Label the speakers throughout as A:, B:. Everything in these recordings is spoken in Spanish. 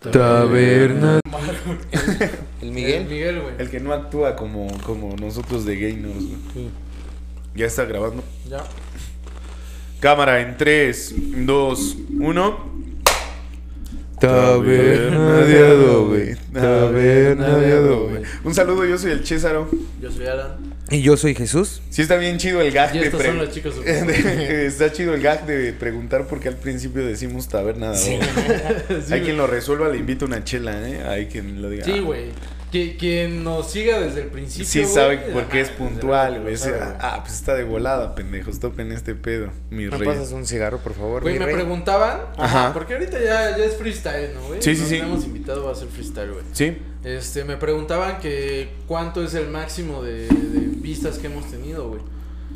A: Taberna.
B: El
C: El
B: Miguel.
C: Miguel, güey.
A: El que no actúa como, como nosotros de gamers, güey.
B: Sí.
A: Ya está grabando.
C: Ya.
A: Cámara en 3, 2, 1.
B: Taberna de adobe.
A: Taberna de adobe. Un saludo, yo soy el Césaro.
C: Yo soy Alan.
B: Y yo soy Jesús.
A: Sí está bien chido el gag
C: Y
A: de
C: estos son
A: Ah, pre-
C: los chicos.
A: de- Está chido el gag de preguntar por qué al principio decimos taberna de adobe.
C: Sí,
A: Hay
C: güey.
A: quien lo resuelva, le invito una chela, ¿eh? Hay quien lo diga.
C: Sí, güey. Que quien nos siga desde el principio.
A: Sí
C: güey,
A: sabe por
C: ajá,
A: qué es
C: desde la
A: puntual,
C: primera
A: güey. O sea,
C: persona, güey.
A: ah, pues está de volada, pendejos. Topen este pedo, mi
B: ¿Me
A: rey.
B: pasas un cigarro, por favor?
C: Güey,
B: mi
C: me
B: rey?
C: preguntaban.
A: Ajá.
C: Porque ahorita ya, ya es freestyle, ¿no, güey?
A: Sí, sí,
C: Nos
A: sí.
C: hemos invitado a hacer freestyle, güey.
A: Sí.
C: Este, me preguntaban que cuánto es el máximo de, de vistas que hemos tenido, güey.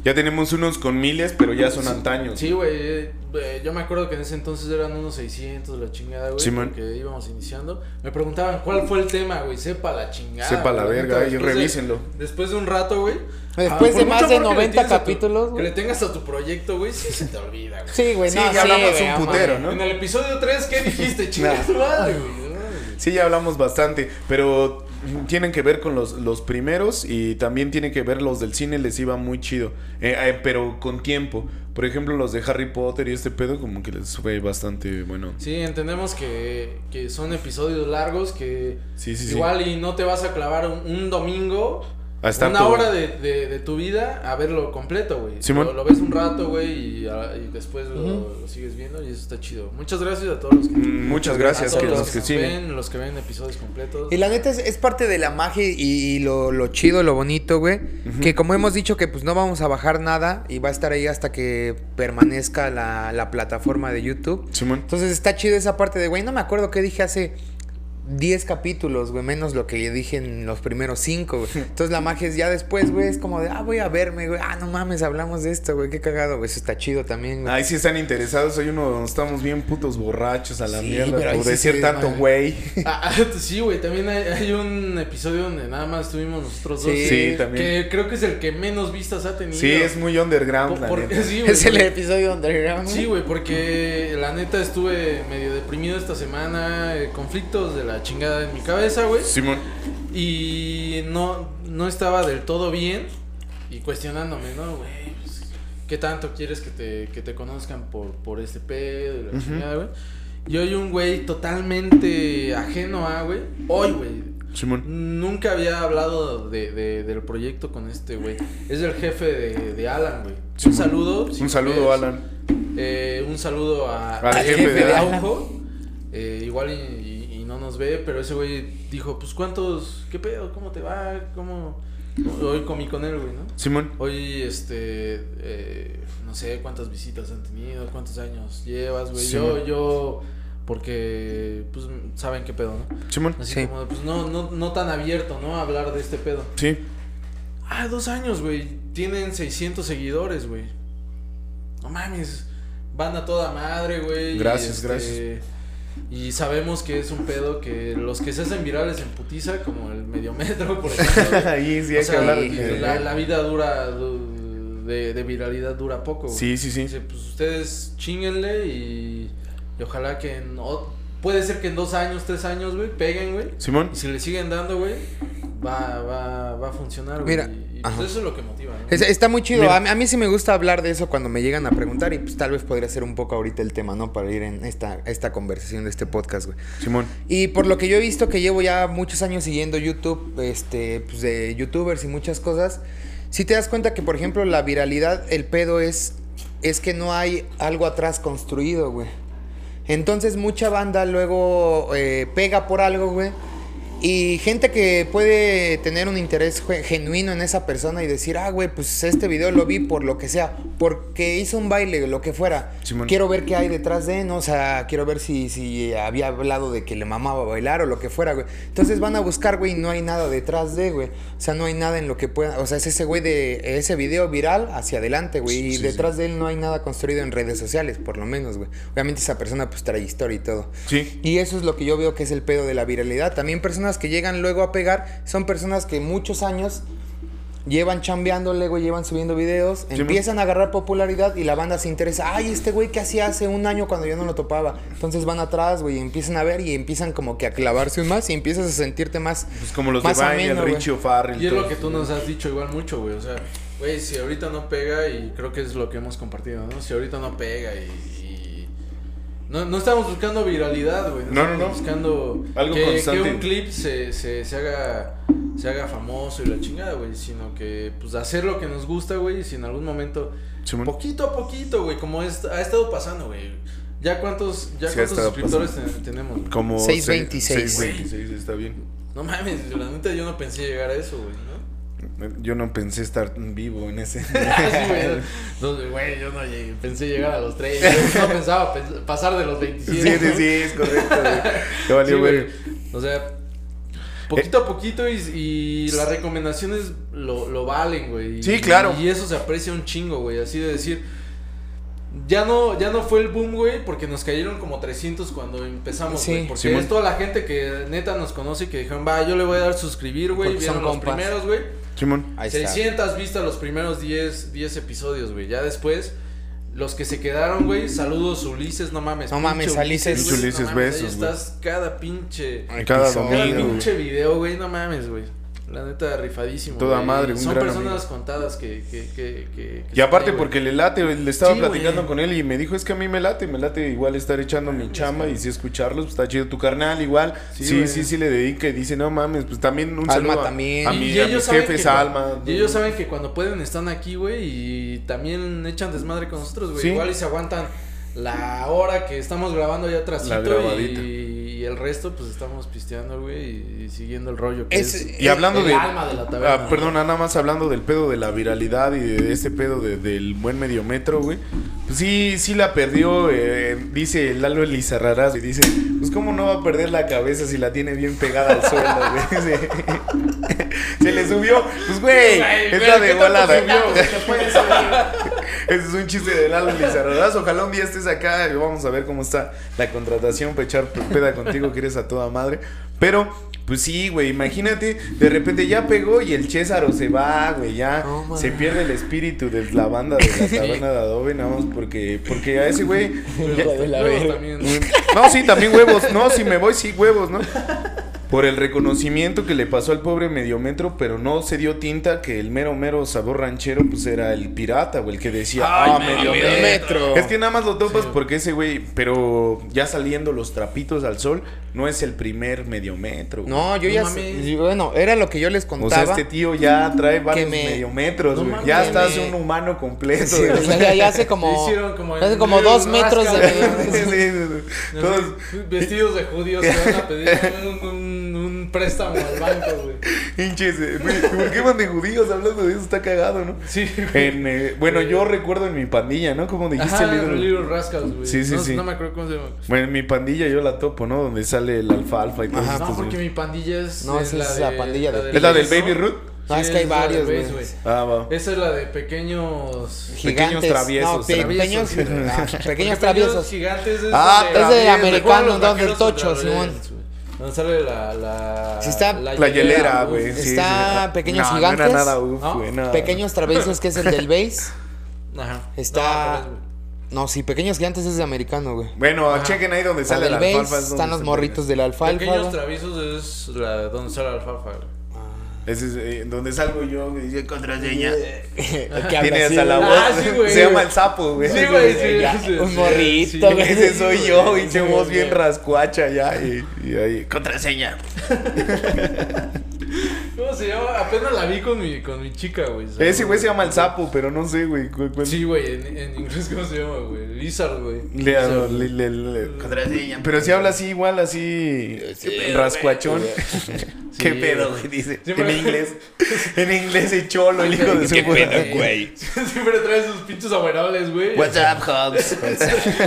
A: Ya tenemos unos con miles, pero ya son antaños.
C: Sí, güey. eh, eh, Yo me acuerdo que en ese entonces eran unos 600, la chingada, güey.
A: Simón.
C: Que íbamos iniciando. Me preguntaban cuál fue el tema, güey. Sepa la chingada.
A: Sepa la
C: güey,
A: verga,
C: neta,
A: y
C: después de-
A: revísenlo.
C: después de un rato, güey. ah,
D: Después
C: por
D: de
C: mucho
D: más de
C: amor que le
D: 90
C: tienes a tu-
D: capítulos,
C: Que
D: güey.
C: le tengas a tu proyecto, güey. Sí, se te olvida, güey.
D: Sí, güey,
A: Sí,
D: no,
A: ya hablamos
D: güey,
A: un
D: vamos.
A: putero, ¿no?
C: En el episodio 3, ¿qué dijiste, chingas madre, güey? Ay.
A: Sí, ya hablamos bastante, pero tienen que ver con los, los primeros y también tienen que ver los del cine, les iba muy chido, Eh, eh, pero con tiempo. Por ejemplo, los de Harry Potter y este pedo, como que les fue bastante bueno.
C: Sí, entendemos que, que son episodios largos que
A: Sí, sí, sí.
C: igual y no te vas a clavar un, un domingo
A: A estar
C: una
A: todo.
C: hora de, de- de tu vida a verlo completo, güey.
A: Simón.
C: Lo, lo ves un rato, güey, y, a- y después lo, lo sigues viendo y eso está chido. Muchas gracias a todos los que,
A: Mm, Muchas
C: a
A: gracias,
C: todos
A: que
C: los
A: los que
C: nos
A: siguen.
C: ven, los que ven episodios completos.
B: Y la neta es, es parte de la magia y, y lo, lo chido, lo bonito, güey. Que como hemos dicho que pues no vamos a bajar nada y va a estar ahí hasta que permanezca la, la plataforma de YouTube.
A: Simón.
B: Entonces está chido esa parte de, güey, no me acuerdo qué dije hace 10 capítulos, güey, menos lo que dije en los primeros 5, güey. Entonces la magia es ya después, güey, es como de, ah, voy a verme, güey, ah, no mames, hablamos de esto, güey, qué cagado, güey, eso está chido también, güey.
A: Ahí sí están interesados, hoy uno estamos bien putos borrachos a la
B: Sí,
A: mierda
B: pero ahí
A: por
B: sí
A: decir
B: se
A: tanto
B: desmayan.
A: güey.
C: Ah, ah, sí, güey, también hay, hay un episodio donde nada más estuvimos nosotros dos.
B: Sí,
A: Sí, también.
C: Que creo que es el que menos vistas ha tenido.
A: Sí, es muy underground,
C: Por-
A: la
C: porque-
A: neta.
C: sí, güey,
D: Es el
C: porque-
D: episodio underground.
C: Sí, güey, porque la neta estuve medio deprimido esta semana, eh, conflictos de la chingada en mi cabeza, güey.
A: Simón.
C: Y no, no estaba del todo bien y cuestionándome, ¿no, güey? pues, ¿Qué tanto quieres que te, que te conozcan por, por este pedo y la chingada, güey? Y hoy un güey totalmente ajeno a, güey. Hoy, güey.
A: Simón.
C: Nunca había hablado de, de- del proyecto con este güey. Es el jefe de, de Alan, güey. Un
A: Simón.
C: saludo. si
A: Un
C: lo
A: saludo,
C: ves.
A: Alan.
C: Eh, un saludo a,
A: Al jefe de
D: Alan.
C: Araujo. Eh, igual y, y- y no nos ve, pero ese güey dijo, pues cuántos, qué pedo, cómo te va, cómo... Hoy comí con él, güey, ¿no?
A: Simón.
C: Hoy, este, eh, no sé cuántas visitas han tenido, cuántos años llevas, güey.
A: Sí.
C: Yo, yo, porque, pues, saben qué pedo, ¿no?
A: Simón.
C: Así
B: Sí.
C: como, de, pues, no, no, no tan abierto, ¿no? A hablar de este pedo.
A: Sí.
C: Ah, dos años, güey. Tienen 600 seguidores, güey. No mames. Van a toda madre, güey. y, este,
A: Gracias, gracias.
C: Y sabemos que es un pedo que los que se hacen virales en putiza, como el mediometro, por ejemplo. güey.
A: Ahí sí
C: O
A: hay
C: sea,
A: que hablar.
C: y
A: de-
C: la, la vida dura du- de, de viralidad dura poco, güey.
A: Sí, sí, sí.
C: Dice, pues ustedes chinguenle y, y ojalá que en o- puede ser que en dos años, tres años, güey, peguen, güey.
A: Simón.
C: Y si le siguen dando, güey, va, va, va a funcionar, güey.
B: Mira,
C: Y, y,
B: ajá.
C: pues eso es lo que motiva, ¿no?
B: Es- está muy chido.
A: Mira.
B: A mí, a mí sí me gusta hablar de eso cuando me llegan a preguntar y pues tal vez podría ser un poco ahorita el tema, ¿no? Para ir en esta, esta conversación de este podcast, güey.
A: Simón.
B: Y por lo que yo he visto que llevo ya muchos años siguiendo YouTube, este, pues de youtubers y muchas cosas, si te das cuenta que, por ejemplo, la viralidad, el pedo es, es que no hay algo atrás construido, güey. Entonces mucha banda luego eh, pega por algo, güey. Y gente que puede tener un interés jue- genuino en esa persona y decir, ah, güey, pues este video lo vi por lo que sea, porque hizo un baile, lo que fuera.
A: Simón.
B: Quiero ver qué hay detrás de, ¿no? O sea, quiero ver si, si había hablado de que le mamaba bailar o lo que fuera, güey. Entonces van a buscar, güey, y no hay nada detrás de, güey. O sea, no hay nada en lo que pueda. O sea, es ese güey de ese video viral hacia adelante, güey. Y
A: Sí, sí.
B: detrás de él no hay nada construido en redes sociales, por lo menos, güey. Obviamente esa persona, pues trae historia y todo.
A: Sí.
B: Y eso es lo que yo veo que es el pedo de la viralidad. También personas que llegan luego a pegar son personas que muchos años Llevan chambeándole, güey, llevan subiendo videos, empiezan a agarrar popularidad y la banda se interesa. Ay, este güey que hacía hace un año cuando yo no lo topaba. Entonces van atrás, güey, y empiezan a ver y empiezan como que a clavarse un más y empiezas a sentirte más.
A: Pues como los
B: más
A: de Vine,
B: ameno,
A: el
B: güey.
A: Richie O'Farrell.
C: Y es lo
A: todo.
C: que tú nos has dicho igual mucho, güey. O sea, güey, si ahorita no pega, y creo que es lo que hemos compartido, ¿no? Si ahorita no pega y. y- No, no estamos buscando viralidad, güey.
A: No, no,
C: estamos
A: no.
C: buscando
A: Algo
C: que, que
A: constante.
C: un clip se, se, se haga se haga famoso y la chingada, güey. Sino que, pues, hacer lo que nos gusta, güey. Y si en algún momento
A: Simón.
C: Poquito a poquito, güey, como es- ha estado pasando, güey. Ya cuántos, ya
A: Sí, ha
C: cuántos
A: estado
C: suscriptores ten- tenemos. güey?
A: Como
B: 626.
A: 626, está bien.
C: No mames, la neta yo no pensé llegar a eso, güey, ¿no?
A: Yo no pensé estar vivo en ese.
C: Así, güey, no, güey, yo no llegué, pensé llegar a los 30. Yo no pensaba pens- pasar de los
A: sí,
C: 27.
A: sí,
C: ¿no?
A: sí, es correcto, güey. Te valió,
C: Sí,
A: güey.
C: güey. O sea, poquito a poquito y, y las recomendaciones lo, lo valen, güey. Y-
A: Sí, claro.
C: Y eso se aprecia un chingo, güey. Así de decir, ya no, ya no fue el boom, güey, porque nos cayeron como 300 cuando empezamos,
B: Sí.
C: güey. Porque
A: Simón.
C: es toda la gente que neta nos conoce que dijeron, va, yo le voy a dar suscribir, güey.
B: Porque
C: Vieron
B: son
C: los
B: compas.
C: primeros, güey.
A: Simón.
B: Ahí está.
C: 600 vistas los primeros 10, 10 episodios, güey. Ya después, los que se quedaron, güey, saludos Ulises, no mames.
B: No
C: pinche
B: mames, Ulises.
C: güey,
A: Ulises,
C: no mames, ahí
A: besos, güey.
C: estás cada pinche,
A: Cada
B: Episodio,
C: cada
A: domingo, güey.
C: pinche video, güey, no mames, güey. La neta, rifadísimo.
A: Toda
C: güey.
A: madre, un
C: Son
A: gran
C: personas contadas que, que, que, que- que
A: Y aparte
C: están ahí,
A: porque le late, le estaba
C: Sí, güey.
A: platicando con él y me dijo, es que a mí me late, me late igual estar echando mi chamba y sí escucharlos, pues está chido tu carnal igual. Sí,
C: Sí,
A: sí,
C: güey.
A: sí, le dedica y dice, no mames, pues también un
B: Alma
A: saludo a-
B: también.
A: a,
C: güey.
A: mi-
C: Y
A: a
C: ellos
A: mis
C: saben
A: jefes,
C: que-
A: Alma.
C: Y ellos saben que cuando pueden están aquí, güey, y también echan desmadre con nosotros, güey.
A: Sí.
C: Igual y se aguantan la hora que estamos grabando allá
A: La
C: atrásito y,
A: grabadita.
C: y el resto, pues estamos pisteando, güey, y, y siguiendo el rollo. Que
B: Es-
C: es,
A: Y eh, hablando
C: el
A: de...
C: alma de la taberna.
A: Ah, perdona, nada más hablando del pedo de la viralidad y de este pedo de- del buen mediometro, güey. Pues sí, sí la perdió, eh, dice Lalo Elizarrarás. Y dice, pues cómo no va a perder la cabeza si la tiene bien pegada al suelo, güey. Se, se le subió. Pues, güey, es
C: Güey,
A: la
C: güey,
A: de
C: ¿qué tanto
A: volada.
C: subió?
A: Ese es un chiste de Lalo Elizarrarás. Ojalá un día estés acá y vamos a ver cómo está la contratación para echar peda contigo, que eres a toda madre. Pero, pues sí, güey, imagínate, de repente ya pegó y el Césaro se va, güey, ya
B: No, man.
A: se pierde el espíritu de la banda de la taberna de Adobe, nada más porque, porque a ese güey.
C: Pero
A: ya-
C: los
B: la
C: huevos
B: verga.
C: también.
A: No, sí, también huevos, no, si me voy, sí, huevos, ¿no? Por el reconocimiento que le pasó al pobre Mediometro, pero no se dio tinta que el mero, mero sabor ranchero, pues era el pirata, güey, el que decía, ah, Mediometro.
B: Mediometro.
A: Es que nada más lo topas
C: Sí.
A: porque ese güey, pero ya saliendo los trapitos al sol, no es el primer mediometro. güey.
B: No, yo
C: No
B: ya.
C: mames.
B: sé- Bueno, era lo que yo les
A: O sea,
B: contaba.
A: este tío ya trae varios
B: me-
A: mediometros,
C: No
A: güey.
C: mames,
A: ya
B: que
A: estás
B: me-
A: un humano completo.
B: Sí,
A: güey.
B: o sea, ya, ya hace
C: Le
B: como.
C: hicieron como el-
B: hace como dos metros de.
C: rasca,
A: Sí, sí, sí. Todos-
C: Vestidos de judíos que van a pedir un, un- un préstamo al banco, güey.
A: hinches, eh, güey, ¿Por qué van de judíos hablando de eso? Está cagado, ¿no?
C: Sí, güey.
A: En, eh, bueno, yo recuerdo en mi pandilla, ¿no? Como dijiste
C: Ajá,
A: el ídolo.
C: Little Rascals, güey.
A: Sí, sí,
C: no,
A: sí.
C: No me acuerdo cómo se llama.
A: Bueno, en mi pandilla yo la topo, ¿no? Donde sale el alfalfa y todo
B: Ajá.
A: esto.
C: No, porque mi pandilla es.
B: Ah, pues No, esa es la pandilla de-
A: ¿Es la del
C: Bass,
A: Baby
C: ¿no?
A: Ruth?
B: No, es que hay
C: esa es la de
B: varios,
C: Bass,
B: güey.
A: Ah, va.
C: Esa es la de pequeños.
B: Gigantes.
A: traviesos,
B: No, pe-
C: traviesos.
B: pequeños, ah, pequeños
C: Pequeños
B: traviesos.
C: Gigantes. Es
A: Ah,
C: donde-
A: es
B: del
C: donde
B: americano,
C: juegan los
B: entonces,
C: vaqueros
B: Tocho,
C: contra los
B: Simón.
C: Ravens, güey. Donde sale la. La,
B: Sí está-
A: La hielera, güey.
C: uf.
A: sí,
B: Está
A: sí.
B: Pequeños
A: no, No
B: Gigantes.
A: era nada uf,
C: ¿No?
A: güey. nada.
B: Pequeños traviesos, que es el del base.
C: Ajá.
B: Está-
C: No, al revés,
B: No, sí, pequeños gigantes es de americano, güey.
A: Bueno,
C: Ajá.
A: chequen ahí donde
B: La
A: sale
B: del
A: la
B: base,
A: alfalfa. es donde
B: están los
A: se
B: morritos del
C: güey.
B: alfalfa.
C: Pequeños
B: güey.
C: traviesos es la donde sale la alfalfa, güey.
B: Ah.
A: Ese es eh, donde salgo yo, güey, dice contraseña.
B: Eh. Que habla
A: Tiene
B: así,
A: hasta la
B: güey.
A: voz.
C: Ah, sí, güey.
A: Se llama el sapo, güey.
C: Sí, güey, sí,
B: Ya,
C: sí,
B: un
C: sí,
B: morrito,
C: sí,
B: güey.
A: Ese soy yo, y
C: Sí, güey,
A: voz bien
C: güey.
A: rascuacha ya. Y, y ahí, contraseña.
C: ¿Cómo se llama? Apenas la vi con mi, con mi chica, güey.
A: Ese güey se llama el sapo, pero no sé, güey. cu- cu-
C: Sí, güey, en, en inglés, ¿cómo se llama, güey? Lizard, güey.
A: Le,
C: Lizard.
A: le- le- le- contraseña. Pero si habla así, igual, así. rascuachón.
C: Sí,
A: ¿Qué pedo,
C: güey.
A: güey? Dice.
C: Sí,
A: en
C: pero-
A: inglés. En inglés, el cholo, el hijo de su puta madre.
C: Siempre trae sus pinches abonables, güey.
A: up, Hobbs?
B: Pues,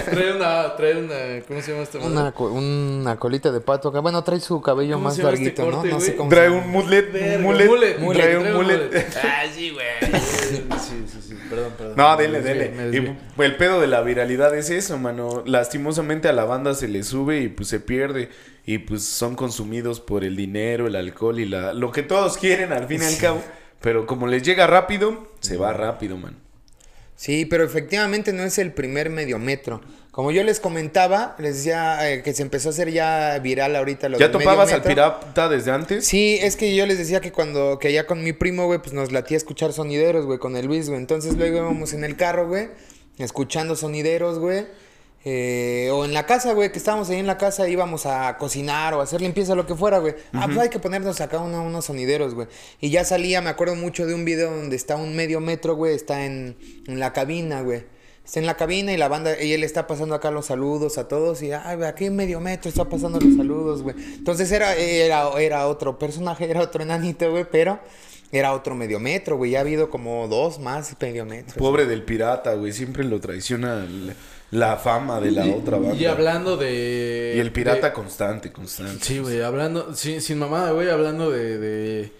C: Trae una, trae una, ¿cómo se llama esta madre?
B: Una, co- una colita de pato acá. Bueno, trae su cabello
C: ¿Cómo
B: más
C: se llama este
B: larguito, ¿no?
C: corte,
B: No sé
C: güey?
B: cómo
A: Trae
B: se
A: un
B: llama.
A: mulet.
C: Verga,
A: Un mulet.
C: mullet,
A: Trae un mulet.
C: mullet. Ah, sí, güey. Sí, sí, sí, perdón, perdón.
A: No, dele,
C: Me desvié, me
A: dele.
C: desvié.
A: Y, el pedo de la viralidad es eso, mano. Lastimosamente a la banda se le sube y pues se pierde. Y pues son consumidos por el dinero, el alcohol y la, lo que todos quieren al fin y al cabo. Pero como les llega rápido, se va rápido, man.
B: Sí, pero efectivamente no es el primer medio metro. Como yo les comentaba, les decía eh, que se empezó a hacer ya viral ahorita lo
A: ¿Ya
B: del medio
A: topabas al
B: metro.
A: pirata desde antes?
B: Sí, es que yo les decía que cuando, que allá con mi primo, güey, pues nos latía escuchar sonideros, güey, con el Luis, güey. Entonces luego íbamos en el carro, güey, escuchando sonideros, güey. Eh, o en la casa, güey, que estábamos ahí en la casa, íbamos a cocinar o a hacer limpieza, lo que fuera, güey. Ah, pues hay que ponernos acá uno, unos sonideros, güey. Y ya salía, me acuerdo mucho de un video donde está un medio metro, güey, está en, en la cabina, güey. Está en la cabina y la banda, y él está pasando acá los saludos a todos. Y ay, güey, aquí en medio metro está pasando los saludos, güey. Entonces era, era, era otro personaje, era otro enanito, güey, pero era otro medio metro, güey. Ya ha habido como dos más medio metros.
A: Pobre del pirata, güey. Siempre lo traiciona la, la fama de la otra banda.
C: Y hablando de.
A: Y el pirata
C: de-
A: constante, constante.
C: Sí, güey, hablando, sin, sin mamada, güey, hablando de, de,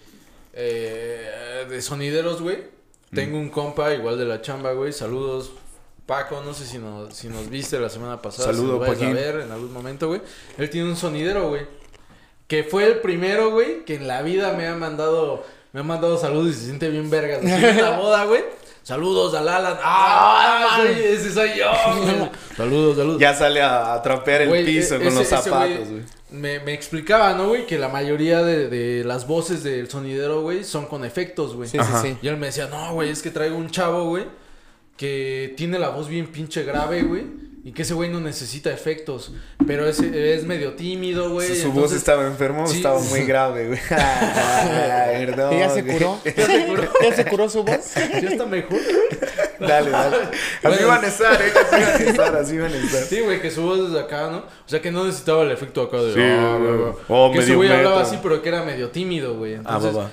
C: eh, de sonideros, güey. Tengo un compa igual de la chamba, güey. Saludos, Paco. No sé si nos, si nos viste la semana pasada. si
A: Saludo,
C: lo vayas a
A: Paquín.
C: ver en algún momento, güey. Él tiene un sonidero, güey. Que fue el primero, güey, que en la vida me ha mandado, me ha mandado saludos y se siente bien verga. En la boda, güey. Saludos a Lala. ¡Ah, güey! Ese soy yo, güey. Saludos, saludos.
A: Ya sale a, a trapear el
C: Güey,
A: piso
C: e-
A: con
C: ese-
A: los
C: ese
A: zapatos, güey.
C: Me, me explicaba, ¿no, güey? Que la mayoría de, de las voces del sonidero, güey, son con efectos, güey.
B: Sí,
A: Ajá.
B: sí, sí.
C: Y él me decía, no, güey, es que traigo un chavo, güey, que tiene la voz bien pinche grave, güey. Y que ese güey no necesita efectos. Pero ese es medio tímido, güey.
A: Su, su voz
C: entonces-
A: estaba enferma o
C: Sí.
A: estaba muy grave, güey. Ay, Perdón.
B: ¿Y ya se
A: güey.
B: curó? ¿Ya se curó? su voz?
C: Ya está mejor.
A: Dale, dale. Así
C: Bueno.
A: van a estar, ellos iban a estar, así van a estar.
C: Sí, güey, que su voz es de acá, ¿no? O sea, que no necesitaba el efecto acá de...
A: Sí,
C: "Ah,
A: güey.
C: güey,
A: Oh,
C: que su
A: medio
C: güey hablaba
A: metro.
C: así, pero que era medio tímido, güey.
A: Ah,
C: Entonces,
A: va, va.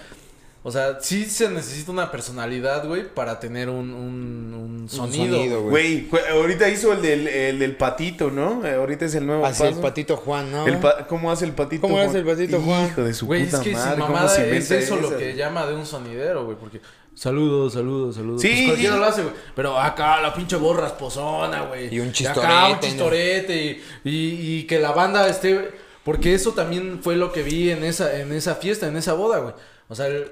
C: O sea, sí se necesita una personalidad, güey, para tener un, un, un sonido.
B: sonido, güey.
A: Güey, jue- ahorita hizo el del, el del patito, ¿no? Eh, Ahorita es el nuevo
B: Así el
A: paso.
B: patito Juan, ¿no?
A: El pa- ¿Cómo hace el patito?
B: ¿Cómo hace el patito, Juan?
A: Hijo de su
C: Güey, es
A: puta
C: que sin
A: madre, ¿cómo
C: mamada
A: se
C: es
A: inventa
C: eso lo
A: esas?
C: que llama de un sonidero, güey, porque... Saludos, saludos, saludos.
A: Sí.
C: Pues cualquiera lo hace, güey. Pero acá la pinche borra esposona, güey.
B: Y un
C: Acá un
B: chistorete, ¿no?
C: chistorete. Y, y- y que la banda esté... Porque eso también fue lo que vi en esa, en esa fiesta, en esa boda, güey. O sea, el-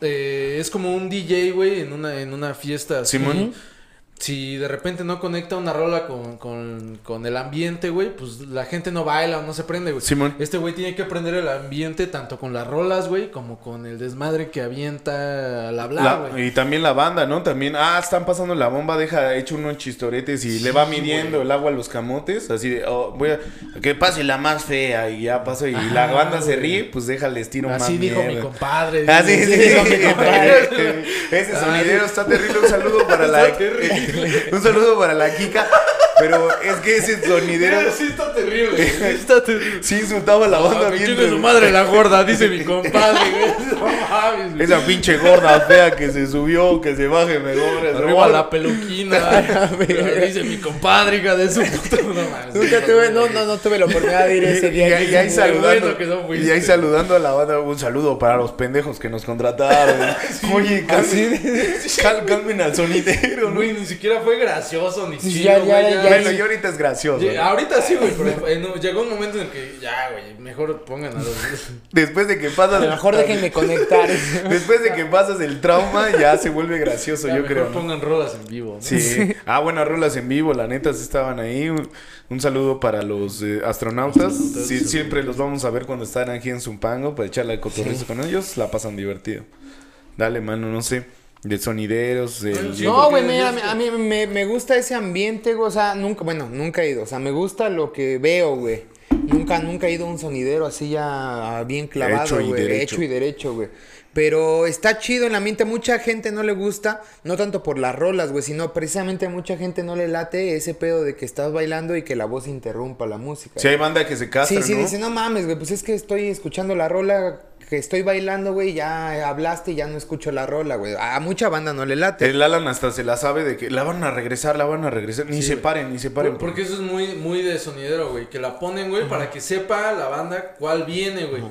C: eh, es como un DJ, güey, en una, en una fiesta. así.
A: Simón.
C: si de repente no conecta una rola con, con, con el ambiente, güey, pues la gente no baila o no se prende, güey.
A: Simón.
C: Este güey tiene que prender el ambiente tanto con las rolas, güey, como con el desmadre que avienta al
A: La-
C: hablar, güey.
A: y también la banda, ¿no? También, ah, están pasando la bomba, deja hecho unos chistoretes y le va midiendo el agua a los camotes, así de, oh, voy a, que pase la más fea y ya pasa y la
C: Ajá,
A: banda se
C: güey.
A: ríe, pues déjales tiro más
C: Así dijo mi
A: mierda.
C: compadre.
A: Ah, sí, sí, sí,
B: dijo mi
A: sí,
B: compadre.
A: sí. Ese
C: Ah,
A: sonidero
C: sí.
A: está terrible. Un saludo para la. Un saludo para la Kika. Pero es que ese sonidero
C: Sí, está terrible. güey. Sí, está terrible.
A: sí insultaba a la banda
C: Ah, que
A: bien.
C: chingue su
A: duro.
C: madre la gorda, dice mi compadre, güey. No mames, güey.
A: Esa pinche gorda fea que se subió, que se baje, me cobra.
C: Arriba la peluquina. dice mi compadre, hija de su puta. No mames.
B: Nunca tuve, no, no, no tuve la oportunidad de ir ese
A: Y,
B: día.
A: ahí- y ahí
C: Qué
A: saludando,
C: bueno que no fuiste.
A: y ahí saludando a la banda, un saludo para los pendejos que nos contrataron. Oye, calmen, cal- calmen al sonidero.
C: Pero, güey, ni siquiera fue gracioso, ni
B: Sí,
C: chido,
B: ya, ya,
C: güey,
B: ya,
A: Bueno,
B: sí.
A: yo ahorita es gracioso.
C: Lle- Ahorita sí, ah. güey, pero eh, no, llegó un momento en el que ya, güey, mejor pongan a los...
A: Después de que pasas
B: A lo mejor déjenme conectar.
A: Después de que pasas el trauma, ya se vuelve gracioso,
C: ya
A: yo
C: mejor
A: creo. ¿no?
C: pongan rolas en vivo. ¿no?
A: Sí. Ah, buenas rolas en vivo, la neta, sí estaban ahí. Un, un saludo para los eh, astronautas. Sí, siempre los vamos a ver cuando están aquí en Zumpango para echar la cotorriza con ellos. La pasan divertido. Dale, mano, no sé. De sonideros, del-
C: Sí,
B: no,
C: porque
B: güey, mira,
C: yo-
B: a mí me, me gusta ese ambiente, güey. O sea, nunca, bueno, nunca he ido. O sea, me gusta lo que veo, güey. Nunca, nunca he ido a un sonidero así ya ah, bien clavado,
A: Hecho y
B: güey.
A: derecho.
B: Hecho y derecho, güey. Pero está chido el ambiente. Mucha gente no le gusta, no tanto por las rolas, güey, sino precisamente a mucha gente no le late ese pedo de que estás bailando y que la voz interrumpa la música.
A: Si hay banda que se castra,
B: Sí, sí,
A: ¿no?
B: dice, no mames, güey, pues es que estoy escuchando la rola, que estoy bailando, güey, ya hablaste y ya no escucho la rola, güey. A mucha banda no le late.
A: El Alan hasta se la sabe de que la van a regresar, la van a regresar. Ni
C: Sí,
A: se
C: güey.
A: paren, ni se paren.
C: Por- Porque eso es muy, muy de sonidero, güey, que la ponen, güey, para que sepa la banda cuál viene, güey.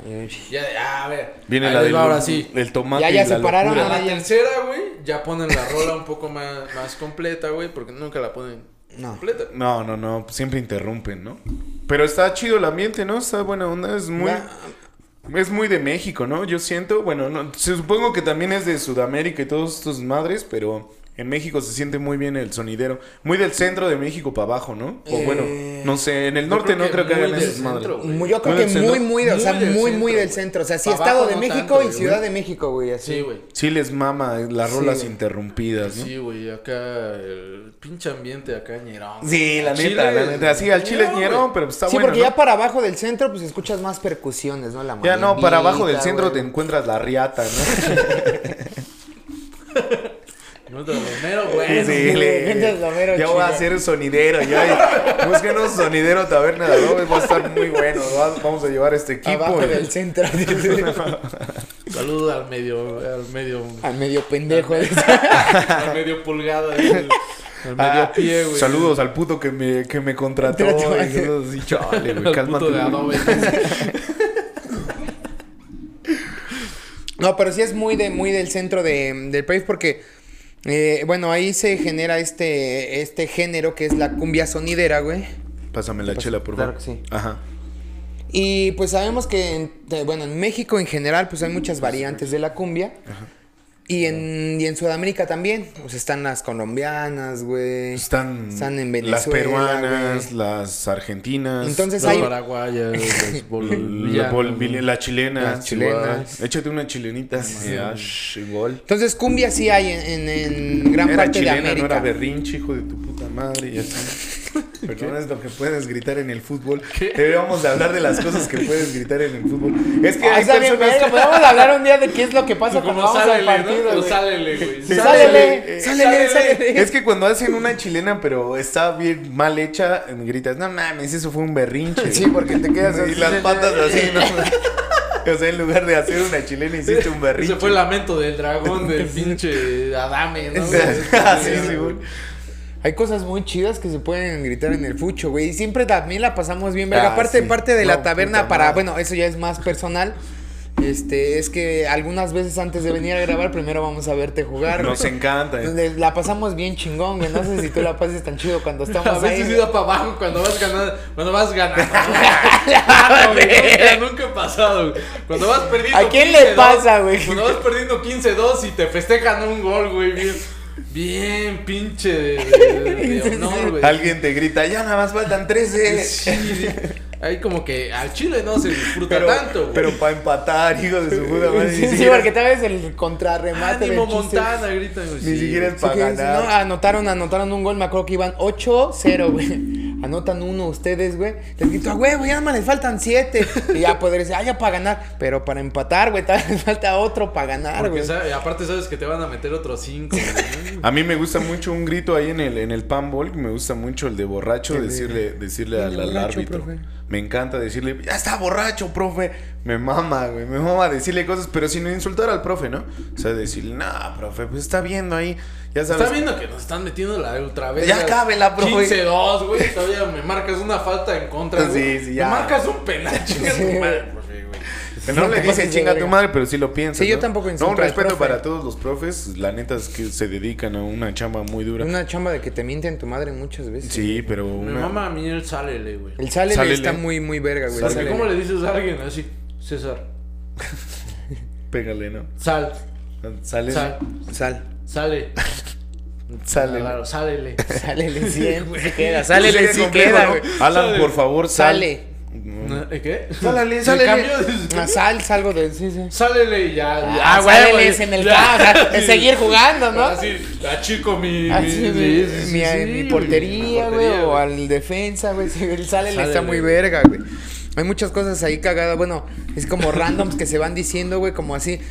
C: Ya, de, ah, a ver.
A: Viene
C: ahí
A: la
C: les
A: del
C: va ahora sí.
A: el tomate.
B: Ya- ya
A: y la
B: se pararon,
A: locura.
C: A la
B: Ahora ya-
C: tercera, güey, ya ponen la rola un poco más, más completa, güey, porque nunca la ponen
A: Ah.
B: No.
C: completa.
A: No, no, pues no, siempre interrumpen, ¿no? Pero está chido el ambiente, ¿no? Está buena onda, es muy...
B: Va-
A: Es muy de México, ¿no? Yo siento, bueno, no, se supongo que también es de Sudamérica y todos estos madres, pero en México se siente muy bien el sonidero. Muy del centro de México para abajo, ¿no? O bueno,
B: Eh,
A: no sé, en el
C: yo
A: norte
C: creo
A: no
C: que
A: creo que
C: muy
A: hagan
C: del
A: esas madres.
C: centro, güey.
B: Muy- Yo creo
A: Muy
B: que
A: del centro.
B: muy, muy, de- o sea,
C: Muy del
B: muy, muy
C: centro,
B: del
C: güey.
B: centro. O sea, sí,
C: Pa'
B: Estado
C: abajo
B: de
C: no
B: México
C: tanto,
B: y
C: güey.
B: Ciudad de México, güey. Así.
C: Sí, güey.
A: Sí les mama las
B: Sí,
A: rolas
B: güey.
A: interrumpidas, ¿no?
C: Sí, güey, acá el pinche ambiente acá ñerón.
A: Sí, la
C: Chile-
A: neta, la neta. Sí, al chile es
C: Ñerón,
A: ñerón,
C: güey.
A: pero pues está
B: sí,
A: bueno.
B: porque
A: ¿no?
B: ya para abajo del centro, pues escuchas más percusiones, ¿no? La
A: Ya no, para abajo del
B: marimbita,
A: centro te
B: güey.
A: encuentras la riata, ¿no?
C: No es de romero, güey.
B: Sí.
A: le-
B: Encuentras la mero
A: Ya voy a
B: chida.
A: ser sonidero, ya. Búsquenos sonidero taberna de adobe, va a estar muy bueno. va- Vamos a llevar este equipo.
B: Abajo
A: güey.
B: del centro.
C: Saludo al medio, al medio,
B: Al medio pendejo.
C: al medio pulgada, del- al medio
A: Ah,
C: pie, güey.
A: Saludos al puto que me, que me contrató.
B: Contrató.
A: y saludos así, chale, güey,
C: Al
A: cálmate.
C: puto de adobe.
B: No, pero sí es muy de muy del centro de- del país porque eh, bueno, ahí se genera este este género que es la cumbia sonidera, güey.
A: Pásame la chela, por
B: Claro
A: favor.
B: que sí.
A: Ajá.
B: Y pues sabemos que en, de- bueno, en México en general pues hay muchas variantes de la cumbia. Y en, y en Sudamérica también. Pues están las colombianas, güey.
A: Están,
B: Están en
A: las
B: Venezuela.
A: peruanas,
B: güey.
A: las argentinas.
B: Entonces
C: Las
B: hay
C: paraguayas, las
A: La,
C: bolivianas.
A: bol- la chilena.
B: Las chilenas.
A: igual. Échate una chilenita. Ah, sí, ash, igual.
B: Entonces cumbia sí hay en, en- en gran
A: Era
B: parte
A: chilena,
B: de América.
A: no era berrinche, hijo de tu puta madre. Y así. Pero no es lo que puedes gritar en el fútbol. Deberíamos de hablar de las cosas que puedes gritar en el fútbol. Es que
B: Ah,
A: hay
B: está bien,
A: personas
B: verga, podemos hablar un día de qué es lo que pasa cuando
C: Como
B: vamos al
C: sálele, ¿no?
B: partido.
C: Como
B: güey.
C: sálele, güey.
A: Sí, sálele,
B: Sálele, sálele, sálele.
A: Es que cuando hacen una chilena, pero está bien mal hecha, gritas, no mames, eso fue un berrinche.
B: Sí, porque te quedas
A: Y las patas así, ¿no? O sea, en lugar de hacer una chilena, hiciste un berrinche.
C: Ese fue el lamento del dragón del pinche Adame, ¿no? Este, güey?
A: Así, sí, güey.
B: Hay cosas muy chidas que se pueden gritar en el fucho, güey. Y siempre también la pasamos bien, verga.
A: Ah,
B: Aparte,
A: sí.
B: parte de la
A: No,
B: taberna
A: puta
B: para.
A: madre.
B: Bueno, eso ya es más personal. Este, es que algunas veces antes de venir a grabar, primero vamos a verte jugar.
A: Nos
B: güey.
A: encanta. eh.
B: Donde La pasamos bien chingón, güey. No sé si tú la pases tan chido cuando estamos
C: A
B: ahí.
C: veces
B: güey.
C: iba para abajo cuando vas ganando. Cuando vas ganando. Claro, güey, nunca, nunca ha pasado. güey. Cuando vas perdiendo.
B: ¿A quién le
C: 15-2,
B: pasa, güey?
C: Cuando vas perdiendo 15-2 y te festejan un gol, güey. Bien, bien pinche de, de- de
B: Sí, sí, sí.
C: honor, güey.
A: Alguien te grita, ya nada más faltan 13.
C: Sí, sí. Ahí como que al chile no se disfruta
A: Pero,
C: tanto, güey.
A: pero para empatar, hijo de su puta madre.
B: Sí,
A: ni
B: sí,
A: siquiera-
B: porque tal vez el contrarremate.
C: Ánimo
B: del chiste.
C: Montana, gritan, güey.
A: Ni
C: sí,
A: siquiera
C: güey.
A: es
B: Sí,
A: para
B: que dices,
A: ganar.
B: no, anotaron, anotaron un gol, me acuerdo que iban 8-0, güey. Anotan uno ustedes, güey. Les grito, güey, güey, ya nada más les faltan 7. Y ya podría decir, ah, ya para ganar. Pero para empatar, güey, tal les falta otro para ganar,
C: Porque
B: güey.
C: sabe- aparte sabes que te van a meter otros 5,
A: A mí me gusta mucho un grito ahí en el, en el panball, me gusta mucho el de borracho,
B: El de-
A: decirle, decirle al,
B: de
A: al
B: borracho,
A: árbitro.
B: profe.
A: Me encanta decirle, ya está borracho, profe. Me mama, güey, me mama decirle cosas, pero sin insultar al profe, ¿no? O sea, decirle, nah, profe, pues está viendo ahí, ya sabes.
C: Está viendo que nos están metiendo la otra vez.
A: Ya cábela, profe.
C: 15-2, güey. Todavía me marcas una falta en contra.
A: Sí,
C: güey.
A: sí, ya.
C: Me marcas un penal, chinga tu madre, profe, güey.
A: Que No
B: No
A: le
B: te
A: dice
B: pases de
A: chinga tu
B: verga".
A: madre, pero sí lo piensa.
B: Sí, yo tampoco insulto
A: No, un
B: al
A: respeto
B: profe.
A: para todos los profes. La neta es que se dedican a una chamba muy dura.
B: Una chamba de que te mienten tu madre muchas veces.
A: Sí, pero
C: Me
A: una.
C: mama a mí el sálele, güey.
B: El sale
A: Sálele.
B: está muy, muy verga, güey.
C: Porque
B: sálele.
C: ¿cómo le dices a alguien así? César,
A: Pégale, ¿no?
C: sal,
A: Sale.
C: sal,
B: Sal.
C: sale.
A: Sale.
C: Claro, sálele.
B: Sálele, sí, eh, sí queda.
A: Sale,
B: Sálele, sí queda, güey.
A: Alan,
C: Sale.
A: por favor, sal.
B: Sale.
C: ¿Eh, ¿Qué?
A: Sálale,
C: Sale.
B: Ah, Sal, salgo de. Sí, sí.
C: Sálele y ya. ya,
B: Ah,
C: güey,
B: sálele
C: güey.
B: es en el
C: Ya. Ah,
B: caso. o sea, de seguir jugando, ¿no?
C: Así, achico mi.
B: Ah,
C: mi-
B: sí,
C: sí,
B: mi,
C: sí,
B: mi-
C: sí,
B: mi
C: güey.
B: portería,
C: Mi
B: güey, o
C: güey.
B: al defensa, güey. Si él sale, le está
C: Sale,
B: muy
C: güey.
B: verga, güey. Hay muchas cosas ahí cagadas. Bueno, es como randoms que se van diciendo, güey, como así.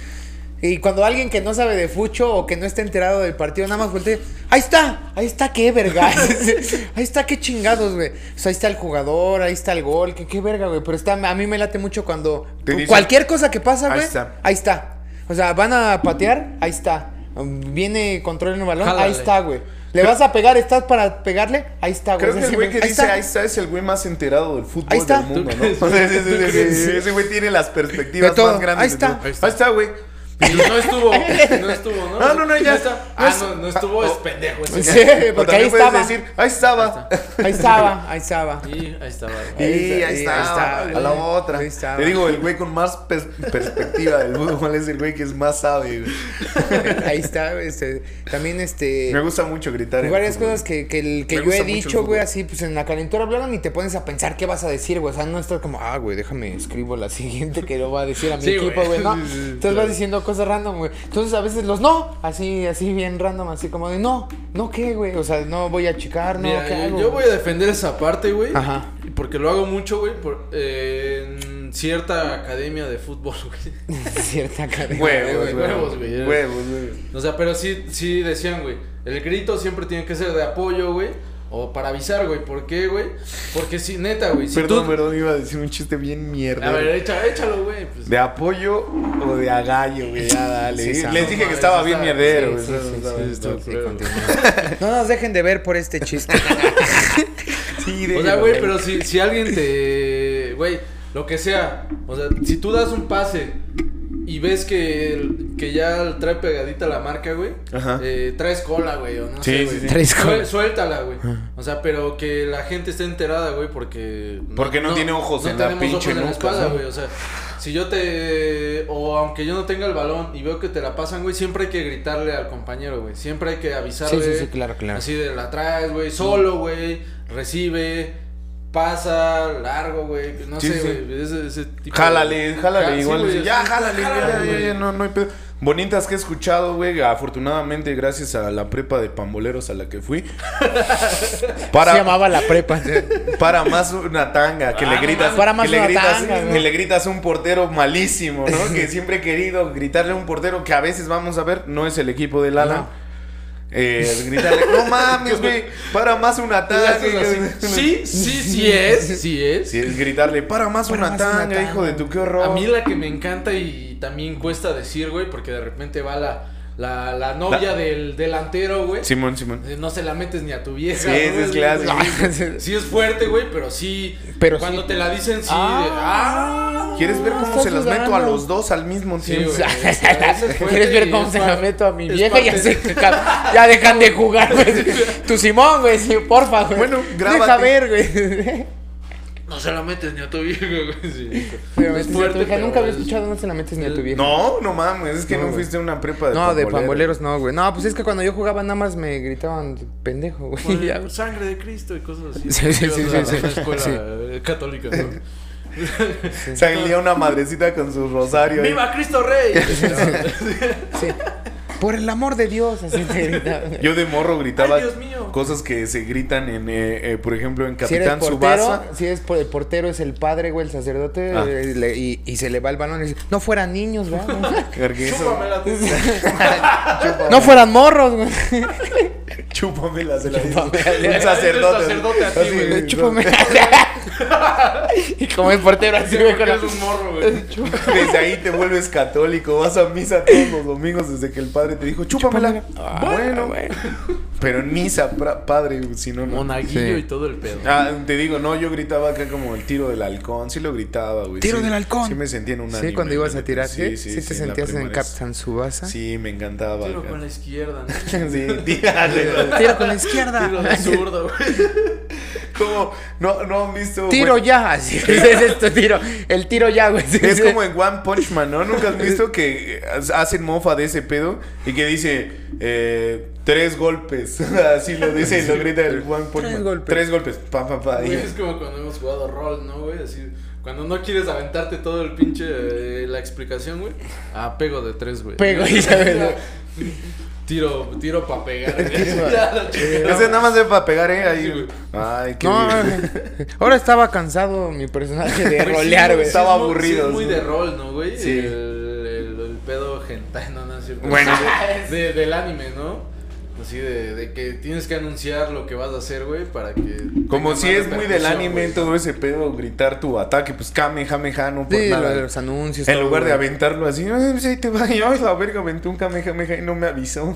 B: Y cuando alguien que no sabe de fucho o que no está enterado del partido, nada más voltea. Ahí está, ahí está, qué verga. ahí está, qué chingados, güey. O sea, ahí está el jugador, ahí está el gol, qué, qué verga, güey. Pero está, a mí me late mucho cuando.
A: Te dicen,
B: cualquier cosa que pasa,
A: "Ahí
B: güey.
A: está".
B: Ahí está. O sea, van a patear, ahí está. Viene control en el balón,
C: Jálale.
B: ahí está, güey. Le vas a pegar, estás para pegarle, ahí está, güey.
A: Creo que el güey que
B: Ahí
A: dice
B: está.
A: ahí está es el güey más enterado del fútbol
B: Ahí está.
A: del mundo,
C: ¿Tú
A: ¿no?
C: crees?
A: O sea, ese-
C: ¿Tú
A: ese-
C: crees?
A: ese güey tiene las perspectivas
B: De todo.
A: más grandes.
B: Ahí
A: de todo.
B: está.
A: Ahí está, güey.
C: Y no estuvo, no estuvo, ¿no?
A: No, no, no, ya.
C: está.
A: No
C: Ah,
A: es-
C: no, no estuvo, es pendejo. ese.
B: Sí,
A: O
B: porque
A: también
B: ahí
A: puedes
B: estaba.
A: decir, ahí estaba.
B: Ahí estaba, ahí estaba.
C: Y ahí estaba.
A: Y ahí,
B: Ahí
A: estaba.
B: estaba,
A: a la
B: güey.
A: otra.
B: Ahí estaba.
A: Te digo, el güey con más pers- perspectiva del fútbol es el güey que es más sabio. güey.
B: Ahí está, este, también este...
A: Me gusta mucho gritar. en
B: Pues varias
A: fútbol.
B: cosas que, que, el- que
A: Me
B: yo he
A: gusta mucho el
B: dicho,
A: fútbol.
B: güey, así, pues en la calentura hablaron y te pones a pensar qué vas a decir, güey. O sea, no estás como, ah, güey, déjame escribo la siguiente que lo va a decir a mi
C: Sí,
B: equipo, güey,
C: güey.
B: ¿no?
C: Sí, sí, sí,
B: Entonces
C: claro.
B: vas diciendo cosas random, güey. Entonces a veces los no, así, así bien random, así como de no, no qué, güey. O sea, no voy a checar, no,
C: Mira,
B: ¿qué
C: yo-
B: hago?
C: yo voy a defender esa parte, güey.
B: Ajá.
C: Porque lo hago mucho, güey, por, eh, en cierta academia de fútbol, güey.
B: Cierta cadena.
A: Huevos,
C: Huevos,
A: huevos,
C: güey.
A: Huevos, güey.
C: O sea, pero sí, sí decían, güey, el grito siempre tiene que ser de apoyo, güey. O para avisar, güey. ¿Por qué, güey? Porque si, neta, güey. Si
A: Perdón,
C: tú...
A: perdón, iba a decir un chiste bien mierda.
C: A ver, echa- échalo, güey. Pues,
A: De apoyo o de agallo, güey. Ya dale.
B: Sí, sabe.
A: Les dije
C: No,
A: que estaba
C: eso
A: bien
C: sabe.
A: mierdero, güey.
B: Sí, sí, sí, sí,
A: Eso
B: sí,
A: estaba-
B: continúa. No nos dejen de ver por este chiste.
A: Sí,
C: O sea,
A: déjalo,
C: güey, pero si, si alguien te. Güey, lo que sea. O sea, si tú das un pase y ves que, el- que ya trae pegadita la marca, güey.
A: Ajá.
C: eh, traes cola, güey, o no
A: Sí,
C: sé,
A: sí,
C: güey.
A: sí.
B: Traes
C: Suel-
B: cola.
C: Suéltala, güey. O sea, pero que la gente esté enterada, güey, porque.
A: Porque no tiene ojos en la
C: tenemos ojos
A: pinche
C: en
A: nuca,
C: espalda,
A: ¿no?
C: güey. O sea, si yo te. O aunque yo no tenga el balón y veo que te la pasan, güey, siempre hay que gritarle al compañero, güey. Siempre hay que avisarle.
B: sí, sí, claro, claro.
C: Así de la traes, güey,
A: Mm.
C: solo, güey, recibe, pasa, largo, güey, no
A: Sí,
C: sé,
A: sí.
C: güey, ese, ese tipo.
A: Jálale,
C: Ja-
A: jálale,
C: sí,
A: igual.
C: güey,
A: ya,
C: sí,
A: jálale, ya,
C: jálale,
A: ya,
C: güey.
A: ya, no, no hay pedo. Bonitas que he escuchado, güey. Afortunadamente, gracias a la prepa de pamboleros a la que fui. Para,
B: Se llamaba la prepa.
A: para más una tanga, que
C: Ah,
A: le
C: no
A: gritas,
C: mames.
B: Para más
A: que le
B: una
A: gritas,
B: tanga, güey.
A: que le gritas a un portero malísimo, ¿no? que siempre he querido gritarle a un portero que a veces vamos a ver, no es el equipo del Alan.
B: No.
A: Eh, gritarle, no mames, güey, para más una
C: Le
A: tanga.
C: haces así. Sí, sí, sí es, sí es.
A: Sí, es gritarle, para más
B: Para
A: una
B: más una
A: tanga,
B: tanga.
A: hijo de tu qué horror.
C: A mí la que me encanta y también cuesta decir, güey, porque de repente va la, la, la novia
A: La-
C: del delantero, güey.
A: Simón, Simón.
C: Eh, No se la metes ni a tu vieja.
A: Sí, ese
C: güey,
A: es clásico.
C: güey. Sí es fuerte, güey, pero sí.
B: Pero
C: cuando
B: sí.
C: te la dicen, sí. de,
B: Ah.
C: ah.
A: ¿Quieres ver
B: Ah,
A: cómo
B: estás
A: se las meto a
B: jugando.
A: los dos al mismo
C: Sí,
A: tiempo?
C: güey. Esa- esa es fuerte
B: ¿Quieres
C: y
B: ver cómo
C: es
B: se
C: pa-
B: la meto a mi
C: es
B: vieja?
C: parte
B: Ya,
C: de-
B: se, ya dejan de jugar, güey. Tu Simón, güey, sí, porfa, güey.
A: Bueno,
B: Deja
A: grábate.
B: ver, güey.
C: No se la metes ni a tu vieja, güey. sí.
B: Pero es tu hija.
C: pero
B: Nunca había
C: es-
B: escuchado, no se la metes ni a tu vieja.
A: Eh, No, no mames, es que
B: No,
A: no,
B: güey.
A: fuiste a una prepa de
B: No, de
A: pambolero.
B: pamboleros no, güey. No, pues es que cuando yo jugaba nada más me gritaban pendejo, güey. Ya,
C: Con
B: güey.
C: Sangre de Cristo y cosas así.
B: Sí, sí,
C: Ibas
B: sí,
C: a
B: sí,
C: la
B: sí.
C: escuela
B: Sí.
C: eh, católica, ¿no?
A: Salía una madrecita con su rosario. ahí.
C: ¡Viva Cristo Rey!
B: Sí. Por el amor de Dios, así te gritaban.
A: Yo de morro gritaba
C: Ay, Dios mío.
A: cosas que se gritan en, eh, eh, por ejemplo, en
B: Si eres
A: Capitán
B: portero,
A: Subasa.
B: si es por el portero es el padre, güey, el sacerdote,
A: Ah.
B: eh, le- y, y se le va el balón y dice, no fueran niños, ¿verdad?
A: Cargué eso.
C: Chúpamela tú.
B: no fueran morros, güey.
A: Chúpamela, se la dice.
B: Chúpamela.
A: Un sacerdote.
C: Un sacerdote a ti,
A: Así,
C: güey.
A: güey.
B: Chúpame. y como el portero así, güey, con la-
C: Es un morro, güey.
A: Desde ahí te vuelves católico, vas a misa todos los domingos desde que el padre te dijo, chúpamela.
B: Ah,
A: bueno,
B: bueno.
A: pero en misa, pra- padre, si no, no.
C: Monaguillo
B: Sí.
C: y todo el pedo.
A: Ah, te digo, no, yo gritaba acá como el tiro del halcón, sí lo gritaba, güey.
B: Tiro
A: sí,
B: del halcón.
A: Sí me sentía en un
B: Sí,
A: anime,
B: cuando
A: la
B: ibas a
A: neta.
B: tirar, sí, sí, te
A: la
B: sentías en
A: primaria.
B: Captain Subasa.
A: Sí, me encantaba.
C: Tiro
A: acá.
C: con la izquierda, ¿no?
A: Sí, tírale.
B: Tiro con la izquierda.
C: Tiro de zurdo, güey.
A: ¿Cómo? No, no han visto.
B: Tiro
A: güey?
B: ya, así, ese es tu tiro, el tiro ya, güey. sí,
A: Es
B: sí.
A: como en One Punch Man, ¿no? Nunca has visto que hacen mofa de ese pedo y que dice eh, tres golpes. Así lo dice y lo grita el One Punch
B: Tres
A: Man.
B: golpes.
A: Tres golpes. Pa, pa, pa.
C: Güey,
A: Y-
C: Es como cuando hemos jugado rol, ¿no, güey? Así, cuando no quieres aventarte todo el pinche. eh, la explicación, güey. Ah, pego de tres, güey.
B: Pego y ya, güey.
C: Tiro, tiro para pegar. güey. Ya, la chingada.
A: Ese nada más es para pegar, ¿eh?
C: Sí, güey.
A: Ahí. Ay, qué.
B: No,
A: bien.
B: ahora estaba cansado mi personaje de
C: Pues sí,
B: rolear,
C: güey,
B: güey.
C: sí
A: Estaba
C: es muy-
A: aburrido,
C: sí es muy
A: sí.
C: de rol, ¿no, güey?
A: Sí.
C: El, el- el pedo hentai, no, no es cierto.
A: Bueno.
C: De- de- del anime, ¿no? Así de, de que tienes que anunciar lo que vas a hacer, güey, para que.
A: Como
C: tenga
A: si
C: más
A: es muy del
C: repercusión,
A: anime
C: güey.
A: todo ese pedo, gritar tu ataque, pues kamehameha, no por
B: Sí, lo
A: nada.
B: de los anuncios.
A: En
B: todo,
A: lugar de
B: güey.
A: aventarlo así, "Ay, pues ahí te va, y ay, la verga, aventé un kamehameha y no me avisó.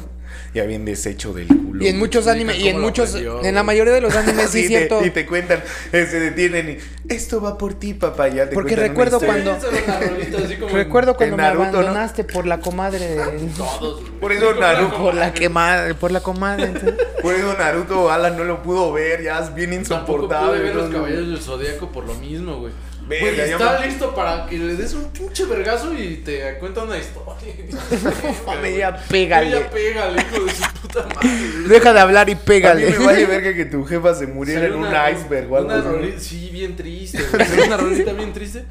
A: ya bien deshecho del culo.
B: Y en muchos
C: explica
B: animes, y
C: cómo
B: en
C: lo
B: muchos,
C: aprendió,
B: en la
C: güey.
B: mayoría de los animes
A: Sí,
B: sí es
A: te-
B: cierto.
A: y te cuentan, eh, se detienen y esto va por ti, papá. Ya te
B: Porque
A: cuentan una
B: recuerdo
A: historia.
B: cuando-
C: Sí, son las rolitas así como-
B: Recuerdo cuando
A: en Naruto,
B: me
A: ¿no?
B: abandonaste por la comadre. de-
C: Todos, güey.
A: Por eso Naruto,
B: Por la quemada, por la comadre. entonces.
A: por eso Naruto Alan no lo pudo ver, ya es bien
C: Tampoco pude
A: insoportable.
C: ver los
A: ¿no?
C: caballeros del zodiaco por lo mismo, güey.
A: Verga,
C: Güey,
A: ya
C: está
A: me-
C: listo para que le des un pinche vergazo y te cuenta una historia.
B: mames,
C: Güey,
B: ya pégale.
C: Ya pégale, hijo de su puta madre.
B: Deja de hablar y
A: A mí
B: pégale.
A: me vale verga que tu jefa se muriera
C: Salió
A: en un
C: una-
A: iceberg o algo
C: una
A: así.
C: roli- Sí, bien triste. güey. Salió una rolita bien triste.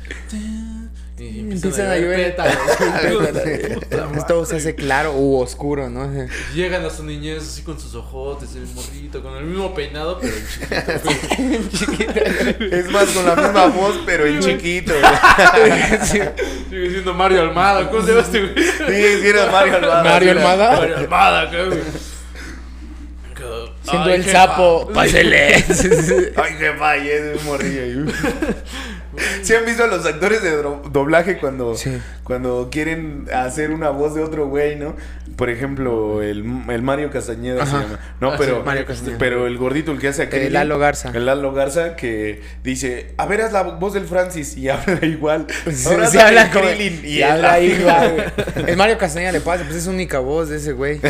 C: Y
B: Empiezan a llover.
C: pétalos, hijo de su puta madre.
B: Todo se hace claro u oscuro, ¿no?
C: Llegan a su niñez así con sus ojotes, el morrito, con el mismo peinado, pero en chiquito. güey.
A: Es más, con la misma voz, pero en chiquito.
C: Sigue siendo Mario Almada. ¿Cómo se llama este güey?
A: Sigue siendo Mario Ah, Almada.
B: Mario
A: sí, era-
B: Almada.
C: Mario Almada, creo, güey.
B: Siendo
C: Ay,
B: el
C: jefa.
B: sapo, pásele.
A: Ay, jefa, y es un morrillo. Si han visto a los actores de dro- doblaje cuando,
B: Sí.
A: cuando quieren hacer una voz de otro güey, ¿no? Por ejemplo, el, el Mario Castañeda se llama. No,
C: Ah,
A: pero,
C: sí,
B: Mario Castañeda.
A: pero el gordito, el que hace a Krillin,
B: Lalo Garza.
A: El Lalo Garza que dice, a ver, haz la voz del Francis y habla igual. Ahora
B: se
A: haz la
B: habla
A: de
B: como-
A: Krillin,
B: y
A: es
B: habla
A: la-
B: ahí, güey. El Mario Castañeda le pasa, pues es única voz de ese güey.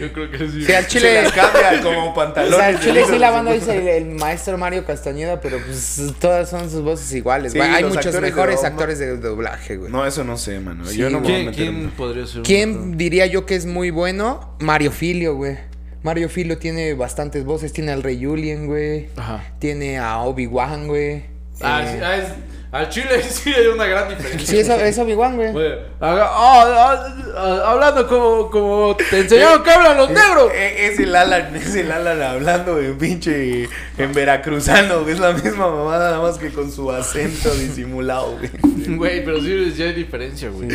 C: Yo creo que sí.
B: Sí, al
A: Se
B: chile.
A: la cambia como pantalón.
B: O sea, al chile sí la banda dice el, el maestro Mario Castañeda, pero pues todas son sus voces iguales,
A: Sí,
B: güey. Hay
A: los
B: muchos
A: actores de
B: mejores
A: dobla-
B: actores de doblaje, güey.
A: No, eso no sé, mano.
B: Sí,
A: Yo no me voy a
C: ¿Quién,
A: meter
C: quién
A: en-
C: podría ser? un
B: ¿Quién
C: otro?
B: diría yo que es muy bueno? Mario Filio, güey. Mario Filio tiene bastantes voces. Tiene al Rey Julien, güey.
C: Ajá.
B: Tiene a Obi-Wan, güey.
C: Ah,
B: Eh,
C: sí, ah, es- al chile sí hay una gran diferencia.
B: sí, es, es Obi-Wan, güey.
C: Güey, haga- ah, ah, ah, hablando como, como te enseñaron que hablan los negros.
A: Eh, Es el Alan, es el Alan hablando de pinche en veracruzano, güey, es la misma mamada, nada más que con su acento disimulado, güey.
C: Güey, pero sí, sí hay diferencia, güey.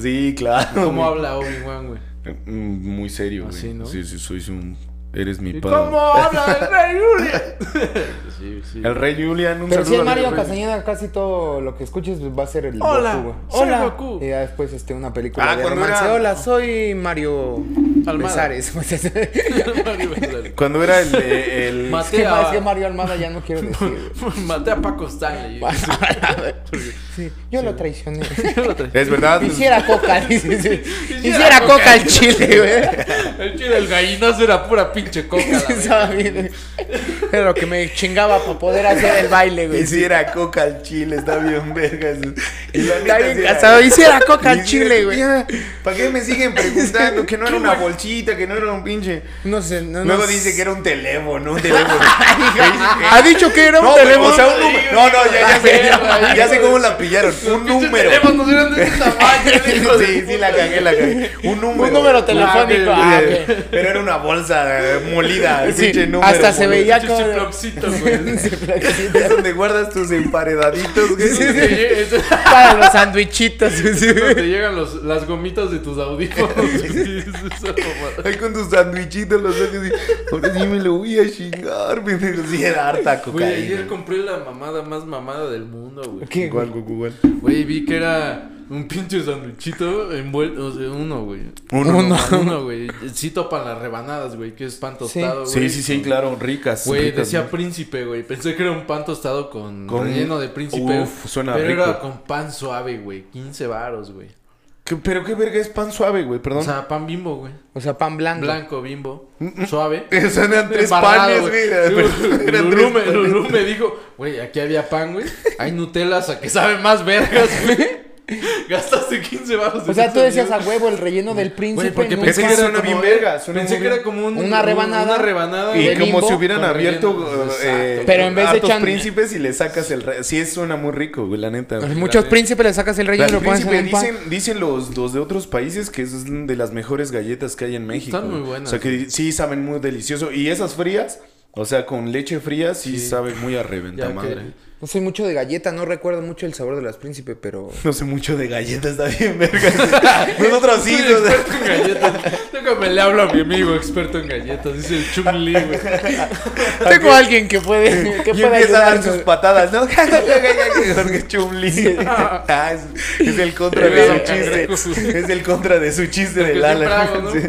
A: Sí, claro.
C: ¿Cómo
A: güey.
C: habla Obi-Wan, güey?
A: Mm, Muy serio, güey.
C: Así, ¿no?
A: Sí, sí, soy un. Eres mi
C: ¿Y
A: padre.
C: cómo habla el rey Julian? sí, sí.
A: El rey Julian, un
B: Pero si
A: saludo
B: es
A: al
B: Mario
A: rey.
B: Castañeda, casi todo lo que escuches va a ser el
C: Hola,
B: Goku, güey.
C: soy
B: Hola.
C: Goku.
B: Y ya después este, una película
A: Ah,
B: de
A: cuando
B: romance.
A: era-
B: Hola, soy Mario
C: Almada.
B: Besares.
C: Mario González.
A: Cuando era el. de- el-
C: Más-
B: Es que,
C: Matea.
B: es que Mario Almada ya no quiero decir.
C: Maté a Paco Stanley.
B: Sí, yo lo traicioné.
A: es verdad.
B: Hiciera coca, dice. sí.
C: Hiciera
B: Hiciera
C: coca.
B: coca al chile, güey.
C: El chile del gallinazo era pura pinche coca. la
B: Sí,
C: verga.
B: estaba bien. Era lo que me chingaba para poder hacer el baile, güey.
A: Hiciera coca al chile, está bien, verga. Y la neta,
B: Está bien
A: sí era-
B: casado. Hiciera coca al
A: Hiciera-
B: chile, güey.
A: ¿Para qué me siguen preguntando? Que no era una bolsita, que no era un pinche.
B: No sé, no,
A: Luego
B: no-
A: dice que era un teléfono, un teléfono.
B: Ha dicho que era un
A: No, pero,
B: teléfono.
A: o sea, un número. No, no, ya, ya sé.
C: Verga,
A: Ya sé cómo la pillaron. Un
C: Pinches
A: número.
C: teléfonos eran de ese tamaño, hijo de
A: Sí, sí, la
C: puta.
A: cagué, la cagué. Un número.
B: Un número telefónico.
C: Ah,
B: Ah,
A: Eh,
B: ok.
A: Pero era una bolsa eh, molida. el
B: Sí,
A: pinche número
B: hasta se
A: molido.
B: veía
C: Pinche
B: como-
C: ziploccito, güey.
B: Sí, pero-
A: Es donde guardas tus emparedaditos, güey.
C: Sí, es- es
B: Para los sandwichitos. sí, sí.
C: Donde llegan los, las gomitas de tus audífonos. güey. Es esa mamada.
A: Ahí con tus sandwichitos, los ojos. y, Ahora sí me lo voy a chingar, güey. Pero sí era harta
C: Güey, ayer
A: cocaína.
C: compré la mamada más mamada del mundo, güey.
B: ¿Qué?
A: Igual, Goku, igual.
C: Güey, vi que era un pinche sanduichito envuelto, o sea, uno, güey.
A: Uno,
B: Uno.
A: nomás.
C: Uno, güey. Sí topan las rebanadas, güey, que es pan tostado, güey.
A: Sí, sí, sí, claro, ricas.
C: Güey,
A: ricas,
C: decía
A: ¿no?
C: príncipe, güey. Pensé que era un pan tostado con,
A: Con-
C: relleno de príncipe.
A: Uf, suena
C: pero
A: rico.
C: era con pan suave, güey. 15 varos, güey.
A: ¿Qué- pero qué verga es pan suave, güey, perdón.
C: O sea, pan bimbo, güey.
B: O sea, pan blanco.
C: Blanco, bimbo. Suave.
A: O sea, Mm, eran tres
C: Embarrado,
A: panes,
C: güey.
A: güey. Eran
C: Lulú
A: tres
C: me,
A: panes.
C: Lulú me dijo, güey, aquí había pan, güey. Hay Nutelas a que saben más vergas, güey. Gastaste 15 baros.
B: O sea, tú decías a huevo el relleno del príncipe.
C: porque
B: ¿no?
A: Es
C: pensé
A: que
C: que era
A: suena
C: como
A: bien
C: un-
A: verga. suena
C: Pensé
A: muy
C: que era
A: bien.
C: como un-
B: Una rebanada.
C: Una rebanada.
A: Y
B: de
A: como
B: bimbo
A: si hubieran
C: con
A: abierto
C: relleno,
A: eh,
C: exacto.
B: Pero en vez de
A: hartos
B: echan-
A: príncipes y le sacas el re... sí es suena muy rico, güey, la neta. güey.
B: Pues Muchos príncipes le sacas el relleno y
A: Las
B: lo pones en
A: príncipes
B: un pan.
A: dicen, dicen los, los de otros países que es de las mejores galletas que hay en México.
C: Están muy
A: güey.
C: buenas,
A: O sea que sí saben muy delicioso. Y esas frías O sea, con leche fría sí,
C: Sí.
A: sabe muy a reventar
C: Ya que-
A: madre.
B: No soy mucho de galleta, no recuerdo mucho el sabor de las príncipe, pero.
A: No sé mucho de galletas, está bien, verga. Nosotros sí.
C: Soy
A: o sea.
C: experto en galletas. Nunca me le hablo a mi amigo experto en galletas. Dice el Chung Lee, güey.
B: Tengo a alguien que puede. Que
A: y empieza
B: pueda
A: a dar
B: ayudarnos.
A: sus patadas, ¿no? Jorge Chumli. Ah, es, es el contra de su chiste. Es el contra de su chiste del
C: que siempre
A: ala.
C: hago, ¿no?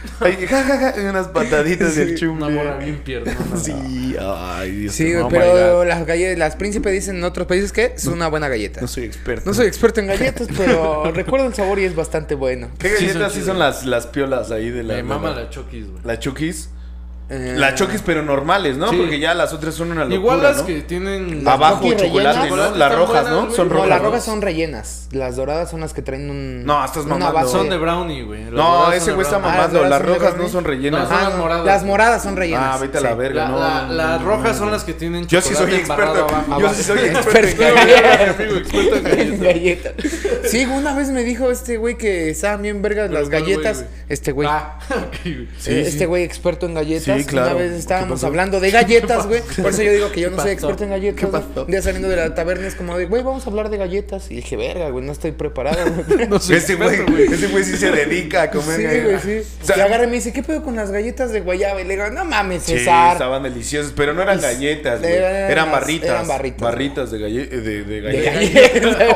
A: Sí. Ay, ja, ja, ja, unas pataditas del
C: Una
A: Chumli.
C: morra bien piernona.
A: Sí, ay, Dios
B: Sí, güey,
A: oh my
B: pero
A: God.
B: las galletas, las príncipe dicen en otros países que es una buena galleta.
A: No soy experto.
B: No soy experto en galletas, pero recuerdo el sabor y es bastante bueno.
A: ¿Qué
C: Sí, son
A: galletas sí
C: chidas.
A: son las, las piolas ahí de la.
C: Me
A: de
C: mama
A: la,
C: la Chokis, güey.
A: la Chokis?
B: Eh,
A: Las Chokis, pero normales, ¿no?
C: Sí.
A: Porque ya las otras son una locura.
C: Igual las
A: ¿no?
C: que tienen.
A: Abajo
B: Chokis
A: chocolate,
C: rellenas.
A: ¿no? Las rojas,
C: Están
A: ¿no?
C: buenas,
A: Son
C: güey.
B: No,
A: rojas.
B: las rojas son rellenas. Las doradas son las que traen un.
A: No, estás
B: una
A: mamando.
B: base-
A: Son
C: Son de brownie, güey. Las
A: No,
C: doradas
A: ese
C: son de
A: güey está
C: brownie.
B: Ah, las
A: mamando.
B: doradas
A: Las
B: son de
A: rojas no
B: brownie.
A: son rellenas.
C: No,
B: Ah,
C: son las
B: no,
C: moradas.
B: Las moradas son rellenas.
A: Ah, vete a la
B: sí.
A: verga,
C: La-
A: no.
C: la-
A: no,
C: las
A: no,
C: rojas
A: no,
C: son
A: no.
C: las que tienen
A: Yo sí soy
C: chocolate
A: experto.
C: embarrado abajo.
A: Yo
B: abajo.
A: sí soy experto en
B: Experto en
A: galletas.
C: Amigo, experto en galletas.
B: galletas. Sí, una vez me dijo este güey que estaban bien vergas
C: Pero
B: las
C: ¿cuál güey,
B: galletas.
C: güey?
B: este güey.
C: Ah, ok,
A: Sí,
C: güey.
B: eh,
A: sí.
B: Este güey experto en galletas.
A: Sí, claro.
B: Una vez
A: ¿Qué
B: estábamos
A: pasó?
B: hablando de galletas, güey. Por eso yo digo que yo
C: ¿Qué
B: no soy
C: pasó?
B: experto en galletas.
A: ¿Qué
B: güey.
A: pasó?
B: Un día saliendo de la taberna es como de, güey, vamos a hablar de galletas. Y dije, verga, güey, no estoy preparado. güey".
C: No soy
A: Ese güey,
C: experto, güey.
A: ese güey sí se dedica a comer
B: Sí, güey,
A: galletas.
B: sí.
A: O sea,
B: y agarra y me dice, ¿qué pedo con las galletas de guayaba? Y le digo, no mames,
A: sí,
B: César.
A: estaban deliciosas, pero no eran galletas, güey.
B: Eran
A: Eran
B: las-
A: barritas.
B: eran barritas.
A: de, galle- eh, de, de
B: de
A: galletas.
B: galletas.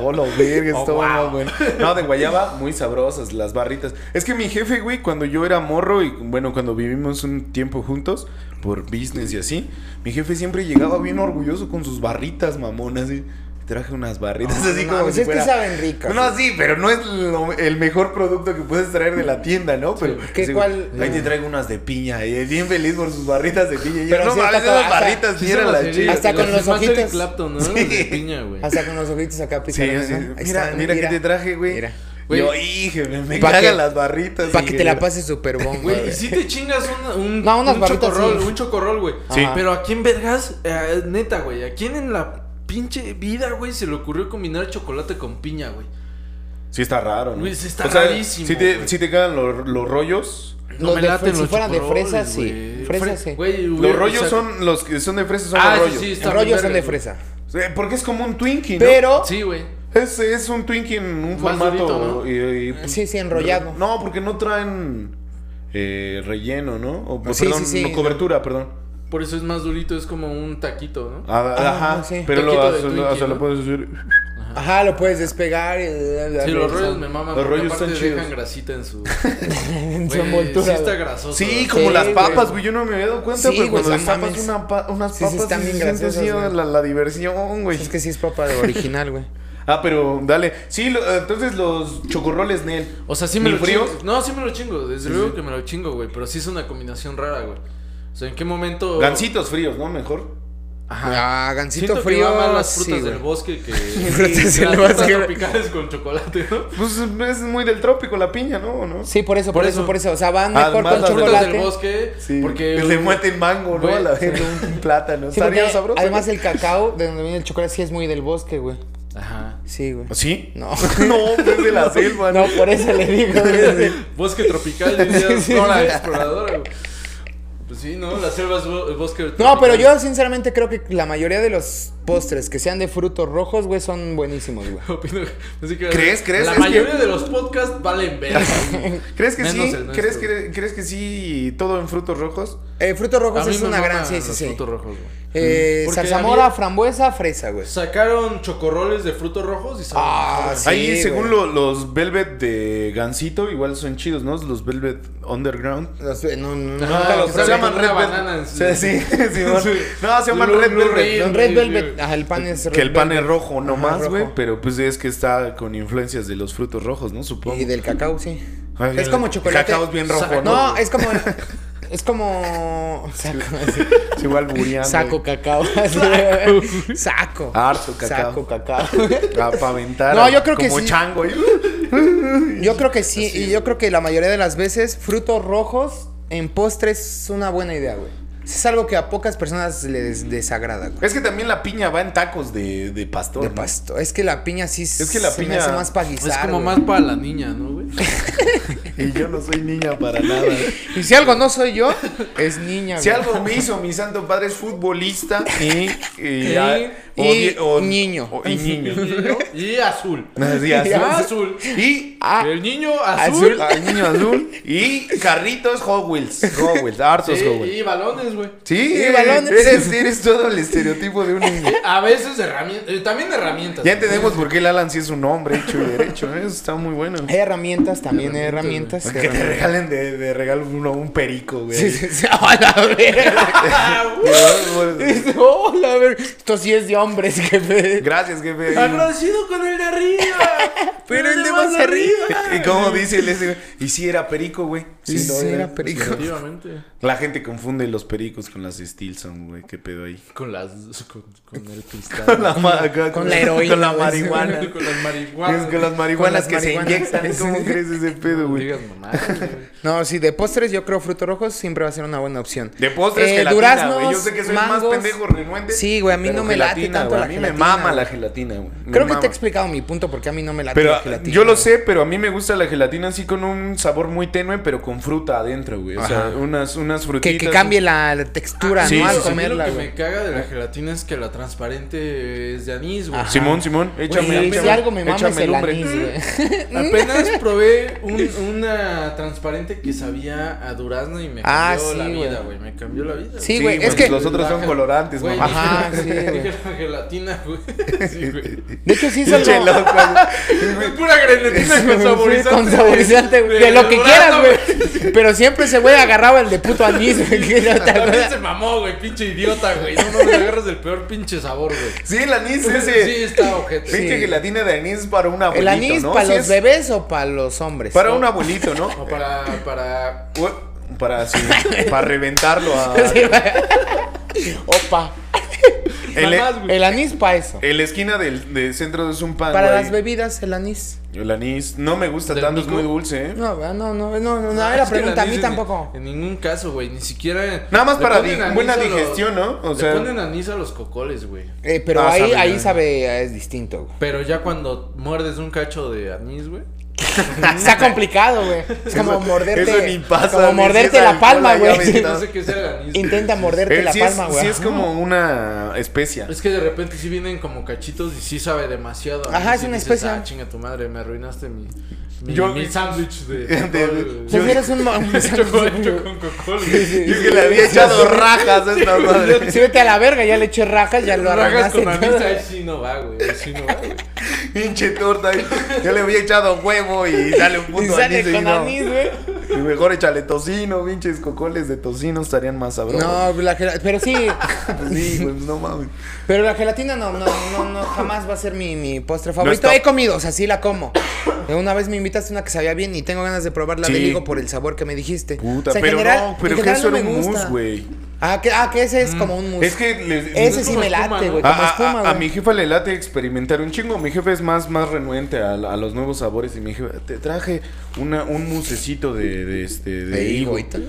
A: Oh, lo verga,
C: Oh,
A: estaba
C: wow.
A: más bueno. No, de guayaba, muy sabrosas las barritas. Es que mi jefe, güey, cuando yo era morro y bueno, cuando vivimos un tiempo juntos por business y así, mi jefe siempre llegaba bien orgulloso con sus barritas mamonas y traje unas barritas así
B: no
A: como
B: mames,
A: si
B: es que
A: fuera-
B: saben ricas.
A: No, sí, pero no es lo- el mejor producto que puedes traer de la tienda, ¿no? Pero
B: ¿Qué,
A: sí,
B: cuál?
A: ahí te traigo unas de piña y bien feliz por sus barritas de piña. Y yo,
B: Pero
A: no
B: sí,
A: mames,
B: hasta-
A: esas barritas
C: Sí
A: sí eran
C: son
A: las
C: las
A: chidas.
B: Hasta con
C: las
B: los
C: de Master
B: ojitos.
C: Clapton, ¿no?
A: Sí.
C: Las de piña, güey.
B: Hasta con los ojitos acá
A: Sí,
B: picarones,
A: sí,
B: ¿no?
A: sí.
B: Ahí
A: Mira,
B: están,
A: mira, que te traje, güey.
B: Mira.
C: Güey.
A: Yo, hije, me, me
B: Pa'
A: cagan
B: que-
A: las barritas.
B: Para que te la
A: pases
B: pases súper bomba.
C: Güey,
B: güey.
C: y si te chingas una- un,
B: No, unas
C: un
B: barritas,
C: chocorrol,
B: sí.
C: un chocorrol, güey.
A: Sí.
C: Pero aquí en Vergas, eh, neta, güey, ¿a quién en la pinche vida, güey, se le ocurrió combinar chocolate con piña, güey?
A: Sí, está raro, ¿no?
C: Güey, sí está rarísimo,
A: Si te,
C: güey.
A: si te quedan los, los rollos.
B: Los de fre- si
C: los
B: fueran de
C: chocorroles,
B: fresa, sí.
C: güey.
B: Fresa,
C: Fre-
B: sí.
C: güey,
A: Los
C: hubiera-
A: rollos
C: o sea,
A: son los que son de fresa, son
C: Ah,
A: los
C: sí,
A: rollos.
C: sí,
B: Los
C: está
B: rollos
C: bien
B: son de
C: verga,
B: fresa.
A: Eh, Porque es como un Twinkie, ¿no?
B: Pero.
C: Sí, güey.
A: Es, es un Twinkie en un
C: Más
A: formato.
C: durito, ¿no?
A: y- y-
B: Sí, sí, enrollado.
A: No, porque no traen eh, relleno, ¿no? O,
B: Sí,
A: perdón,
B: sí, sí.
A: no, cobertura, perdón.
C: Por eso es más durito, es como un taquito, ¿no?
A: Ah,
B: Ah,
A: ajá.
B: sí.
A: Pero lo,
C: Taquito de
A: o sea,
C: Twinkie,
A: o sea, lo
C: ¿no?
A: puedes decir.
B: Ajá, lo puedes despegar. y-
C: Sí, los rollos me maman.
A: Los
C: porque
A: rollos
C: aparte
A: están
C: dejan
A: chidos.
C: grasita en su.
B: En su
C: Güey,
B: envoltura.
C: Sí, está
B: güey.
C: grasoso.
A: Sí,
C: güey.
A: como
B: Sí,
A: las
B: güey.
A: papas, güey. Yo no me había dado cuenta,
B: Sí,
A: pero
B: güey,
A: cuando
B: no
A: les tapas
B: mames.
A: una pa- unas
B: Sí, sí,
A: papas,
B: están
A: sí
B: bien
A: se siente así,
B: graciosas, güey.
A: la, la diversión, güey.
B: Es que sí es papa de original, güey.
A: Ah, pero dale. Sí, lo- entonces los chocorroles, Nel.
C: O sea, sí me
A: ¿Ni
C: lo
A: frío?
C: chingo. No, sí me lo chingo. Desde luego que me lo chingo, güey. Pero sí es una combinación rara, güey. O sea, ¿en qué momento.
A: Gancitos fríos, ¿no? Mejor.
B: Ah,
C: Siento
B: gancito
C: que
B: frío.
C: va más las frutas
B: sí,
C: del
B: güey.
C: bosque que.
B: frutas del
C: las
B: bosque.
C: tropicales con chocolate, ¿no?
A: Pues es muy del trópico la piña, ¿no? ¿O no?
B: Sí, por eso,
C: Por
B: por eso,
C: eso.
B: por eso. O sea, van
A: Ah,
B: mejor
A: más
B: con
A: las frutas
C: Frutas del
B: chocolate.
C: bosque. Porque.
A: Que le meten mango, ¿no?
C: Güey,
A: A la vez, un plátano.
B: Sí,
A: Estaría
B: porque
C: ¿eh?
A: sabroso.
B: Además, el cacao de donde viene el chocolate sí es muy del bosque, güey.
C: Ajá.
B: Sí, güey.
A: ¿Sí?
B: No.
A: No, pues es de la selva, ¿no?
B: No, por eso le digo. güey.
C: Bosque tropical, diría
B: Sí, sí,
C: no, la
B: sí.
C: exploradora, güey. Pues sí, ¿no? La selva es bo- bosque
B: No,
C: tropical.
B: pero yo sinceramente creo que la mayoría de los postres que sean de frutos rojos, güey, son buenísimos, güey.
C: Opino- así que-
A: ¿Crees? ¿Crees? Es
C: La
A: que-
C: mayoría de los podcasts valen verga. güey.
A: ¿Crees que
C: Menos
A: sí?
C: el nuestro.
A: ¿Crees que, ¿Crees que sí todo en frutos rojos?
B: Eh, frutos
C: A
B: rojos
C: mí
B: es
C: me
B: una
C: maman
B: gran, sí, sí,
C: los
B: sí.
C: frutos rojos, güey.
B: Eh,
C: Porque
B: zarzamora,
C: a mí-
B: frambuesa, fresa, güey.
C: Sacaron chocorroles de frutos rojos y saben
B: Ah, sí.
A: Ahí,
B: güey.
A: según lo- los Velvet de Gansito, igual son chidos, ¿no? Los Velvet Underground.
B: Los- eh, No, no, no.
C: Ajá,
B: nunca
C: que
B: los
A: se
B: probé.
C: saben
A: llaman
C: una
A: Red
C: banana
A: Velvet.
C: en su-
A: Sí, sí, Simón.
C: su-
A: no, se llaman
C: Blue-
A: Red
C: Blue
A: Velvet.
C: Rain.
A: ¿no?
B: Red Velvet, ajá, el pan es
A: Que el
B: Red
A: pan es
B: Velvet.
A: rojo
B: Ajá,
A: nomás, güey.
B: rojo.
A: Pero pues es que está con influencias de los frutos rojos, ¿no? Supongo.
B: Y del cacao, sí.
A: Ay,
B: es
A: el
B: como chocolate.
A: Cacao es bien rojo,
C: Saco.
A: ¿no?
B: No, es como. Es como. Saco, así.
A: Es igual buriando.
B: Saco cacao. así. Saco.
A: Harto cacao.
B: Saco cacao.
A: Para paventar.
B: No, yo creo que
A: Como
B: sí.
A: chango. y-
B: Yo creo que sí, y yo creo que la mayoría de las veces frutos rojos en postres es una buena idea, güey. Es algo que a pocas personas les desagrada, güey.
A: Es que también la piña va en tacos de, de pastor.
B: De
A: ¿no?
B: pasto. Es que la piña sí
A: Es que la
B: se me
A: piña-
B: hace más para
C: Es como
B: güey.
C: más para la niña, ¿no, güey?
A: y yo no soy niña para nada.
B: Y si algo no soy yo, es niña.
A: Si
B: güey.
A: algo me hizo mi santo padre es futbolista y, y,
C: Y-
A: a-
B: y niño.
A: o- y niño.
C: Y azul.
A: Así,
C: Y
A: azul.
C: azul.
A: Y
B: Ah,
C: El niño
A: azul,
C: azul.
A: ah, niño azul y carritos Hot Wheels, Hot Wheels, hartos
C: Sí,
A: Hot
C: y
A: Wheels.
C: balones, güey.
A: Sí,
B: y
A: eres-
B: balones.
A: Eres, eres todo el estereotipo de un niño.
C: A veces herramientas. también herramientas.
A: Ya entendemos por qué el Alan sí es un hombre hecho y derecho, ¿eh? Eso está muy bueno.
B: hay herramientas, también hay herramientas.
A: Que te regalen de, de regalo uno un perico, güey.
B: Sí, sí, sí. Hola, verga.
C: Ah,
A: Digo,
B: Hola, verga. Esto sí es de hombres, jefe.
A: Gracias, jefe.
B: Ah,
C: Agradecido con el de arriba.
B: Pero el de más arriba.
A: Y como dice el ese, güey, y si era perico, güey.
B: Y sí era perico.
C: Efectivamente.
A: La gente confunde los pericos con las Stilson, güey. ¿Qué pedo ahí?
C: Con las. Con, con el cristal.
A: Con la, ma-
B: con la heroína,
A: Con la
B: güey.
A: marihuana.
C: Con las marihuanas.
A: Es que las
B: Con
A: marihuanas
B: las
A: que se
B: marihuanas.
A: inyectan. ¿Cómo crees ese pedo,
C: No
A: güey?
C: digas mamadas, güey.
B: No, sí, de postres yo creo frutos rojos siempre va a ser una buena opción.
A: De postres,
B: Eh,
A: gelatina, güey. Yo
B: duraznos,
A: sé que soy más
B: mangos.
A: pendejo renuente.
B: Sí, güey, a mí
A: pero
B: no me late
A: gelatina,
B: tanto
A: güey.
B: la
A: A mí me
B: gelatina,
A: mama
B: güey.
A: la gelatina, güey. Me
B: Creo que te he
A: mama.
B: explicado mi punto porque a mí no me late
A: Pero
B: la gelatina.
A: yo lo sé, pero a mí me gusta la gelatina así con un sabor muy tenue, pero con fruta adentro, güey. O sea,
B: Ajá.
A: unas, unas frutitas.
B: Que, que cambie la, la textura,
C: Ah,
A: sí,
B: ¿no?
A: sí,
B: Al
A: sí.
B: comerla,
C: A mí lo que
B: güey.
C: me caga de la gelatina es que la transparente es de anís, güey.
B: Ajá.
A: Simón, Simón, échame,
B: Güey,
A: échame,
B: si algo me mama es
A: échame
B: el
A: lumbre.
C: Mm.
B: anís, güey.
C: Apenas probé un- una transparente que sabía a durazno y me
B: Ah,
C: cambió
B: sí,
C: la
B: güey.
C: vida, güey. Me cambió la vida.
B: Sí, güey, es
A: pues,
B: que-
A: Los otros son
C: La-
A: colorantes,
C: güey.
A: mamá.
B: Ajá, sí,
C: dije,
B: güey.
C: la gelatina, güey. Sí, güey.
B: De hecho, sí es
A: Pinche
B: algo...
A: loco,
C: Es pura grenetina con saborizante.
B: Con saborizante, güey. De lo que quieras,
C: durazno,
B: güey. Pero siempre ese güey agarraba el de puto anís, güey. que no te
C: También
B: acuerdas.
C: se mamó, güey, pinche idiota, güey. No, no, le agarras el peor pinche sabor, güey.
A: Sí, el anís
C: Sí,
A: ese.
C: está ojete.
A: Pinche
B: Sí.
A: gelatina de anís para un abuelito,
B: ¿El anís
A: ¿no?
B: para
A: Sí
B: los
A: es
B: bebés o para los hombres?
A: Para un abuelito, ¿no?
C: O para, para...
A: Ue- Para, sí, para reventarlo a...
B: Sí, güey. Opa.
A: En la-
C: Mamás, güey.
B: El anís para eso.
A: en la esquina del, del centro de Zumpan,
B: Para
A: Eh, güey.
B: las bebidas, el anís.
A: El anís no me gusta
C: ¿Del
A: tanto, es
C: mico?
A: muy dulce, ¿eh?
B: No, ¿verdad? no, no, no, no, no,
C: Ah,
B: era
C: es que
B: pregunta, a
C: el
B: mí
C: anís en-
B: tampoco.
C: En ningún caso, güey, ni siquiera...
A: Nada más
C: le
A: para
C: ponen
A: di-
C: anís
A: buena
C: a los-
A: digestión, ¿no? O
C: le
A: sea-
C: ponen anís a los cocoles, güey.
B: Eh, pero
A: Ah,
B: ahí,
A: sabe,
B: ahí
A: ya.
B: sabe, eh, es distinto, güey.
C: Pero ya cuando muerdes un cacho de anís, güey...
B: Está complicado, güey. Es como
A: Eso-
B: morderte.
A: eso ni pasa,
B: como
A: ni si
B: morderte
A: es
B: la
A: alcohol,
B: palma,
A: ahí
B: güey.
A: aventado.
C: No sé qué sea el anís. güey.
B: Intenta morderte
A: Él
B: la
A: Eh, sí
B: palma,
A: es,
B: güey.
A: sí es como una especia.
C: Es que de repente sí vienen como cachitos y sí sabe demasiado. a
B: Ajá,
C: mí
B: es
C: sí
B: una
C: dices,
B: especia.
C: Ah, chinga tu madre, me arruinaste mi, mi,
A: Yo-
C: mi sándwich de,
A: de- de-
C: cocol,
B: Pues
A: yo-
B: eres un mo- un-
C: güey. Hecho con- hecho con cocol, güey.
A: Yo que le había echado rajas a esta madre.
B: Si vete a la verga, ya le eché rajas, ya lo
C: Rajas
B: arrancaste.
C: con anís,
B: todo.
C: ahí sí no va, güey. ahí sí no va, güey.
A: Pinche torta. Yo le había echado huevo y sale un
B: Y
A: puto
B: sale
A: anís. y
B: con
A: no.
B: anís, güey.
A: Y mejor échale tocino, pinches cocoles de tocino estarían más sabrosos.
B: No, la gelatina. Pero sí.
A: Sí, güey, no mames.
B: Pero la gelatina no, no, no, no, jamás va a ser mi, mi postre favorito.
A: top.
B: He comido, o sea, sí la como. Eh, Una vez me invitaste una que sabía bien y tengo ganas de probarla
A: Sí.
B: de higo por el sabor que me dijiste.
A: Puta,
B: O sea, en
A: pero
B: general-
A: no,
B: en
A: pero que
B: general
A: eso
B: no
A: era
B: me
A: un mousse,
B: gusta.
A: güey. Mm.
B: Ah que, ah, que ese es como un mousse.
A: Es que les-
B: ese
C: es
B: sí
C: como
B: me
C: espuma,
B: late,
C: ¿no?
B: güey,
A: a,
B: como
A: a-
B: espuma,
A: a-
B: güey.
A: a mi jefa le late experimentar un chingo. Mi jefe es más, más renuente a, a los nuevos sabores. Y mi jefa, te traje una, un musecito de, de este, de,
B: De
A: higo.
B: higo y todo.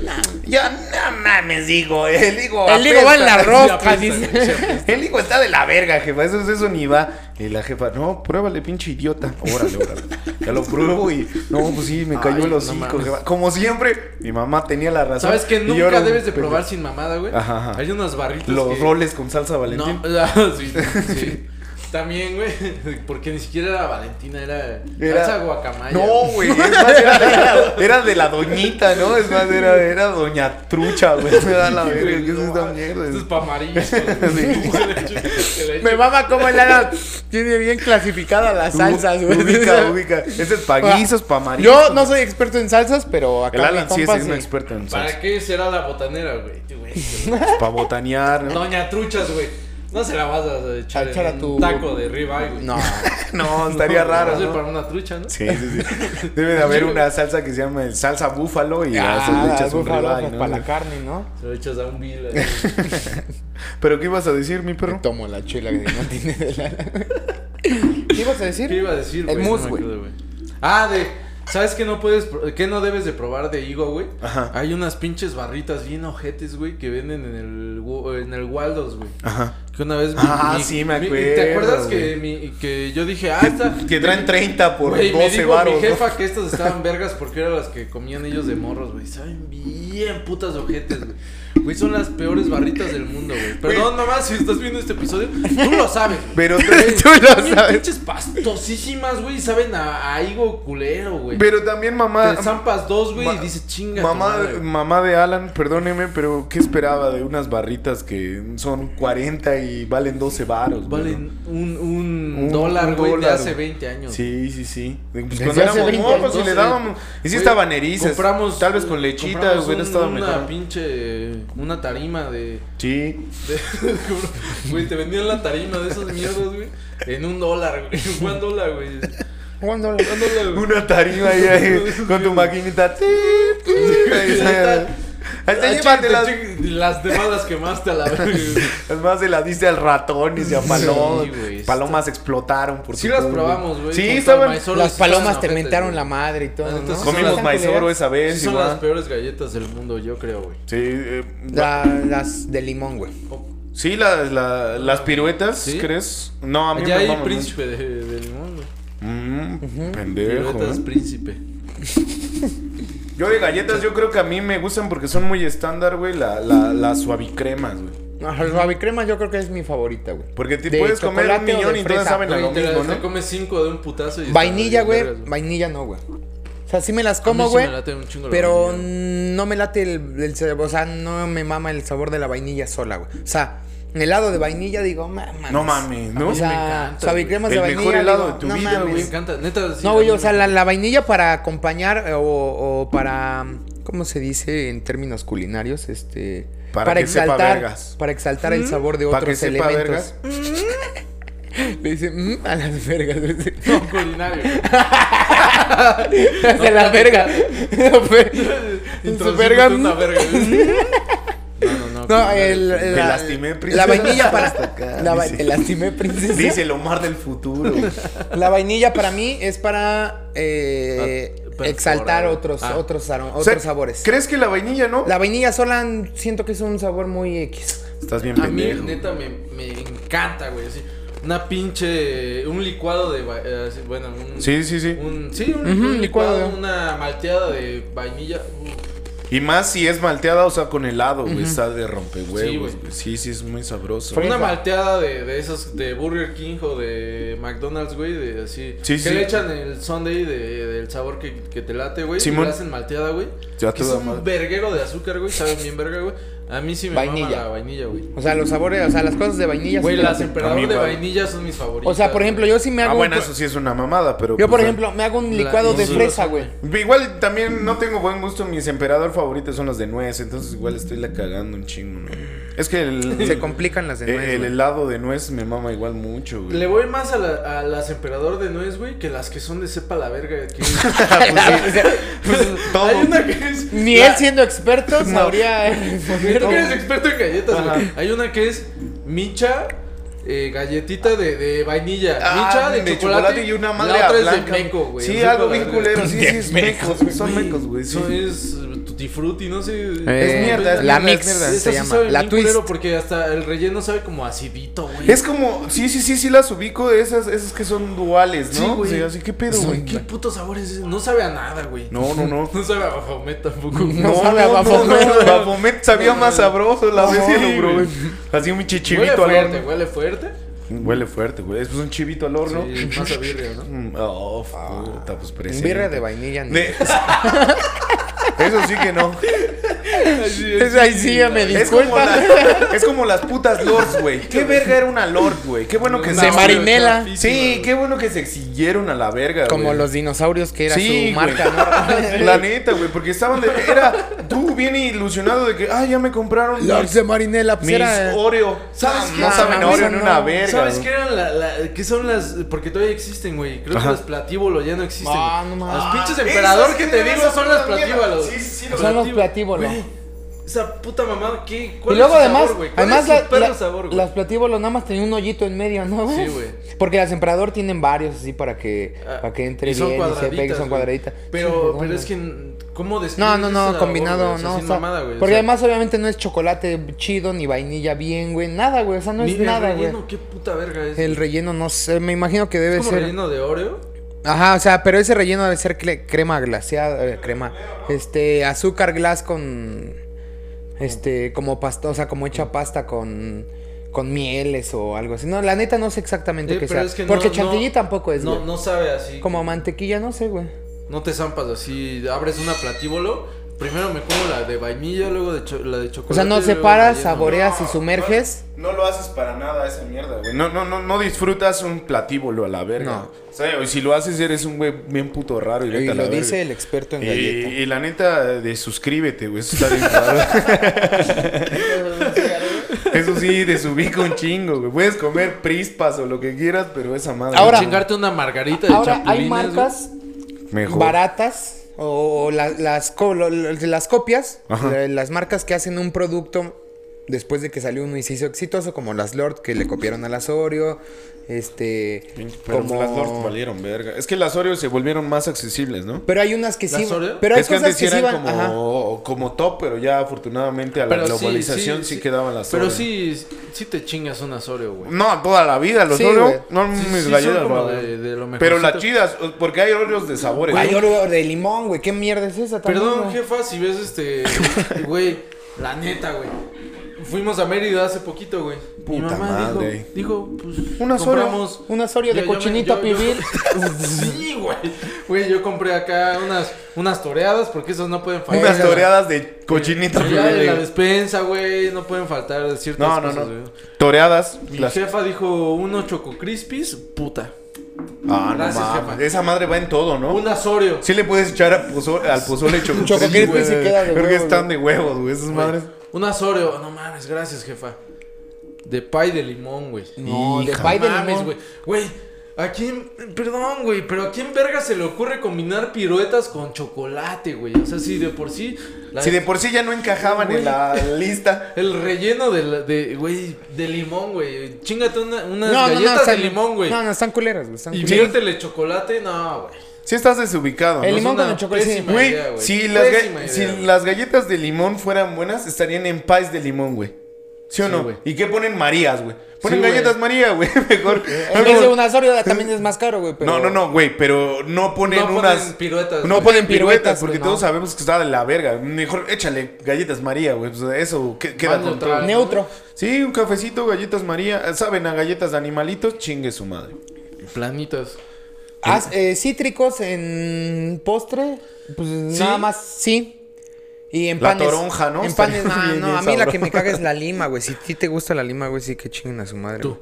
A: Ya, no mames, digo, el higo.
B: El higo va en la
A: apesta.
B: rosca,
C: apesta, güey, sí
B: dice.
A: El higo está de la verga, jefa. Eso, eso ni va. Y la jefa, no, pruébale, pinche idiota. Órale, órale. Ya lo pruebo y. No, pues sí, me cayó
C: Ay,
A: el
C: no
A: hocico,
C: mames.
A: jefa. Como siempre, mi mamá tenía la razón.
C: ¿Sabes que
A: y yo era
C: nunca
A: un
C: debes de
A: pendejo.
C: probar sin mamada, güey?
A: Ajá, ajá.
C: Hay unas barritas
A: Los
C: que-
A: roles con salsa
C: No, pues, ah,
A: valentín.
C: sí, sí. También, güey, porque ni siquiera era Valentina, era,
A: Era-
C: salsa guacamaya.
A: No,
C: güey.
A: güey, es más, era, de la- era de la doñita, ¿no? Es más, era, era doña trucha, güey. Me da la verga, ¿qué es
C: No,
A: esta mierda?
C: Esto es pa' amarillos. Me
B: Me mama como el ala tiene bien clasificada las salsas, güey.
A: Ubica, ubica. Ese es pa' guisos, pa' amarillos.
B: Yo no soy experto en salsas, pero acá
A: El Alan
B: mi
A: sí es
B: compa
A: un experto en salsa.
C: ¿Para qué será la botanera, güey? Tú, güey, tú, güey.
A: Para botanear, ¿no?
C: Doña Truchas, güey. No se la vas a echar,
B: A echar a
C: en
B: tu-
C: un taco de ribeye, güey.
B: No.
A: No, estaría
C: Va
A: raro.
C: a ser
A: ¿no?
C: para una trucha, ¿no?
A: Sí, sí, sí. Debe de haber una salsa que se llama el salsa búfalo y a eso le
B: Ah,
A: echas un
B: búfalo,
A: ribeye,
B: pues,
A: ¿no?
B: Para la carne, ¿no?
C: Se lo echas a un bill. ahí.
A: Pero ¿qué ibas a decir, mi perro?
B: Tomo la chela que no tiene de la... ¿Qué ibas a decir?
C: ¿Qué iba a decir,
B: El
C: No
B: mousse,
C: me
B: güey.
C: acuerdo, Ah, de. ¿Sabes qué no puedes, pro- qué no debes de probar de higo, güey?
A: Ajá.
C: Hay unas pinches barritas bien ojetes, güey, que venden en el, Wo- en el Waldos, güey.
A: Ajá.
C: Que una vez...
A: Ah, sí, me
C: ¿Te acuerdas
A: acuerdo,
C: que,
A: güey.
C: mi- que yo dije, ah,
A: Que,
C: esta...
A: que traen 30 por
C: Güey, me
A: 12
C: dijo
A: varos.
C: mi
A: ¿no?
C: jefa que estas estaban vergas porque eran las que comían ellos de morros, güey. Saben bien putas ojetes, güey. Güey, son las peores barritas del mundo, güey. Perdón, mamá, si estás viendo este episodio, tú lo sabes. güey.
A: Pero tú-
C: Güey,
A: tú lo
C: son bien
A: sabes.
C: pinches pastosísimas, güey, y saben a, a higo culero, güey.
A: Pero también mamá.
C: Te zampas dos, güey,
A: ma-
C: y dice chinga. tu
A: Mamá,
C: madre, güey".
A: mamá de Alan, perdóneme, pero ¿qué esperaba de unas barritas que son 40 y valen 12 varos? güey, no?
C: Valen Pues un, un,
A: Un-
C: dólar,
A: un
C: güey, de
A: dólar,
C: hace
A: güey.
C: 20 años.
A: Sí, sí, sí. Pues
B: Desde
A: cuando
B: hace
A: éramos
B: 20
A: mocos y
C: años,
A: le dábamos. Y sí
C: Güey,
A: estaban erizas.
C: Compramos.
A: Tal vez con lechitas,
C: compramos
A: hubiera
C: un-
A: estado
C: una
A: mejor.
C: pinche. Una tarima de.
A: Sí.
C: de- Güey, te vendían la tarima de esas mierdas, güey. En un dólar, güey. En un dólar, güey. Un
B: Cuando
C: dólar, güey.
A: Una tarima ahí, ahí, con tu maquinita. Ti, ti, ahí está. Ahí está,
C: Ah,
A: llévatelas.
C: ching- te ching- Las demás las quemaste a la verga, güey.
A: Además se las diste al ratón y se apaló.
C: Sí, güey,
A: Palomas explotaron. Por
C: Sí
A: tu
C: las
A: culpa.
C: probamos, güey.
A: Sí,
C: Con
A: estaban.
C: Maizoro
B: las
C: sí
B: palomas
C: estaban
B: te
C: ojetes,
B: mentaron
C: güey.
B: la madre y
C: Ah,
B: todo, ¿no?
C: entonces
A: Comimos
C: Son las-
A: maizoro esa vez.
C: Sí, son
A: igual.
C: las peores galletas del mundo, yo creo, güey.
A: Sí, eh,
B: La- las de limón, güey.
C: Oh,
A: sí las, la- las piruetas,
C: ¿Sí?
A: ¿crees? No, a mí
C: Ya
A: me
C: hay
A: maman
C: príncipe de, de limón, güey.
A: mucho. Mm, Pendejo.
C: Galletas
A: ¿eh?
C: príncipe.
A: Yo de galletas, yo creo que a mí me gustan porque son muy estándar, güey. La, la, las suavicremas, güey.
B: La suavicrema yo creo que es mi favorita, güey.
A: Porque te
B: De
A: puedes comer
B: chocolate
A: un
B: o de
A: millón y todas
B: fresa.
A: saben a
C: Güey,
A: lo
C: te,
A: mismo,
C: te
A: ¿no?
C: comes cinco de un putazo y
B: Vainilla,
C: está
B: güey.
C: bien vergas,
B: Vainilla no, güey. O sea, sí me las
C: A mí
B: como,
C: sí
B: güey.
C: me late un chingo la
B: pero
C: vainilla.
B: no me late el, el ce- O sea, no me mama el sabor de la vainilla sola, güey. O sea, helado de vainilla, digo, mames.
A: No mames, ¿no?
B: O sea,
C: me encanta,
B: suavicremas
A: güey.
B: de
A: El
B: vainilla.
A: mejor helado
B: digo,
A: de tu
B: no
A: vida,
B: mames.
C: güey. Me encanta, neta. sí,
B: No, güey,
C: a mí
B: o sea,
C: me-
B: la, la vainilla para acompañar eh, o, o para. ¿Cómo se dice en términos culinarios? Este.
A: Para que sepa vergas.
B: Para exaltar
C: ¿Mm?
B: el sabor de
A: Para
B: otros
A: que sepa
B: elementos. Le dice, "Mm", a las vergas. le dice.
C: No, culinario.
B: a las vergas.
C: Introduciéndote
B: verga.
C: una verga, güey. No, no, no.
B: No,
C: culinario.
B: el,
A: Te
B: la,
A: lastimé,
B: la
A: princesa.
B: vainilla para.
A: Hasta acá,
B: la, va-
A: dice.
B: te lastimé, princesa.
A: Dice el Omar del futuro. güey.
B: La vainilla para mí es para eh,
C: Ah, perforar.
B: exaltar otros,
C: Ah.
B: otros, aro-
A: O
B: otros
A: sea,
B: sabores.
A: ¿Crees que la vainilla no?
B: La vainilla sola mm, siento que es un sabor muy X.
A: Estás bien
C: A mí,
A: pendejo.
C: neta, me, me encanta, güey. así, Una pinche. Un licuado de. va- eh, así, Bueno, un.
A: Sí, sí, sí.
C: Un, sí, un,
B: Ujú,
C: un licuado,
B: licuado.
C: una malteada de vainilla. Uf,
A: Y más si es malteada, o sea, con helado, güey. Está de
C: Sí,
A: rompehuevos,
C: güey.
A: güey. Sí, sí, es muy sabroso. Ah,
B: Fresa.
C: una malteada de, de esas de Burger King o de McDonald's, güey, de así.
A: Sí,
C: que
A: sí.
C: le echan el sundae de, del sabor que, que te late, güey. Y
A: Simón.
C: le hacen malteada, güey.
A: Ya
C: Que es
A: toda
C: un
A: madre.
C: verguero de azúcar, güey. Saben bien verga, güey. A mí sí me mama
B: Vainilla.
C: la vainilla, güey.
B: O sea, los sabores, o sea, las cosas de vainilla.
C: Güey,
B: sí me
C: las
B: laten.
A: A mí
C: emperador de
A: igual.
C: vainilla son mis favoritas.
B: O sea, por ejemplo, yo sí me hago.
A: Ah,
B: un
A: bueno,
B: pro-
A: eso sí es una mamada, pero.
B: Yo,
A: pues,
B: por
A: ah.
B: ejemplo, me hago un
C: La-
B: licuado de
C: sí,
B: fresa,
C: sí.
B: güey.
A: Igual también no tengo buen gusto. Mis emperador favoritos son los de nuez. Entonces, igual estoy la cagando un chingo, ¿no? Es que el,
B: Se complican las de
A: el-
B: nuez,
A: el
B: güey.
A: helado de nuez me mama igual mucho, güey.
C: Le voy más a, la- a las emperador de nuez, güey, que las que son de sepa la verga. que-
A: Pues, todo.
C: Hay una que es.
B: Ni
C: la-
B: él siendo experto sabría eh,
C: Tú
B: responder.
C: que eres experto en galletas, güey.
A: Ajá.
C: Hay una que es micha, eh, galletita de, de vainilla.
A: Ah,
C: micha de, chocolate,
A: y una madre
C: La otra es
A: blanca.
C: de meco, güey.
A: Sí,
C: Sepa
A: algo
C: la
A: bien
C: verga.
A: culero. Sí, sí,
B: De
A: es mecos, güey. Son mecos, güey.
C: Eso
A: sí.
C: es eh, tutti frutti, no sé. Eh,
A: Es mierda, es mierda,
B: La
A: es
B: mix
A: mierda.
C: Esa
B: se
C: sí
B: llama.
C: sabe
B: La
C: bien
B: twist.
C: culero pues. porque hasta el relleno sabe como acidito, güey.
A: Es como, sí, sí, sí, sí las ubico, esas, esas que son duales, ¿no?
C: Sí, güey.
A: O sea, así, ¿qué pedo, güey?
C: ¿Qué puto sabor es ese? No sabe a nada, güey.
A: No, no, no.
C: No sabe a Bafomet tampoco.
B: No sabe a Bafomet,
A: no,
B: güey.
A: Bafomet sabía más sabroso la vez que
C: Sí,
A: lo probé.
C: güey.
A: Así un
C: Huele
A: chichivito al
C: fuerte,
A: horno.
C: huele fuerte.
A: Huele fuerte, güey. Es pues un chivito al horno.
C: Sí, más a birria, ¿no?
A: Mm, Oh, puta, pues presente.
B: Birra de vainilla. ni-
A: De- Eso sí que no.
B: Es ahí sí, ya me
A: Es como,
B: disculpa.
A: las, es como las putas lords, güey. Qué verga era una lord, güey. Qué bueno que
B: Una De
A: se.
B: Mari- marinela.
A: Sí, qué bueno que se exigieron a la verga,
B: Como
A: güey.
B: los dinosaurios que era
A: Sí,
B: su
A: güey.
B: marca, ¿no?
A: La neta, güey, porque estaban de. Era. Tú bien ilusionado de que. Ah, ya me compraron.
B: Lords
A: Mis,
B: de Marinela, pues
A: mis
B: era.
C: eh.
A: Oreo.
C: ¿Sabes
A: Ah,
C: qué?
A: No saben a Oreo en
B: No,
A: una
B: no.
A: verga.
C: ¿Sabes
A: güey.
C: qué eran la, la- qué son las porque todavía existen, güey? Creo
A: Ajá.
C: que las platíbolo ya no existen.
B: Ah,
C: güey.
B: no mames.
C: las pinches
A: Ah,
C: emperador
A: esas
C: que
A: que
C: te
A: eran
C: digo
A: esas
C: son las
A: putas mierdas.
C: platíbolos.
A: Sí, sí, sí,
B: Son los platíbolos.
C: Güey, Esa puta mamada, ¿qué?
B: Y
C: ¿Cuál
B: luego
C: es su
B: además,
C: sabor, güey? ¿Cuál
B: además
C: es su
B: la-
C: perro
B: la-
C: sabor, güey?
B: las platíbolos nada más tenían un hoyito en medio, ¿no? güey?
C: Sí, güey.
B: Porque las emperador tienen varios así para que,
C: Ah,
B: para que entre
C: y son
B: bien y se pegue, son
C: cuadraditas, güey.
B: cuadraditas. Sí,
C: Pero, pero
B: redondas.
C: es que, ¿cómo describes
B: No, no,
C: ese
B: no,
C: sabor,
B: combinado,
C: güey? O sea,
B: no.
C: sin
B: o sea,
C: mamada, güey, o
B: porque
C: sea,
B: además obviamente no es chocolate chido, ni vainilla bien, güey. Nada, güey. O sea, no
C: ni
B: es
C: el
B: nada, güey.
C: relleno, ¿Qué puta verga es?
B: El relleno, no sé, me imagino que debe
C: ¿Es como
B: ser.
C: relleno de Oreo? eh,
B: Ajá, o sea, pero ese relleno debe ser cle- crema glaseada, eh, crema, este, azúcar glass con, este, como pasta, o sea, como hecha pasta con, con mieles o algo así. No, la neta no sé exactamente
C: Eh,
B: qué
C: pero
B: sea,
C: es que no-
B: porque
C: no-
B: chantilly tampoco es,
C: No,
B: güey.
C: no sabe así.
B: como mantequilla, no sé, güey.
C: No te zampas así, abres una platíbolo. Primero me como la de vainilla, luego de cho- la de chocolate.
B: O sea, no
C: luego
B: separas,
C: relleno,
B: sabores.
C: ¿no?
B: Coreas y sumerges.
A: No, no lo haces para nada esa mierda, güey. No, no, no, no disfrutas un platíbolo a la verga.
B: No.
A: O sea, y si lo haces eres un güey bien puto raro y
B: Y
A: vete a la
B: lo
A: verga.
B: dice el experto en
A: Y,
B: galletas.
A: y la neta, de suscríbete, güey. Eso está bien raro. Eso sí, desubica un chingo, güey. Puedes comer prispas o lo que quieras, pero esa madre.
B: Ahora-
C: Chingarte una margarita de
B: Ahora hay
C: chapulines,
B: marcas
A: Mejor.
B: baratas o, o la- las, co- lo- lo- las copias,
A: Ajá.
B: la- las marcas que hacen un producto después de que salió uno y se hizo exitoso, como las Lord que le copiaron a las Oreo, este,
A: Pero
B: como-
A: las Lord valieron verga. Es que las Oreo se volvieron más accesibles, ¿no?
B: Pero hay unas que
C: ¿Las
B: sí,
C: Oreo?
B: pero hay
A: es que
B: cosas
A: antes
B: que
A: sí
B: sí
A: eran
B: van, ajá.
A: como, como top, pero ya afortunadamente a la
C: Pero sí,
A: globalización sí, quedaban las
C: Pero
A: Oreo.
C: sí, sí te chingas unas Oreo, güey.
A: No, toda la vida, los
B: Sí, güey.
A: Oreo. No,
C: Sí,
A: mis
C: sí, son
A: galletas,
C: como
A: güey.
C: de- de lo
A: Pero las
C: mejorcito.
A: chidas, porque hay Oreos de sabores.
B: Hay
A: ¿no?
B: Oreo de limón, güey, qué mierda es esa también,
C: Perdón,
B: güey?
C: jefa, si ves este. Güey, la neta, güey. Fuimos a Mérida hace poquito, güey. Mi
A: Puta
C: mamá
A: madre.
C: dijo, dijo, pues.
B: Unas Oreo,
C: compramos-
B: unas Oreo de
C: Yo- yo me-
B: cochinita
C: yo- yo-
B: pibil.
C: sí, güey. Güey, yo compré acá unas, unas toreadas porque esas no pueden faltar.
A: Unas toreadas de cochinito.
C: Ya en eh, la despensa, güey, no pueden faltar ciertas
A: No, no,
C: cosas,
A: no.
C: güey.
A: Toreadas.
C: Mi
A: las-
C: jefa dijo unos Choco Crispies, puta.
A: Ah, no
C: Gracias,
A: mames.
C: jefa.
A: Esa madre va en todo, ¿no?
C: Unas Oreo.
A: Sí le puedes echar a pozo- al pozole choco
B: Choco
A: crispy,
B: crispy sí
A: güey.
B: queda de
A: Creo que
B: huevos,
A: están de huevos, güey. Esas
C: güey.
A: madres.
C: Unas Oreo. No mames, gracias, jefa. De pie de limón, güey.
B: No, de
A: Hija,
B: pay de
C: mames,
B: limón.
C: güey. Güey. ¿A quién, perdón, güey, pero ¿a quién verga se le ocurre combinar piruetas con chocolate, güey? O sea, si de por sí... la-
A: Si de por sí ya no encajaban en la lista.
C: El relleno de, la- de güey, de limón, güey. Chingate una, unas
B: No, no, no,
C: galletas de
B: están-
C: limón, güey.
B: No, no, están culeras, güey, están
C: Y
B: culeras.
C: viértele chocolate, no, güey.
A: Si estás desubicado,
B: El
A: ¿no?
B: limón
C: una
B: con el chocolate. sí.
C: pésima
A: Güey,
C: idea, güey.
A: si, las, ga-
C: Pésima idea,
A: si
C: güey.
A: las galletas de limón fueran buenas, estarían en pies de limón, güey. ¿Sí o
C: Sí,
A: no?
C: güey.
A: ¿Y qué ponen Marías, güey? Ponen
C: Sí,
A: galletas
C: güey.
A: María, güey. Mejor.
B: En vez de unas Oreo también es más caro, güey. pero-
A: No, no, no, güey, pero no ponen
C: No ponen
A: unas.
C: piruetas,
A: No
C: güey.
A: ponen
B: Piruetas,
A: piruetas, porque
B: güey, no.
A: todos sabemos que está de la verga. Mejor échale galletas María, güey. Pues eso que- queda
C: Más
A: con
C: neutral.
A: todo.
B: Neutro.
A: Sí, un cafecito, galletas María. Eh, ¿Saben a galletas de animalitos? Chingue su madre.
C: Planitas.
B: Haz, eh, cítricos en postre, pues nada más, sí. Y en
A: La
B: panes.
A: toronja, ¿no?
B: En panes,
A: Estaría
B: ah,
A: bien,
B: no,
A: bien
B: a mí la
A: sabroso.
B: que me caga es la lima, güey. Si a ti te gusta la lima, güey, sí que chinguen a su madre.
C: Tú.
B: güey.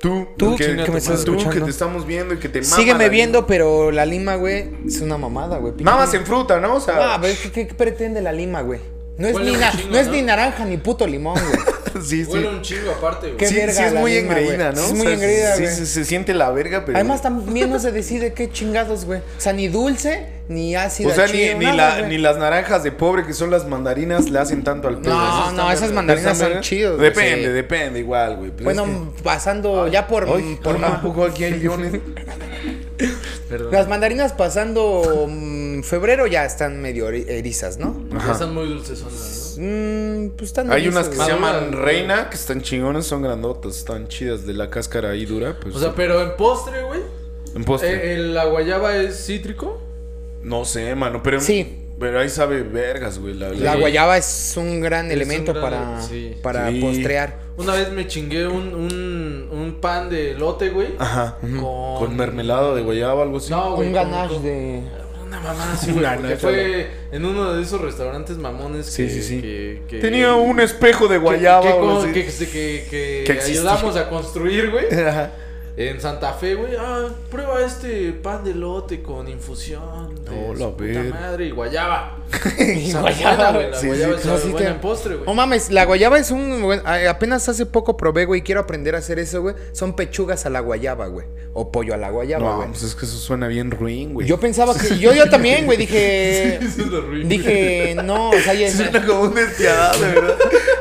A: Tú,
B: Tú,
A: que,
B: chinga
A: que
B: tu
A: me estás
B: madre.
A: escuchando. Tú que
B: escuchando.
A: te estamos viendo y que te mama
B: Sígueme
A: la
B: viendo, pero la lima, güey, es una mamada, güey.
A: lima. Mamas en fruta, ¿no? O sea,
B: Ah, pero es que- ¿qué, qué pretende la lima, güey? No es,
C: Huele
B: ni,
C: un
B: na-
C: chingo,
B: no es
C: ¿no?
B: ni naranja ni puto limón, güey.
A: sí, sí.
C: Huele un chingo aparte, güey.
B: ¿Qué?
A: sí,
B: verga
A: sí es
B: la
A: muy
B: lima,
A: engreída,
B: güey.
A: ¿no?
B: Es
A: O
B: muy
A: sea,
B: engreída,
A: sí,
B: güey.
A: se, se siente la verga, pero.
B: Además, también no se decide qué chingados, güey. O sea, ni dulce, ni ácido.
A: o sea, ni, ni la- ni las naranjas de pobre que son las mandarinas le hacen tanto al pedo.
B: No,
A: Esas
B: no, esas mandarinas son chidas. güey,
A: Depende,
B: sí.
A: depende, igual, güey. Pues es
B: Bueno, mm, pasando ya por,
A: que- Ay,
B: por
A: toma
B: ma-
A: un poco Mm, aquí hay guiones.
C: Perdón.
B: las mandarinas pasando mm, febrero ya están medio eri- erizas, ¿no?
C: Ya Están muy dulces, son, ¿no?
B: Mm, pues están
A: Hay
B: erizas,
A: unas que
B: güey.
A: se llaman
C: Maduras.
A: reina, que están chingonas, son grandotas, están chidas de la cáscara ahí dura, pues.
C: O sea, pero en postre, güey.
A: en postre.
C: eh, el- la guayaba es cítrico.
A: no sé, mano, pero.
B: Sí.
A: Pero ahí sabe vergas, güey. La,
B: La
A: la-
C: Sí.
B: guayaba es un gran
C: Es
B: elemento
C: un gran-
B: para,
C: sí. Ah,
B: para
A: Sí.
B: postrear.
C: Una vez me chingué un, un, un pan de lote, güey.
A: Ajá.
C: Con...
A: Con mermelada de guayaba, algo así.
C: No, güey.
B: un
C: con-
B: ganache
C: con-
B: de...
C: Una mamada así,
A: Una
C: güey. porque
A: neta,
C: fue en uno de esos restaurantes mamones
A: Sí,
C: que,
A: sí, sí.
C: que- que-
A: Tenía un espejo de
C: que-
A: guayaba.
C: que- este,
A: o algo
C: que,
A: así.
C: que- que- que
A: Que existía.
C: ayudamos a construir, güey.
A: Ajá.
C: En Santa Fe, güey, ah, prueba este pan de lote con infusión. De
A: No,
C: su
A: la
C: puta
A: ver-
C: madre y guayaba.
B: Y
C: Esa
B: guayaba,
C: buena, güey, la
A: sí,
C: guayaba
A: sí,
C: es
B: no,
C: una
B: sí
C: buena
B: te-
C: en postre, güey.
B: No mames, la guayaba es un. buen- a- apenas hace poco probé, güey. Quiero aprender a hacer eso, güey. Son pechugas a la guayaba, güey. O pollo a la guayaba,
A: No,
B: güey.
A: pues es que eso suena bien ruin, güey.
B: Yo pensaba que. Yo, yo también, güey. Dije.
C: Eso es lo ruin.
B: Dije, no, o sea, ya.
A: Suena como un despiadado, de verdad.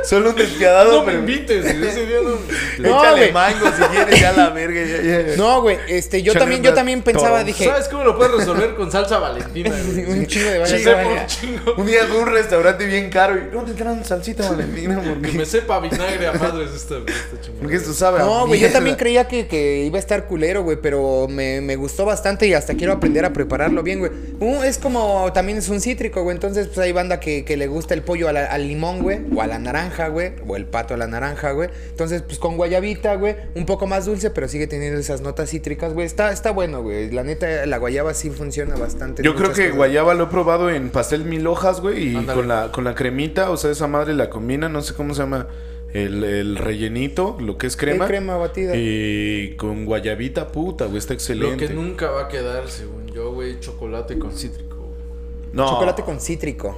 A: Solo un despiadado,
C: No me
A: pero.
C: invites, ese día no me invites.
B: No,
A: Échale
B: güey.
A: mango si quieres, ya la verga. ya, ya.
B: No, güey, este, yo
A: Échale
B: también, yo
A: una
B: también pensaba,
A: toronja.
B: dije,
C: ¿Sabes cómo lo puedes resolver con salsa valentina,
B: un
C: güey?
B: chingo de
C: Que
B: varias
C: sepa
B: guayabas.
C: un chingo.
A: Un día fue a un restaurante bien caro y no te traen salsita valentina
C: Que me
A: porque,
C: sepa vinagre a madres esta, esta chingada.
A: porque esto sabe. a
B: No, güey, yo
A: mierda.
B: también creía que, que iba a estar culero, güey, pero me, me gustó bastante y hasta quiero aprender a prepararlo bien, güey. Uh, es como, también es un cítrico, güey, entonces pues hay banda que, que le gusta el pollo a la- al limón, güey, o a la naranja, güey, o el pato a la naranja, güey. Entonces, pues con guayabita, güey, un poco más dulce, pero sigue teniendo esas notas cítricas, güey. Está, está bueno, güey, la neta, la guayaba sí funciona bastante. en
A: Yo creo
B: muchas
A: que
B: cosas.
A: guayaba lo he probado en pastel mil hojas, güey, y
C: Ándale.
A: con la, con la cremita, o sea, esa madre la combina, no sé cómo se llama, el, el rellenito, lo que es
B: Eh,
A: crema.
B: crema batida.
A: Y con guayabita puta, güey, está
C: Lo
A: excelente.
C: que nunca va a quedar, según yo, güey, chocolate con cítrico. güey.
A: No,
B: Chocolate con cítrico.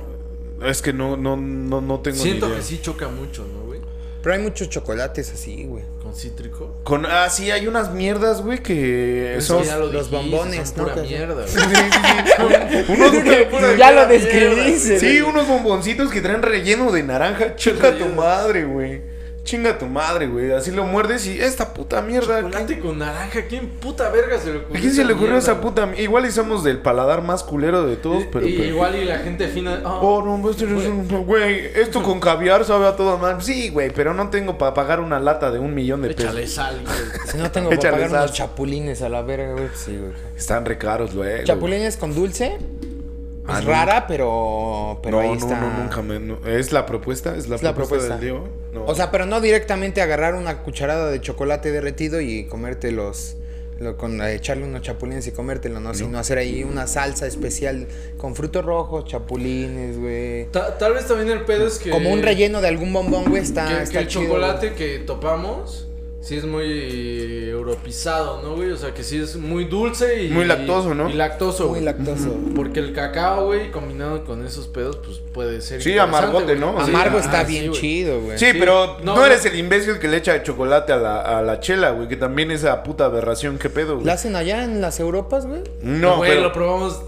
A: es que no, no, no, no tengo
C: Siento
A: ni idea.
C: que sí choca mucho, ¿no, güey?
B: Pero hay muchos chocolates así, güey.
C: Con cítrico.
A: Con, ah, sí, hay unas mierdas, güey, que
C: Eso
A: son
C: ya lo
B: los
C: dijiste,
B: bombones,
C: son
B: ¿no?
C: pura
B: Que-
C: mierda, güey.
A: unos,
B: ya lo
C: mierda,
B: describiste.
A: sí, unos bomboncitos que traen relleno de naranja. Chinga tu madre, güey. Chinga tu madre, güey. Así lo muerdes y esta puta mierda.
C: Chocolate con naranja, ¿quién puta verga se le
A: ¿A
C: ocurrió?
A: quién se le ocurrió
C: mierda,
A: esa puta? mi- Igual y somos del paladar más culero de todos,
C: güey?
A: pero.
C: Y- y
A: pero-
C: igual y la gente fina. ah,
A: Oh, no, pues, eres un- güey, esto con caviar sabe a todo mal. Sí, güey, pero no tengo para pagar una lata de un millón de pesos.
C: échale sal, güey.
B: Si no tengo para
A: Échale
B: pagar unos
A: sal.
B: chapulines a la verga, güey. pues Sí, güey.
A: Están re caros, güey.
B: Chapulines con dulce. Es
A: Ah, no.
B: rara, pero, pero
A: no,
B: ahí
A: no,
B: está.
A: no, nunca me. no. ¿Es la propuesta? ¿Es la,
B: Es la
A: propuesta, del
B: propuesta.
A: Diego? No.
B: O sea, pero no directamente agarrar una cucharada de chocolate derretido y comerte los. lo- con, eh, echarle unos chapulines y comértelo, ¿no? Sino hacer ahí una salsa especial con frutos rojos, chapulines, güey.
C: Ta- tal vez también el pedo es que.
B: Como un relleno de algún bombón, güey,
C: Que,
B: está,
C: que
B: Ah, está
C: el
B: chido, güey.
C: chocolate que topamos. Sí es muy europizado, ¿no, güey? O sea, que sí es muy dulce y...
A: Muy lactoso, ¿no?
C: Y lactoso,
B: Muy
C: güey.
B: lactoso.
C: Porque el cacao, güey, combinado con esos pedos, pues puede ser.
A: Sí,
C: interesante,
A: amargote,
C: güey.
A: ¿no?
C: Sí,
B: Amargo
C: ajá,
B: está
C: sí,
B: bien
C: güey.
B: chido, güey.
A: Sí,
C: Sí,
A: pero no,
C: no,
A: eres
C: no.
A: el imbécil que le echa chocolate a la, a la chela, güey, que también esa puta aberración, qué pedo, güey.
B: ¿La hacen allá en las Europas, güey?
A: No,
C: güey,
A: pero-
C: lo probamos.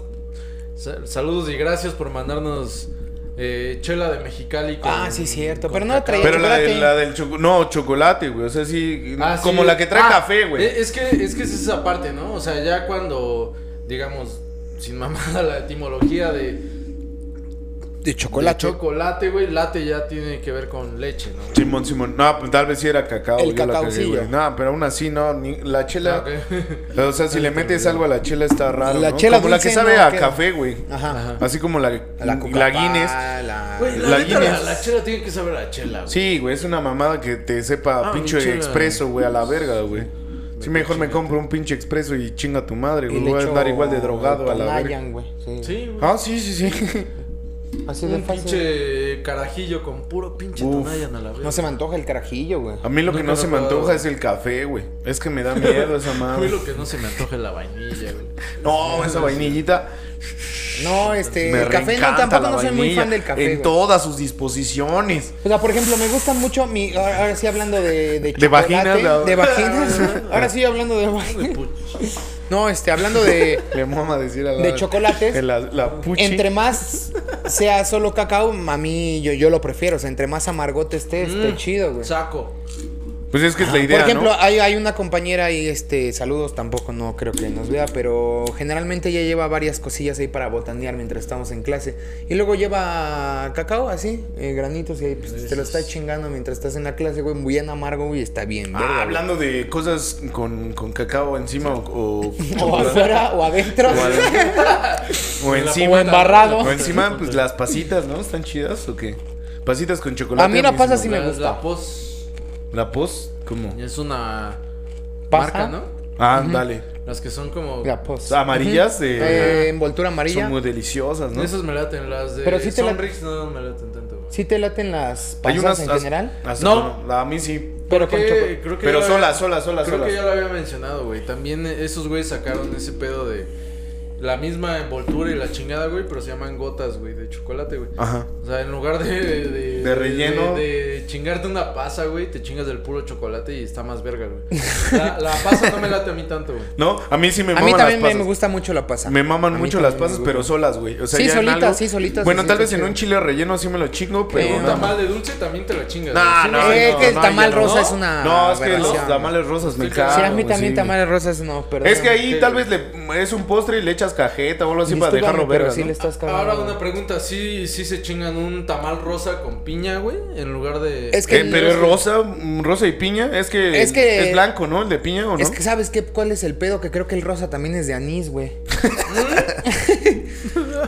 C: Sa- Saludos y gracias por mandarnos eh, chela de Mexicali. con-
B: Ah, sí, cierto,
C: con
B: pero no
C: cacao.
B: traía
A: Pero la, de-
B: chocolate.
A: la del chocolate. No, chocolate, güey. O sea, sí.
C: Ah, sí.
A: como la que trae
C: Ah,
A: café, güey.
C: eh, Es que, es que es esa parte, ¿no? O sea, ya cuando, digamos, sin mamada la etimología de,
B: De
C: de
B: chocolate.
C: chocolate, güey, late ya tiene que ver con leche, ¿no?
A: Simón, Simón. No, pues, tal vez sí era cacao.
B: El
A: yo la cagué,
B: cacaocillo.
A: güey. No, pero aún así, no. ni- la chela.
C: Ah, ok.
A: O sea, si le metes algo a la chela está raro.
B: La
A: ¿no?
B: chela
A: Como la que
B: dulce
A: sabe
B: no
A: a
B: queda.
A: café, güey.
B: Ajá.
C: Ajá.
A: Así como la, la, Guinness.
B: La...
C: Güey, la,
A: La
C: neta, la-
A: Guinness.
C: la chela tiene que saber a chela, güey.
A: Sí, güey, es una mamada que te sepa
C: Ah,
A: pinche
C: mi chela.
A: expreso, güey, a la verga, güey. Sí, mejor me compro un pinche expreso y chinga tu madre,
B: Y
A: güey.
B: le
A: Voy a
B: echo
A: andar igual de drogado a la verga.
B: Tonayan, güey. Sí.
C: Sí, güey.
A: Ah, sí, sí, sí.
B: Así de
C: Un
B: fácil.
C: pinche carajillo con puro pinche
A: Uf.
C: tonayan a la vez.
B: No se me antoja el carajillo, güey.
A: A mí lo que
C: Nunca
A: no
C: lo
A: se
C: he
A: me
C: probado.
A: antoja es el café, güey. Es que me da miedo esa
C: Fue
A: madre.
C: lo que no se me antoja la vainilla, güey.
A: No, esa vainillita.
B: No, este,
A: me
B: el café no,
A: reencanta
B: tampoco
A: la
B: no soy muy
A: vainilla
B: fan del café,
A: En
B: güey.
A: todas sus disposiciones.
B: O sea, por ejemplo, me gusta mucho mi... Ahora ahora sí hablando de De, chocolate,
A: vaginas, la-
B: De vaginas. ahora sí hablando de vaginas. No, este, hablando de...
A: Le mama decir a la.
B: De chocolates.
A: La, la puchi.
B: Entre más sea solo cacao, a mí yo, yo lo prefiero. O sea, entre más amargote esté, esté
C: Mm,
B: chido, güey.
C: Saco.
A: Pues es que es la idea,
B: Por ejemplo,
A: ¿no?
B: hay, hay una compañera ahí, este, saludos, tampoco no creo que nos vea, pero generalmente ella lleva varias cosillas ahí para botanear mientras estamos en clase. Y luego lleva cacao así, eh, granitos, y ahí pues, te lo está chingando mientras estás en la clase, güey, bien amargo, güey, está bien. verga,
A: Ah,
B: güey.
A: hablando de cosas con, con cacao encima o, o,
B: O afuera o adentro.
A: o al- o encima.
B: o embarrado.
A: O encima, pues las pasitas, ¿no? ¿Están chidas o qué? Pasitas con chocolate.
B: A mí la pasa sí
A: mismo.
B: me
C: La-
B: gusta.
C: La pos
A: ¿La pos? ¿Cómo?
C: es una
B: Pasa.
C: marca, ¿no?
A: Ah, dale.
C: Las que son como.
B: La post.
A: Amarillas de-
B: Eh, envoltura amarilla.
A: Son muy deliciosas, ¿no?
C: Esas me laten, las de.
B: Pero sí te la-
C: Sonrix no me laten tanto, güey.
B: ¿Sí te laten las pasas en
A: as-
B: general?
A: as-
C: No.
A: no, a mí sí.
B: Pero con
C: Creo que-
B: chocolate.
C: creo que
A: Pero
C: ya lo
A: solas,
C: había-
A: solas, solas,
C: Creo que
A: solas.
C: ya lo había mencionado, güey. También eh, esos güeyes sacaron ese pedo de la misma envoltura y la chingada, güey, pero se llaman gotas, güey, de chocolate, güey.
A: Ajá.
C: O sea, en lugar de... De,
A: De relleno.
C: De, de chingarte una pasa, güey, te chingas del puro chocolate y está más verga, güey. La, la pasa no me late a mí tanto, güey.
A: No, a mí sí me
B: A
A: maman
B: mí
A: las
B: también me,
A: pasas.
B: me gusta mucho la pasa.
A: Me maman
B: A mí
A: mucho las
B: también me
A: pasas,
B: gusta.
A: pero solas, güey. O sea,
B: Sí,
A: ya en
B: solitas,
A: algo-
B: sí, solitas,
A: Bueno,
B: sí,
A: tal
B: está
A: vez en
B: chido.
A: un chile relleno sí me lo chingo, pero.
C: Un
A: no,
C: tamal de dulce también te la chingas.
A: No,
C: güey.
A: no,
B: es
A: no,
B: que el
A: no,
B: tamal
A: ya no.
B: rosa es una
A: No, es que los
B: aberración.
A: tamales rosas me
C: Sí, claro.
A: encantan.
B: Sí, a mí
A: güey,
B: también
A: Ah, pues sí.
B: tamales rosas no, perdón.
A: Es que ahí
C: Sí,
A: tal
C: güey.
A: vez le es un postre y le echas cajeta o algo así para
B: Discúlpame,
A: dejarlo
B: pero
A: verga.
B: sí
A: ¿no?
B: le estás cagando.
C: Ahora una pregunta, ¿sí, sí se chingan un tamal rosa con piña, güey? En lugar de...
B: Es que
A: Eh, pero es rosa, mm, rosa y piña. Es que
B: Es que-
A: blanco, ¿no? El de piña o no.
B: Es que sabes qué, cuál es el pedo, que creo que el rosa también es de anís, güey.
C: ¿Mm?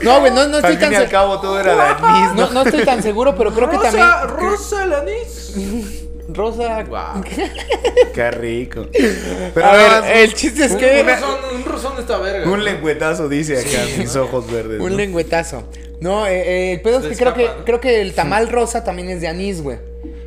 B: no, güey, no, no
A: al
B: estoy
A: fin
B: tan
A: y al
B: se-
A: cabo todo era de anís, ¿no?
B: no, no estoy tan seguro, pero creo que
C: rosa,
B: también.
C: rosa, el anís.
B: Rosa.
C: Guau.
A: Qué rico. Pero
B: A
A: nada más,
B: ver, eh. el chiste es que.
C: Un rosón, un rosón está verga.
A: un lengüetazo dice acá
C: Sí,
A: mis
C: ¿no?
A: ojos verdes.
B: Un
A: Pues ¿no? Pues
B: lengüetazo. No, eh, eh, el pedo es
C: Se
B: que creo, que
C: escapa, ¿no?
B: creo que el tamal rosa también es de anís, güey.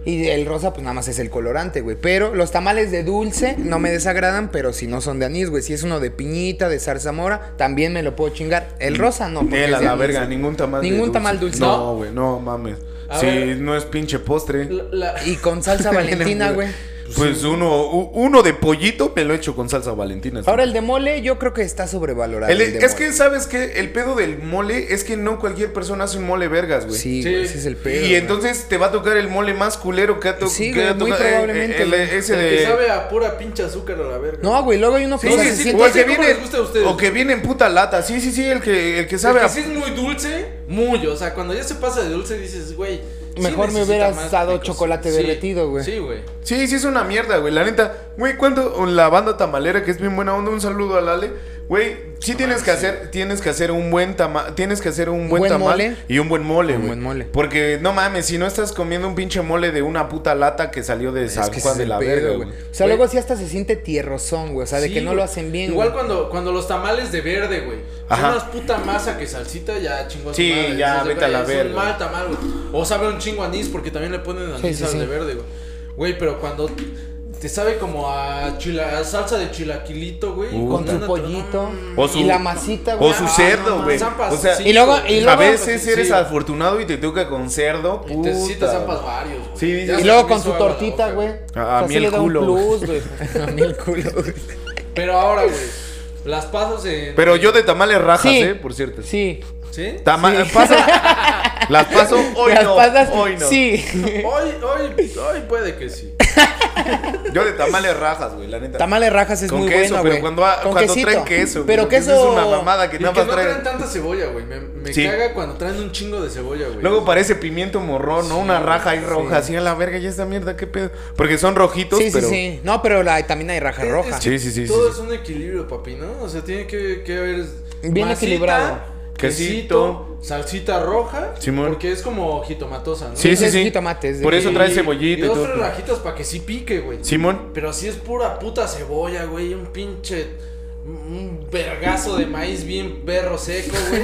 B: Y el rosa, pues nada más es el colorante, güey. Pero los tamales de dulce no me desagradan, pero si no son de anís, güey. Si es uno de piñita, de zarzamora, también me lo puedo chingar. El rosa no. porque
A: Mm. Nela,
B: es de
A: la
B: anís.
A: verga, ningún tamal de
B: Ningún tamal dulce.
A: No, güey, no mames.
C: A
A: Si
C: ver.
A: no es pinche postre.
C: La- la-
B: Y con salsa valentina, güey.
A: Pues uno, u- uno de pollito me lo echo con salsa valentina. sí.
B: Ahora el de mole, yo creo que está sobrevalorado.
A: El-
B: el de
A: es
B: mole.
A: que, ¿sabes qué? El pedo del mole es que no cualquier persona hace un mole vergas, güey.
B: Sí,
C: Sí.
B: güey, ese es el pedo.
A: Y
B: güey.
A: entonces te va a tocar el mole más culero que ha tocado.
B: Sí, güey, muy probablemente, güey.
A: ese
C: el que
A: de.
C: sabe a pura pinche azúcar a la verga.
B: No, güey, luego hay uno que
A: Sí,
B: se
A: sí,
B: hace
A: sí,
B: siente-
A: o el que
C: ¿Cómo
A: viene,
C: les gusta a ustedes?
A: o que viene en puta lata. Sí, sí, sí, el que, el que
C: sabe
A: sabe
C: que
A: a
C: sí es muy dulce, muy. O sea, cuando ya se pasa de dulce dices, güey. sí
B: Mejor me
C: necesita
B: hubieras
C: más
B: dado
C: picos.
B: chocolate
C: Sí,
B: derretido, güey.
C: Sí, güey.
A: Sí, sí es una mierda, güey. La neta, güey, cuando la banda tamalera que es bien buena onda, un saludo al Ale. Güey, sí tienes que hacer, tienes que hacer un buen tamal, tienes que hacer un buen,
B: buen
A: tamal
B: mole?
A: y un buen mole,
B: Un
A: güey.
B: buen mole.
A: Porque no mames, si no estás comiendo un pinche mole de una puta lata que salió de San
B: Es que ese
A: Juan
B: es
A: de
B: el
A: la
B: pedo,
A: verga,
B: güey.
A: güey.
B: O sea, luego sí hasta se siente tierrozón, güey. O sea, de
C: Sí,
B: que no
C: güey.
B: lo hacen bien.
C: Igual
B: güey.
C: cuando, cuando los tamales de verde, güey.
A: Ajá.
C: Son más puta masa que salsita, ya chingo a su
A: Sí,
C: madre.
A: ya,
C: Dices,
A: vete a
C: güey,
A: la
C: Es
A: verga.
C: un mal tamal, güey. O sabe un chingo a anís porque también le ponen anís
B: Sí, sí,
C: al
B: sí.
C: de verde, güey. Güey, pero cuando te sabe como a, chila, a salsa de chilaquilito, güey.
A: Uh.
B: con tu
C: una-
B: pollito
C: Mm.
A: O su-
B: y la masita, güey.
A: O su
C: Ah,
A: cerdo,
C: no,
A: Pues güey.
C: zampas,
A: O sea,
C: sí,
B: Y luego- y
A: a
B: luego-
A: veces
C: pues, sí,
A: eres
C: sí.
A: afortunado y te toca con cerdo.
C: Y te, sí te
A: puta.
C: zampas varios, güey.
A: Sí, sí,
C: Ya
A: sí.
B: Y
C: se
B: luego
C: me
B: con
C: hizo
B: su
C: agua la
B: tortita,
C: boca,
B: güey.
A: A- a mí
B: sí
A: el
B: le da un
A: Ah, culo,
B: plus, güey. A mí el culo, güey.
C: Pero ahora, güey, las pasas en...
A: Pero yo de tamales rajas,
B: Sí.
A: eh, por cierto.
B: Sí.
C: ¿Sí?
A: Tama- paso- las paso hoy
B: Las
A: no.
B: pasas-
A: Hoy no.
B: Sí.
C: Hoy, hoy, hoy puede que sí.
A: Yo de tamales rajas, güey, la neta.
B: Tamales rajas es
A: Con
B: muy
A: queso,
B: bueno,
A: pero
B: güey.
A: cuando ha- cuando traen queso, güey,
B: Pero
A: porque
B: queso.
A: eso es una mamada que
C: Y que no
A: nada más traen.
C: traen tanta cebolla, güey. Me, me
A: Sí.
C: caga cuando traen un chingo de cebolla, güey.
A: Luego parece pimiento morrón, ¿no? Una raja ahí roja, así a la verga, ya esta mierda, qué pedo. Porque son rojitos,
B: Sí, sí,
A: pero.
B: sí. No, pero la, también hay raja
C: Es-
B: roja.
C: es
A: Sí.
C: que
A: sí,
C: Todo
A: sí.
C: es un equilibrio, papi, ¿no? O sea, tiene que, que haber.
B: Bien equilibrado.
A: Quesito.
C: Quesito, salsita roja.
A: Simón.
C: Porque es como jitomatosa, ¿no?
A: Sí, sí,
B: Es
A: sí.
B: jitomate, es de-
A: Por eso
C: Y-
A: trae cebollita
C: y
A: y
C: dos,
A: todo.
C: tres rajitas para que sí pique, güey.
A: Simón.
C: Pero si es pura puta cebolla, güey. Un pinche. Un vergazo de maíz bien berro seco, güey.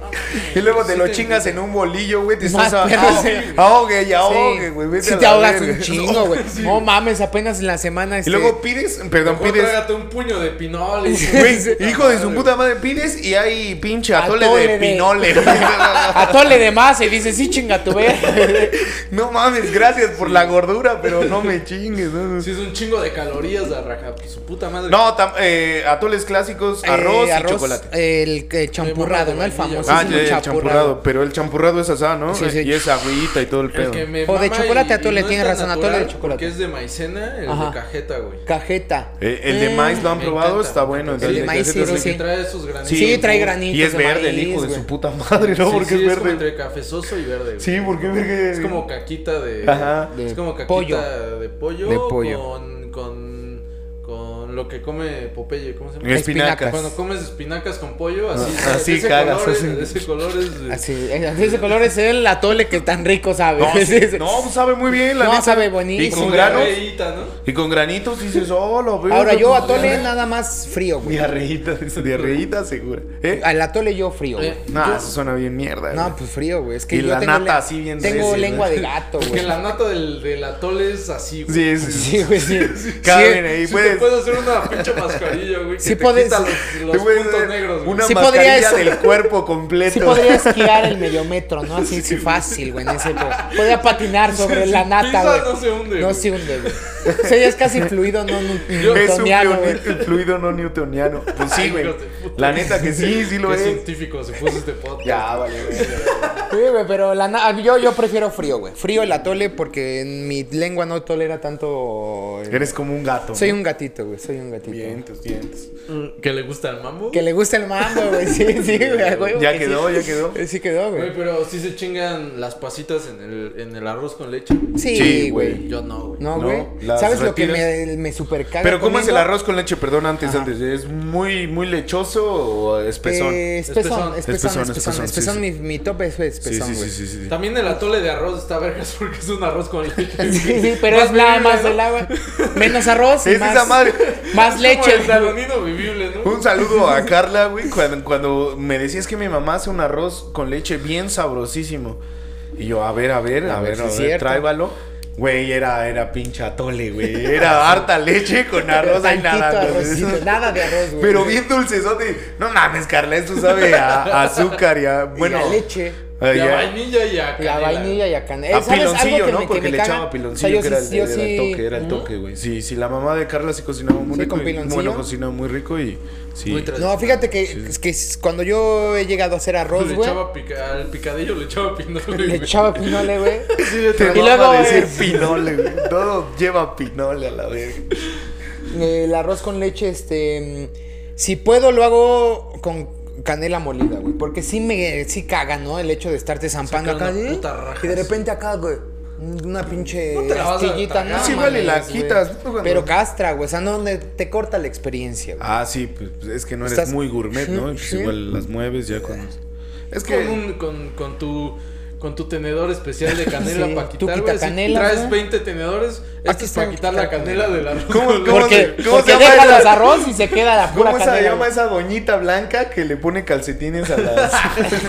C: Ah,
A: Y luego te
C: sí
A: lo chingas en un bolillo, güey. Te
B: Más
A: estás a-
B: perro,
A: ahogue,
B: sí.
A: ahogue y
B: Sí.
A: ahogue, güey. vete
B: Sí
A: a
B: te
A: la
B: ahogas
A: verga.
B: un chingo, güey.
A: Sí.
B: No mames, apenas en la semana.
A: Y
B: este,
A: luego pides, perdón,
C: Mejor
A: pides.
C: trágate un puño de pinol. y-
A: Güey, hijo de su puta madre, pides y hay pinche atole,
B: Atole
A: de
B: de-
A: pinole. güey.
B: Atole de más y dice, sí, chinga tu verga.
A: no mames, gracias por la gordura, pero no me chingues. no, no.
C: Si es un chingo de calorías la raja, pues, su puta madre.
A: No, tam- eh, atoles clásicos, arroz,
B: Eh,
A: y chocolate.
B: El, eh, champurrado, ¿no? El famoso
A: Ah,
B: champurrado.
A: ya, ya, el champurrado, pero el champurrado es asá, ¿no?
B: Sí, sí.
A: Y es agüita y todo el
C: El
A: pedo.
C: que me
B: O de
C: mama
B: chocolate
C: y-
B: atole,
C: y no
B: tiene
C: es tan
B: razón, atole
C: natural,
B: de chocolate.
C: Porque es de maicena, el
B: Ajá.
C: de cajeta, güey.
B: Cajeta.
A: Eh, el de maíz lo han
C: me
A: probado,
C: encanta.
A: está bueno.
C: El
A: entonces,
C: de
A: hay que
B: Mm, maíz,
A: hacerlo
B: sí,
C: Pero
A: así.
C: que trae sus granitos.
B: Sí, trae granitos
A: Y es
B: de
A: verde el
B: maíz,
A: hijo de
B: güey.
A: su puta madre, ¿no?
C: Sí,
A: porque
C: sí,
A: es
C: como
A: verde.
C: entre cafezoso y verde, güey.
A: Sí, porque es verga.
C: Es como caquita de.
A: Ajá.
C: Es como caquita
B: Pollo.
C: de pollo.
B: De pollo.
C: Con. con con lo que come Popeye, ¿cómo se llama?
A: Espinacas.
C: Cuando comes espinacas con pollo, así,
A: Ah, así
C: de ese
A: cagas,
C: color, es-
A: así.
C: de ese color es de-
B: Así, Ah, eh, de ese color es el atole que tan rico sabe.
A: No, sí,
B: Sí, sí.
A: no, pues sabe muy bien. La
B: No,
A: neta.
B: sabe buenísimo.
A: Y
C: de
A: con granos.
C: arreíta, ¿no?
A: Y con granitos dices, oh, lo veo.
B: Ahora yo
A: Pues,
B: atole nada más frío, güey.
A: Diarreíta, dice, diarreíta segura. ¿Eh?
B: Al atole yo frío, güey.
C: Eh,
A: Nah,
C: yo-
A: eso suena bien mierda.
B: No,
A: güey.
B: pues frío, güey. Es que
A: Y
B: yo
A: la
B: tengo,
A: nata
B: le-
A: así bien
B: tengo
A: recia,
B: lengua
A: güey.
B: de gato,
C: que
B: güey.
C: la nata del, del atole es así,
A: Sí,
C: güey.
A: sí, sí.
B: Sí, güey, sí.
A: Caben ahí, pues.
C: Si
A: puedes.
C: te puedes hacer una pinche mascarilla, güey. Que
B: Sí
C: te
B: puedes-
C: quita los,
A: te
C: los
A: puedes
C: puntos
A: hacer
C: negros, güey.
A: Una
B: Sí podría
A: mascarilla
B: eso.
A: del cuerpo completo.
B: Sí podría esquiar el medio metro, ¿no? Así sí, fácil, güey. en ese po- Podría patinar sobre la nata,
C: Pisa,
B: güey.
C: no se hunde,
B: No
C: güey.
B: se hunde, güey. O sea, ya es casi fluido, no nu-
A: es un
B: newtoniano, güey.
A: fluido, fluido no newtoniano. Pues sí,
C: Ay,
A: güey.
C: hijos de puta.
A: La neta que sí, sí lo
C: Qué
A: es.
C: científico se puso este podcast.
A: Ya, vale, güey.
B: Sí, güey, pero la na- yo, yo prefiero frío, güey. Frío el atole porque mi lengua no tolera tanto.
A: Eres como un gato.
B: Soy un gatito, güey. Soy un gatito.
A: Vientos, vientos.
C: Mm, ¿Que le gusta el mambo?
B: Que le gusta el mambo, güey. Sí, sí, güey. a huevo
A: Ya
B: que
A: quedó,
B: sí.
A: ya quedó.
B: Sí quedó,
C: Güey,
B: güey.
C: pero si se chingan las pasitas en el, en el arroz con leche.
A: Sí,
B: Sí,
A: güey.
B: güey.
C: Yo no, güey.
B: No,
A: No,
B: güey.
A: las
B: ¿Sabes lo que
A: retiras.
B: me, me super caga?
A: Pero ¿cómo es el
B: comiendo?
A: arroz con leche? Perdón, antes,
B: Ajá.
A: antes. ¿Es muy, muy lechoso o espesón?
B: Eh, espesón,
C: Espesón.
B: espesón,
A: Espesón, espesón,
B: espesón.
A: sí, sí.
B: Espesón, mi, mi top es
A: sí,
B: espesón,
A: sí,
B: güey.
A: sí, sí, sí.
C: También el atole de arroz está vergas porque es un arroz con leche.
B: Sí, sí, pero es nada más del agua. Menos arroz y
A: Es
B: más,
A: esa madre.
B: más leche.
C: el salonino vivible, ¿no?
A: Un saludo a Carla, güey, cuando, cuando me decías que mi mamá hace un arroz con leche bien sabrosísimo. Y yo, a ver, a ver, a,
B: A
A: ver,
B: ver si
A: a
B: es
A: ver,
B: cierto.
A: tráibalo. Güey, era, era pinche atole, güey. Era harta leche con arroz y
B: Tantito
A: nada. güey.
B: arrocito, nada de arroz, güey.
A: Pero bien dulcezote. No mames, Carla, eso sabe a, a azúcar y a...
B: Y
A: Bueno,
B: la leche. Eh,
A: a-
C: Y a
A: ya-
C: vainilla y a
B: La
C: canela.
B: vainilla y a canela.
A: a Ah, piloncillo, ¿no? Porque le echaba piloncillo, que era el, era
B: yo
A: el
B: sí-
A: toque, era el toque, güey. Sí, sí, la mamá de Carla sí cocinaba muy
B: Sí,
A: rico.
B: con
A: y-
B: piloncillo.
A: bueno, cocinaba muy rico y... Sí.
C: Muy tra-
B: No, fíjate que, que s- cuando yo he llegado a hacer arroz,
C: Le
B: güey,
C: echaba pica- al picadillo le echaba pinole.
B: le
C: güey.
B: echaba pinole, güey.
A: Te
B: Y
A: mama
B: luego
A: decir
B: es-
A: pinole, güey. Todo lleva pinole a la verga.
B: Eh, El arroz con leche, este. mm, Si puedo, lo hago con canela molida, güey. Porque sí me sí caga, ¿no? El hecho de estarte zampando
C: Sacar
B: acá.
C: una
B: ¿eh?
C: puta raja.
B: Y de repente acá, güey. Una pinche
C: No te la vas a
B: astillita,
C: tragar.
B: ¿no?
A: Sí, vale, la
B: mames, güey.
A: quitas, ¿no? Cuando-
B: Pero castra, güey. O sea, no ne- te corta la experiencia, güey.
A: Ah, sí, pues pues, es que no eres
B: Estás-
A: muy gourmet, ¿no? Y pues
B: Sí.
A: igual las mueves ya con. Es que.
C: Con, un- con, con tu con tu tenedor especial de canela
B: Sí,
C: para
B: tú
C: quitar,
B: quita
C: güey. Si
B: canela,
C: traes
B: güey.
C: 20 tenedores, este es
B: está,
C: para quitar la
B: quita
C: canela del arroz. con
A: ¿Cómo
B: porque
A: se- cómo
B: porque
A: se llama
B: deja
A: esa-
B: los arroz y se queda la pura
A: ¿Cómo se
B: canela.
A: llama
B: güey.
A: esa doñita blanca que le pone calcetines a las.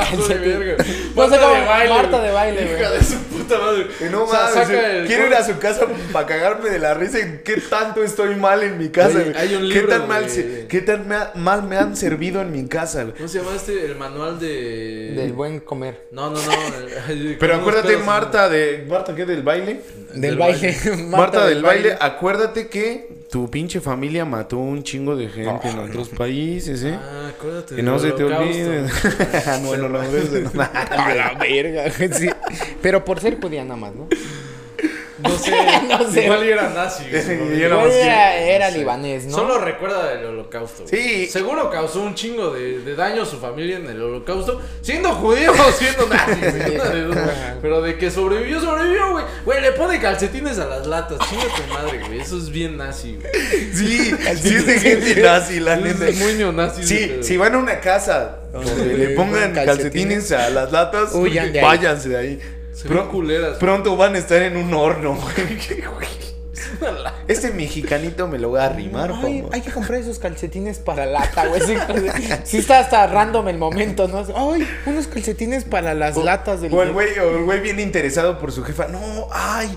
C: leche, de verga.
B: No sé
C: Marta
B: cómo-
C: de baile,
B: Marta
C: güey.
B: de baile, güey.
C: Hija de su puta madre.
A: Que no
C: O sea,
A: mames,
C: saca
A: eh,
C: el-
A: quiero ir a su casa para cagarme de la risa. en ¿Qué tanto estoy mal en mi casa?
C: Oye,
A: güey?
C: hay un
A: ¿Qué
C: libro,
A: tan, mal,
C: güey.
A: se- qué tan ma- mal me han servido en mi casa? güey?
C: ¿Cómo se llama este? El manual de.
B: Del buen comer.
C: No, no, eh, no. el-
A: Pero
C: con
A: acuérdate,
C: unos pedos,
A: Marta, de. ¿Marta qué? ¿Del baile?
C: ¿no?
B: Del, baile.
A: Marta, del, baile, acuérdate que tu pinche familia mató un chingo de gente en otros países, ¿eh?
C: Ah, acuérdate.
A: que no
C: del
A: se te
C: holocausto.
A: olvide. bueno, no, no,
B: A la verga. sí. Pero por ser judía nada más, ¿no?
C: No sé.
B: No sé.
C: Igual era nazi. güey.
A: Y era más
B: Pues era,
A: que-
B: era libanés, ¿no?
C: Solo recuerda el holocausto. güey.
A: Sí.
C: Seguro causó un chingo de, de daño a su familia en el holocausto, siendo judío o siendo nazi. güey, una de dos, güey. Pero de que sobrevivió, sobrevivió, güey. Güey, le pone calcetines a las latas. Chinga tu madre, güey. Eso es bien nazi, güey.
A: Sí, sí es de gente nazi, la neta.
C: Es muy neonazi. ese
A: Sí,
C: pedo.
A: si van a una casa donde le pongan
B: Calcetines.
A: calcetines a las latas,
B: Huyan de ahí.
A: váyanse de ahí.
C: Se
A: Pro-
C: ven culeras.
A: pronto van a estar en un horno, güey.
C: Una lata.
A: Este mexicanito me lo voy a arrimar,
B: Ay,
A: como.
B: hay que comprar esos calcetines para lata, güey. Sí, sí está hasta random el momento, ¿no? Ay, unos calcetines para las latas del...
A: O el güey, o el güey bien interesado por su jefa. No, ay,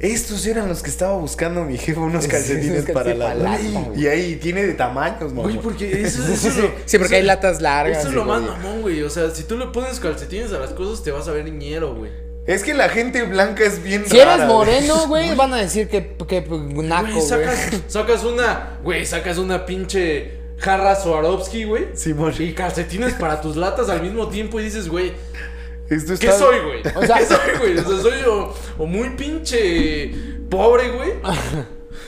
A: estos eran los que estaba buscando mi jefa, unos
B: Sí,
A: calcetines
B: unos
A: para la
B: calcetines para lata, güey.
A: Y ahí tiene de tamaños, mamá.
C: Güey, porque eso, eso es lo-
B: Sí, porque hay latas largas.
C: Eso es lo
B: y
C: más
B: güey.
C: mamón, güey. O sea, si tú le pones calcetines a las cosas, te vas a ver ñero, güey.
A: Es que la gente blanca es bien
B: Si
A: rara,
B: eres
A: güey.
B: moreno, güey, van a decir que, que naco,
C: Güey,
B: güey.
C: sacas, sacas una, güey, sacas una pinche jarra Swarovski, güey.
A: Simón.
C: Y calcetines para tus latas al mismo tiempo y dices, güey,
A: Esto
C: ¿qué
A: está-
C: soy, güey?
B: O sea-
C: ¿Qué soy, güey? O sea, soy o, o muy pinche pobre, güey.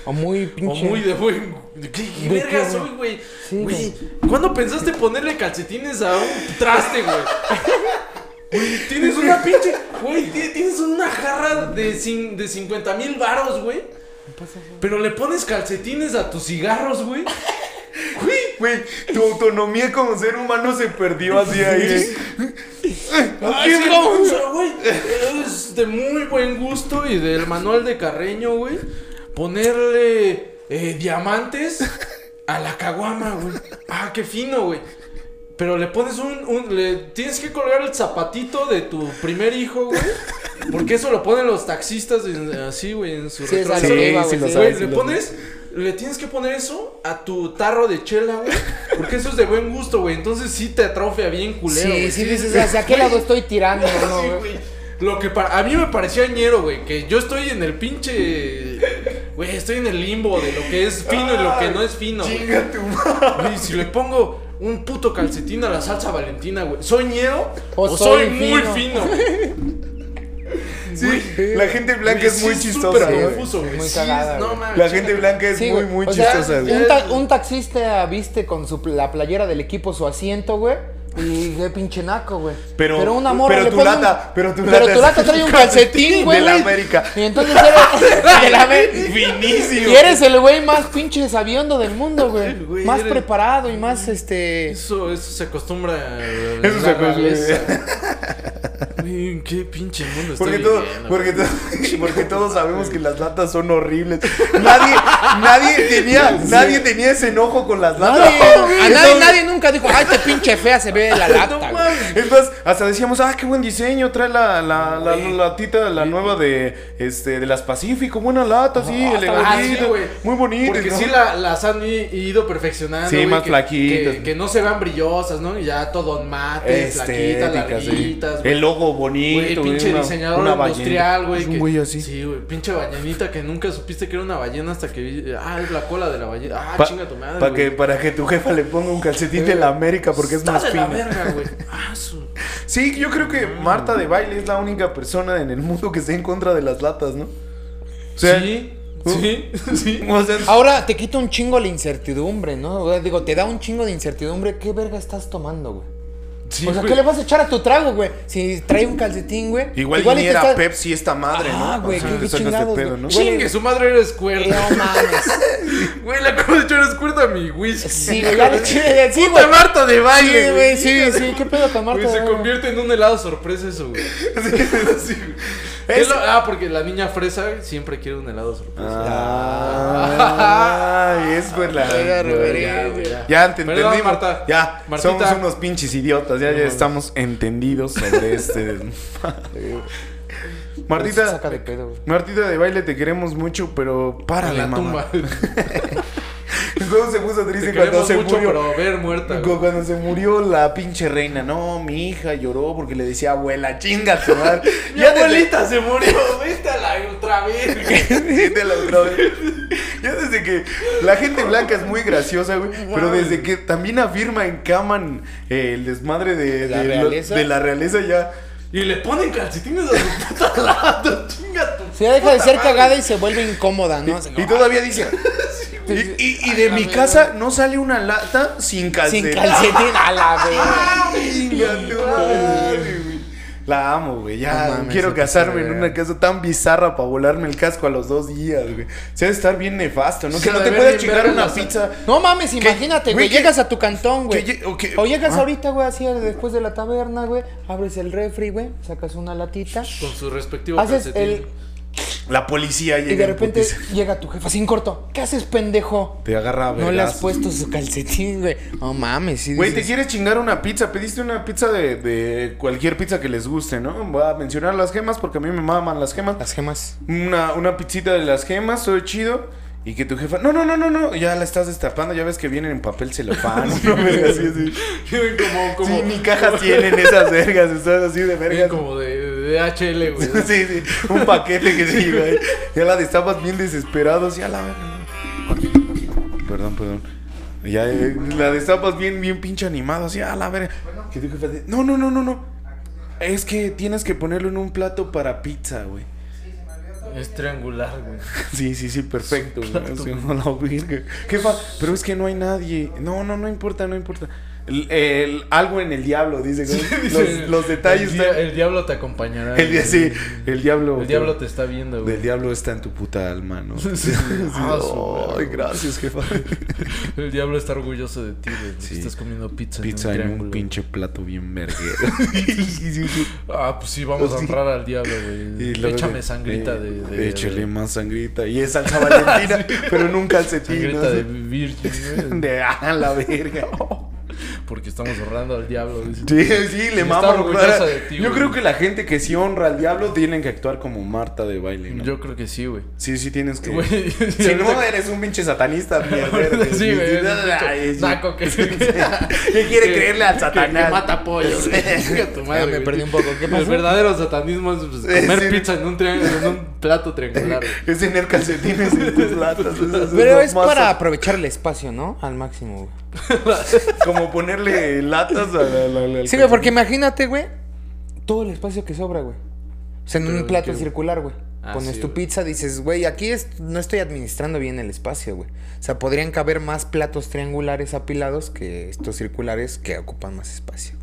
B: O muy
C: O
B: pinche...
C: muy de buen. ¿Qué,
B: ¿De
C: qué verga
B: qué?
C: soy, güey?
B: Sí,
C: Güey, ¿cuándo pensaste ponerle calcetines a un traste, güey? Güey, Tienes una pinche. Güey, ti- tienes una jarra de, cin- de 50 mil varos, güey. Pero le pones calcetines a tus cigarros, güey.
A: Güey, güey, tu autonomía como ser humano se perdió así ahí. eh.
C: Ay, Ah, sí, o sea, güey, Es de muy buen gusto y del manual de Carreño, güey. Ponerle eh, diamantes a la caguama, güey. Ah, qué fino, güey. Pero le pones un, un- le tienes que colgar el zapatito de tu primer hijo, güey. Porque eso lo ponen los taxistas en- así, güey, en su
B: Sí, es
C: retrovisor.
A: Sí,
B: arriba,
A: sí
B: güey,
A: lo
B: sí.
A: sabes.
C: Güey, le pones, le tienes que poner eso a tu tarro de chela, güey. Porque eso es de buen gusto, güey. Entonces sí te atrofia bien culero.
B: Sí,
C: güey.
B: sí, dices, ¿hacia qué lado estoy tirando? no,
C: Sí,
B: güey?
C: güey. Lo que para, a mí me parecía ñero, güey, que yo estoy en el pinche. Güey, estoy en el limbo de lo que es fino y lo que no es fino, güey.
A: Chinga tu madre.
C: Y si le pongo un puto calcetín a la salsa valentina, güey, ¿soy ñero? O,
B: O
C: soy,
B: soy
C: muy
B: fino.
C: fino. güey?
A: Sí, la gente blanca
C: Güey,
A: es muy
C: sí
A: chistosa,
C: súper
A: güey.
C: confuso, güey.
B: Muy
C: Sí,
B: cagada,
C: no
B: güey.
C: mames,
A: La
C: chécate.
A: gente blanca es
B: Sí,
A: muy,
B: güey.
A: muy
B: O sea,
A: chistosa, güey.
B: Un, ta- un taxista viste con su, pl- la playera del equipo su asiento, güey. Y qué pinche naco, güey.
A: Pero-
B: una morra
A: pero
B: le
A: tu
B: pone
A: lata, pero tu
B: pero
A: lata
B: tu
A: es
B: lata trae un calcetín, güey.
A: de la América.
B: Y entonces eres, de la América.
A: Finísimo.
B: Y eres el güey más pinche sabiondo del mundo, güey.
C: Sí, güey,
B: Más
C: eres-
B: preparado y más este.
C: Eso, eso se acostumbra.
A: Eso se acostumbra.
C: Güey, ¿en qué pinche mundo estoy
A: Porque, todo-
C: viviendo,
A: porque,
C: güey?
A: todo- porque todos sabemos que las latas son horribles. Nadie, nadie, tenía, nadie tenía ese enojo con las latas.
B: Nadie, a nadie,
A: Entonces-
B: nadie nunca dijo, ay, qué pinche fea se ve la
C: No
B: lata. güey".
C: mames.
A: Entonces, hasta decíamos, ah, qué buen diseño, trae la, la, la,
C: Güey.
A: la latita, la nueva de, este, de las Pacífico, buena lata, sí,
B: Ah,
A: elegantita,
C: sí, güey.
A: muy bonita.
C: Porque
A: ¿no?
C: sí la- las han i- ido perfeccionando.
A: Sí,
C: güey,
A: más
C: que-
A: flaquitas.
C: Que, que no se vean brillosas, ¿no? Y ya todo en mate, flaquitas,
A: Estética, Este, sí.
C: larguitas. güey.
A: El logo bonito,
C: Güey,
A: güey,
C: pinche
A: una-
C: diseñador
A: una ballena.
C: industrial, güey.
A: Es un
C: que-
A: güey así.
C: Sí, güey. Pinche ballenita que nunca supiste que era una ballena hasta que vi. Ah, es la cola de la ballena. Ah,
A: Pa-
C: chinga tu madre.
A: pa'
C: güey.
A: que, para que tu jefa le ponga un calcetín de la América porque es
C: Está
A: más
C: de la
A: fino.
C: verga, güey. Ah, su.
A: Sí, yo creo que Marta de Baile es la única persona en el mundo que esté en contra de las latas, ¿no? O sea,
C: Sí,
A: Uh.
C: sí, sí.
A: o sea,
B: Ahora te quita un chingo la incertidumbre, ¿no? O sea, Digo, te da un chingo de incertidumbre. ¿Qué verga estás tomando, güey?
C: sí,
B: o sea,
C: güey.
B: ¿qué le vas a echar a tu trago, güey? Si trae un calcetín, güey.
A: igual,
B: y
A: ni
B: te
A: era
B: está-
A: Pepsi esta madre, ¿no?
B: Ah, güey,
A: O sea,
B: qué-
A: te
B: qué
A: sacas de
B: chingados,
A: pedo,
B: güey.
A: ¿no?
C: Chingue, su madre eres cuerda.
B: No mames.
C: Güey, le acabo de echar escuerda a mi whisky.
B: Sí, güey. ya le eché- Sí, güey.
C: Puta Marta de baile,
B: Sí, güey. Sí, sí. ¿Qué pedo con Marta?
C: Güey, se
B: güey?
C: convierte en un helado sorpresa eso, güey.
A: Sí, sí.
C: Es
A: Es-
C: lo- ah, porque la niña fresa siempre quiere un helado sorpresa.
A: Ah, es por la.
B: Verga,
C: ya, güey,
B: reverendo.
C: ya.
A: Ya te
C: Perdón,
A: entendimos.
C: Marta.
A: Ya,
C: Martita.
A: somos unos pinches idiotas. Ya, ya estamos entendidos sobre este. desmadre.
C: Pues,
B: Se
A: Martita,
B: Saca de pedo, güey.
A: Martita de baile, te queremos mucho, pero
C: En
A: párale,
C: la
A: mamá.
C: tumba.
A: Entonces se puso
C: Te
A: triste cuando
C: queremos
A: se
C: mucho,
A: murió.
C: pero ver muerta.
A: Cu-
C: güey.
A: Cuando se murió la pinche reina, no, mi hija lloró porque le decía abuela, chinga tu madre.
C: Mi
A: ya desde,
C: abuelita se murió, vete a la otra vez.
A: Vete a la otra vez. Ya desde que la gente blanca es muy graciosa, güey, pero desde que también afirma en Kaman eh, el desmadre de,
B: ¿La
A: de, lo-
B: realeza?
A: de la realeza ya.
C: Y le ponen calcetines a su puta lado, chinga tu.
B: Se deja de
C: puta
B: ser
C: madre.
B: cagada y se vuelve incómoda, ¿no?
A: Y todavía dice. Y, y- y de mi casa no sale una lata sin
B: Sin
A: calcetín.
B: calcetín. A la verga.
A: Chinga tu madre, güey. La amo, güey. Ya
B: No mames,
A: quiero
B: se pasa
A: casarme
B: de
A: en
B: verga.
A: una casa tan bizarra para volarme el casco a los dos días, güey. Se ha de estar bien nefasto, ¿no?
C: Sí,
A: que no
C: ha
A: te
C: de ver
A: puedas
C: bien
A: chingar
C: verga
A: una
C: la-
A: pizza.
B: No mames, imagínate,
A: güey,
B: güey.
A: que-
B: Llegas a tu cantón, güey.
A: que lle- o que-
B: O llegas
A: ah.
B: ahorita, güey, así después de la taberna, güey. Abres el refri, güey. Sacas una latita.
C: Con su respectivo
B: Haces
C: calcetín.
B: el.
A: La policía llega.
B: Y de
A: en
B: repente
A: putiza.
B: llega tu jefa sin corto. ¿Qué haces, pendejo?
A: Te agarra a
B: No le
A: vergazos.
B: has puesto su calcetín, güey. No mames, sí.
A: Güey, te
B: dices,
A: quieres chingar una pizza. Pediste una pizza de, de cualquier pizza que les guste, ¿no? Voy a mencionar las gemas porque a mí me maman las gemas.
B: Las gemas.
A: una, una pizzita de las gemas, todo chido. Y que tu jefa, no, no, no, no, no, ya la estás destapando, ya ves que vienen en papel celofán. una verga así, así.
C: Vienen como, como,
A: Sí, ni cajas tienen esas vergas, están así de
C: vienen
A: vergas.
C: como de, de HL, güey.
A: Sí, sí, un paquete que sí, güey. Ya la destapas bien desesperados, ya la Perdón, perdón. Ya eh, la destapas bien, bien pinche animados, ya la verga. Que tu jefa de, no, no, no, no, no. Es que tienes que ponerlo en un plato para pizza, güey.
C: Es triangular, güey.
A: Sí, sí, sí, perfecto. güey.
C: Exacto.
A: Sí, no, la virgen. Jefa, pero es que no hay nadie. No, no, no importa, no importa. El, el- algo en el diablo, dice. güey.
C: Dice,
A: los, los detalles.
C: El,
A: están-
C: dia- el diablo te acompañará.
A: el di- sí, el diablo.
C: El diablo te está viendo, güey.
A: Del diablo está en tu puta alma, ¿no?
C: Sí, sí, sí. Ah, su
A: Ay,
C: verga.
A: gracias, jefa.
C: El diablo está orgulloso de ti, güey. porque
A: Sí.
C: Estás comiendo pizza,
A: Pizza en un
C: triángulo.
A: pinche plato bien verguero.
C: Ah, pues sí, vamos a
A: Sí.
C: honrar al diablo,
A: Y
C: güey.
A: luego
C: Échame
A: de-
C: sangrita de, de,
A: Échale más sangrita. Y es salsa valentina, pero nunca un calcetín.
C: Sangrita
A: ¿no?
C: de virgen, güey.
A: De a la verga.
C: Porque estamos honrando al diablo, dice.
A: Sí, sí, le
C: Está
A: mama.
C: orgullosa
A: honrar a-
C: de ti,
A: Yo
C: güey.
A: creo que la gente que sí honra al diablo tienen que actuar como Marta de baile, ¿no?
C: Yo creo que sí, güey.
A: Sí, sí tienes que.
C: Güey,
A: Si no, eres un pinche satanista, Ah, mierdero.
C: Sí, güey, es un
A: Ay,
C: pinche
A: sí.
C: naco que-
A: Sí. ¿Qué quiere
C: que-
A: creerle al satanás?
C: Que mata pollos. güey. Chinga tu madre,
B: Ya Ah, me
C: güey.
B: perdí un poco. ¿Qué pasó?
C: El verdadero satanismo es pues,
A: Sí,
C: comer
A: sí.
C: pizza en un, triángulo, en un plato triangular. güey.
A: Es tener calcetines en tus latas. eso es
B: Pero
A: lo
B: es
A: más-
B: para aprovechar el espacio, ¿no? Al máximo, güey.
A: Como ponerle latas a la. la- la-
B: Sí, güey, porque imagínate, güey, todo el espacio que sobra, güey. O sea, en
C: Pero,
B: un plato
C: ¿qué?
B: circular, güey.
C: Ah,
B: Pones
C: sí,
B: tu
C: güey.
B: pizza, dices, güey, aquí es- no estoy administrando bien el espacio, güey. O sea, podrían caber más platos triangulares apilados que estos circulares que ocupan más espacio.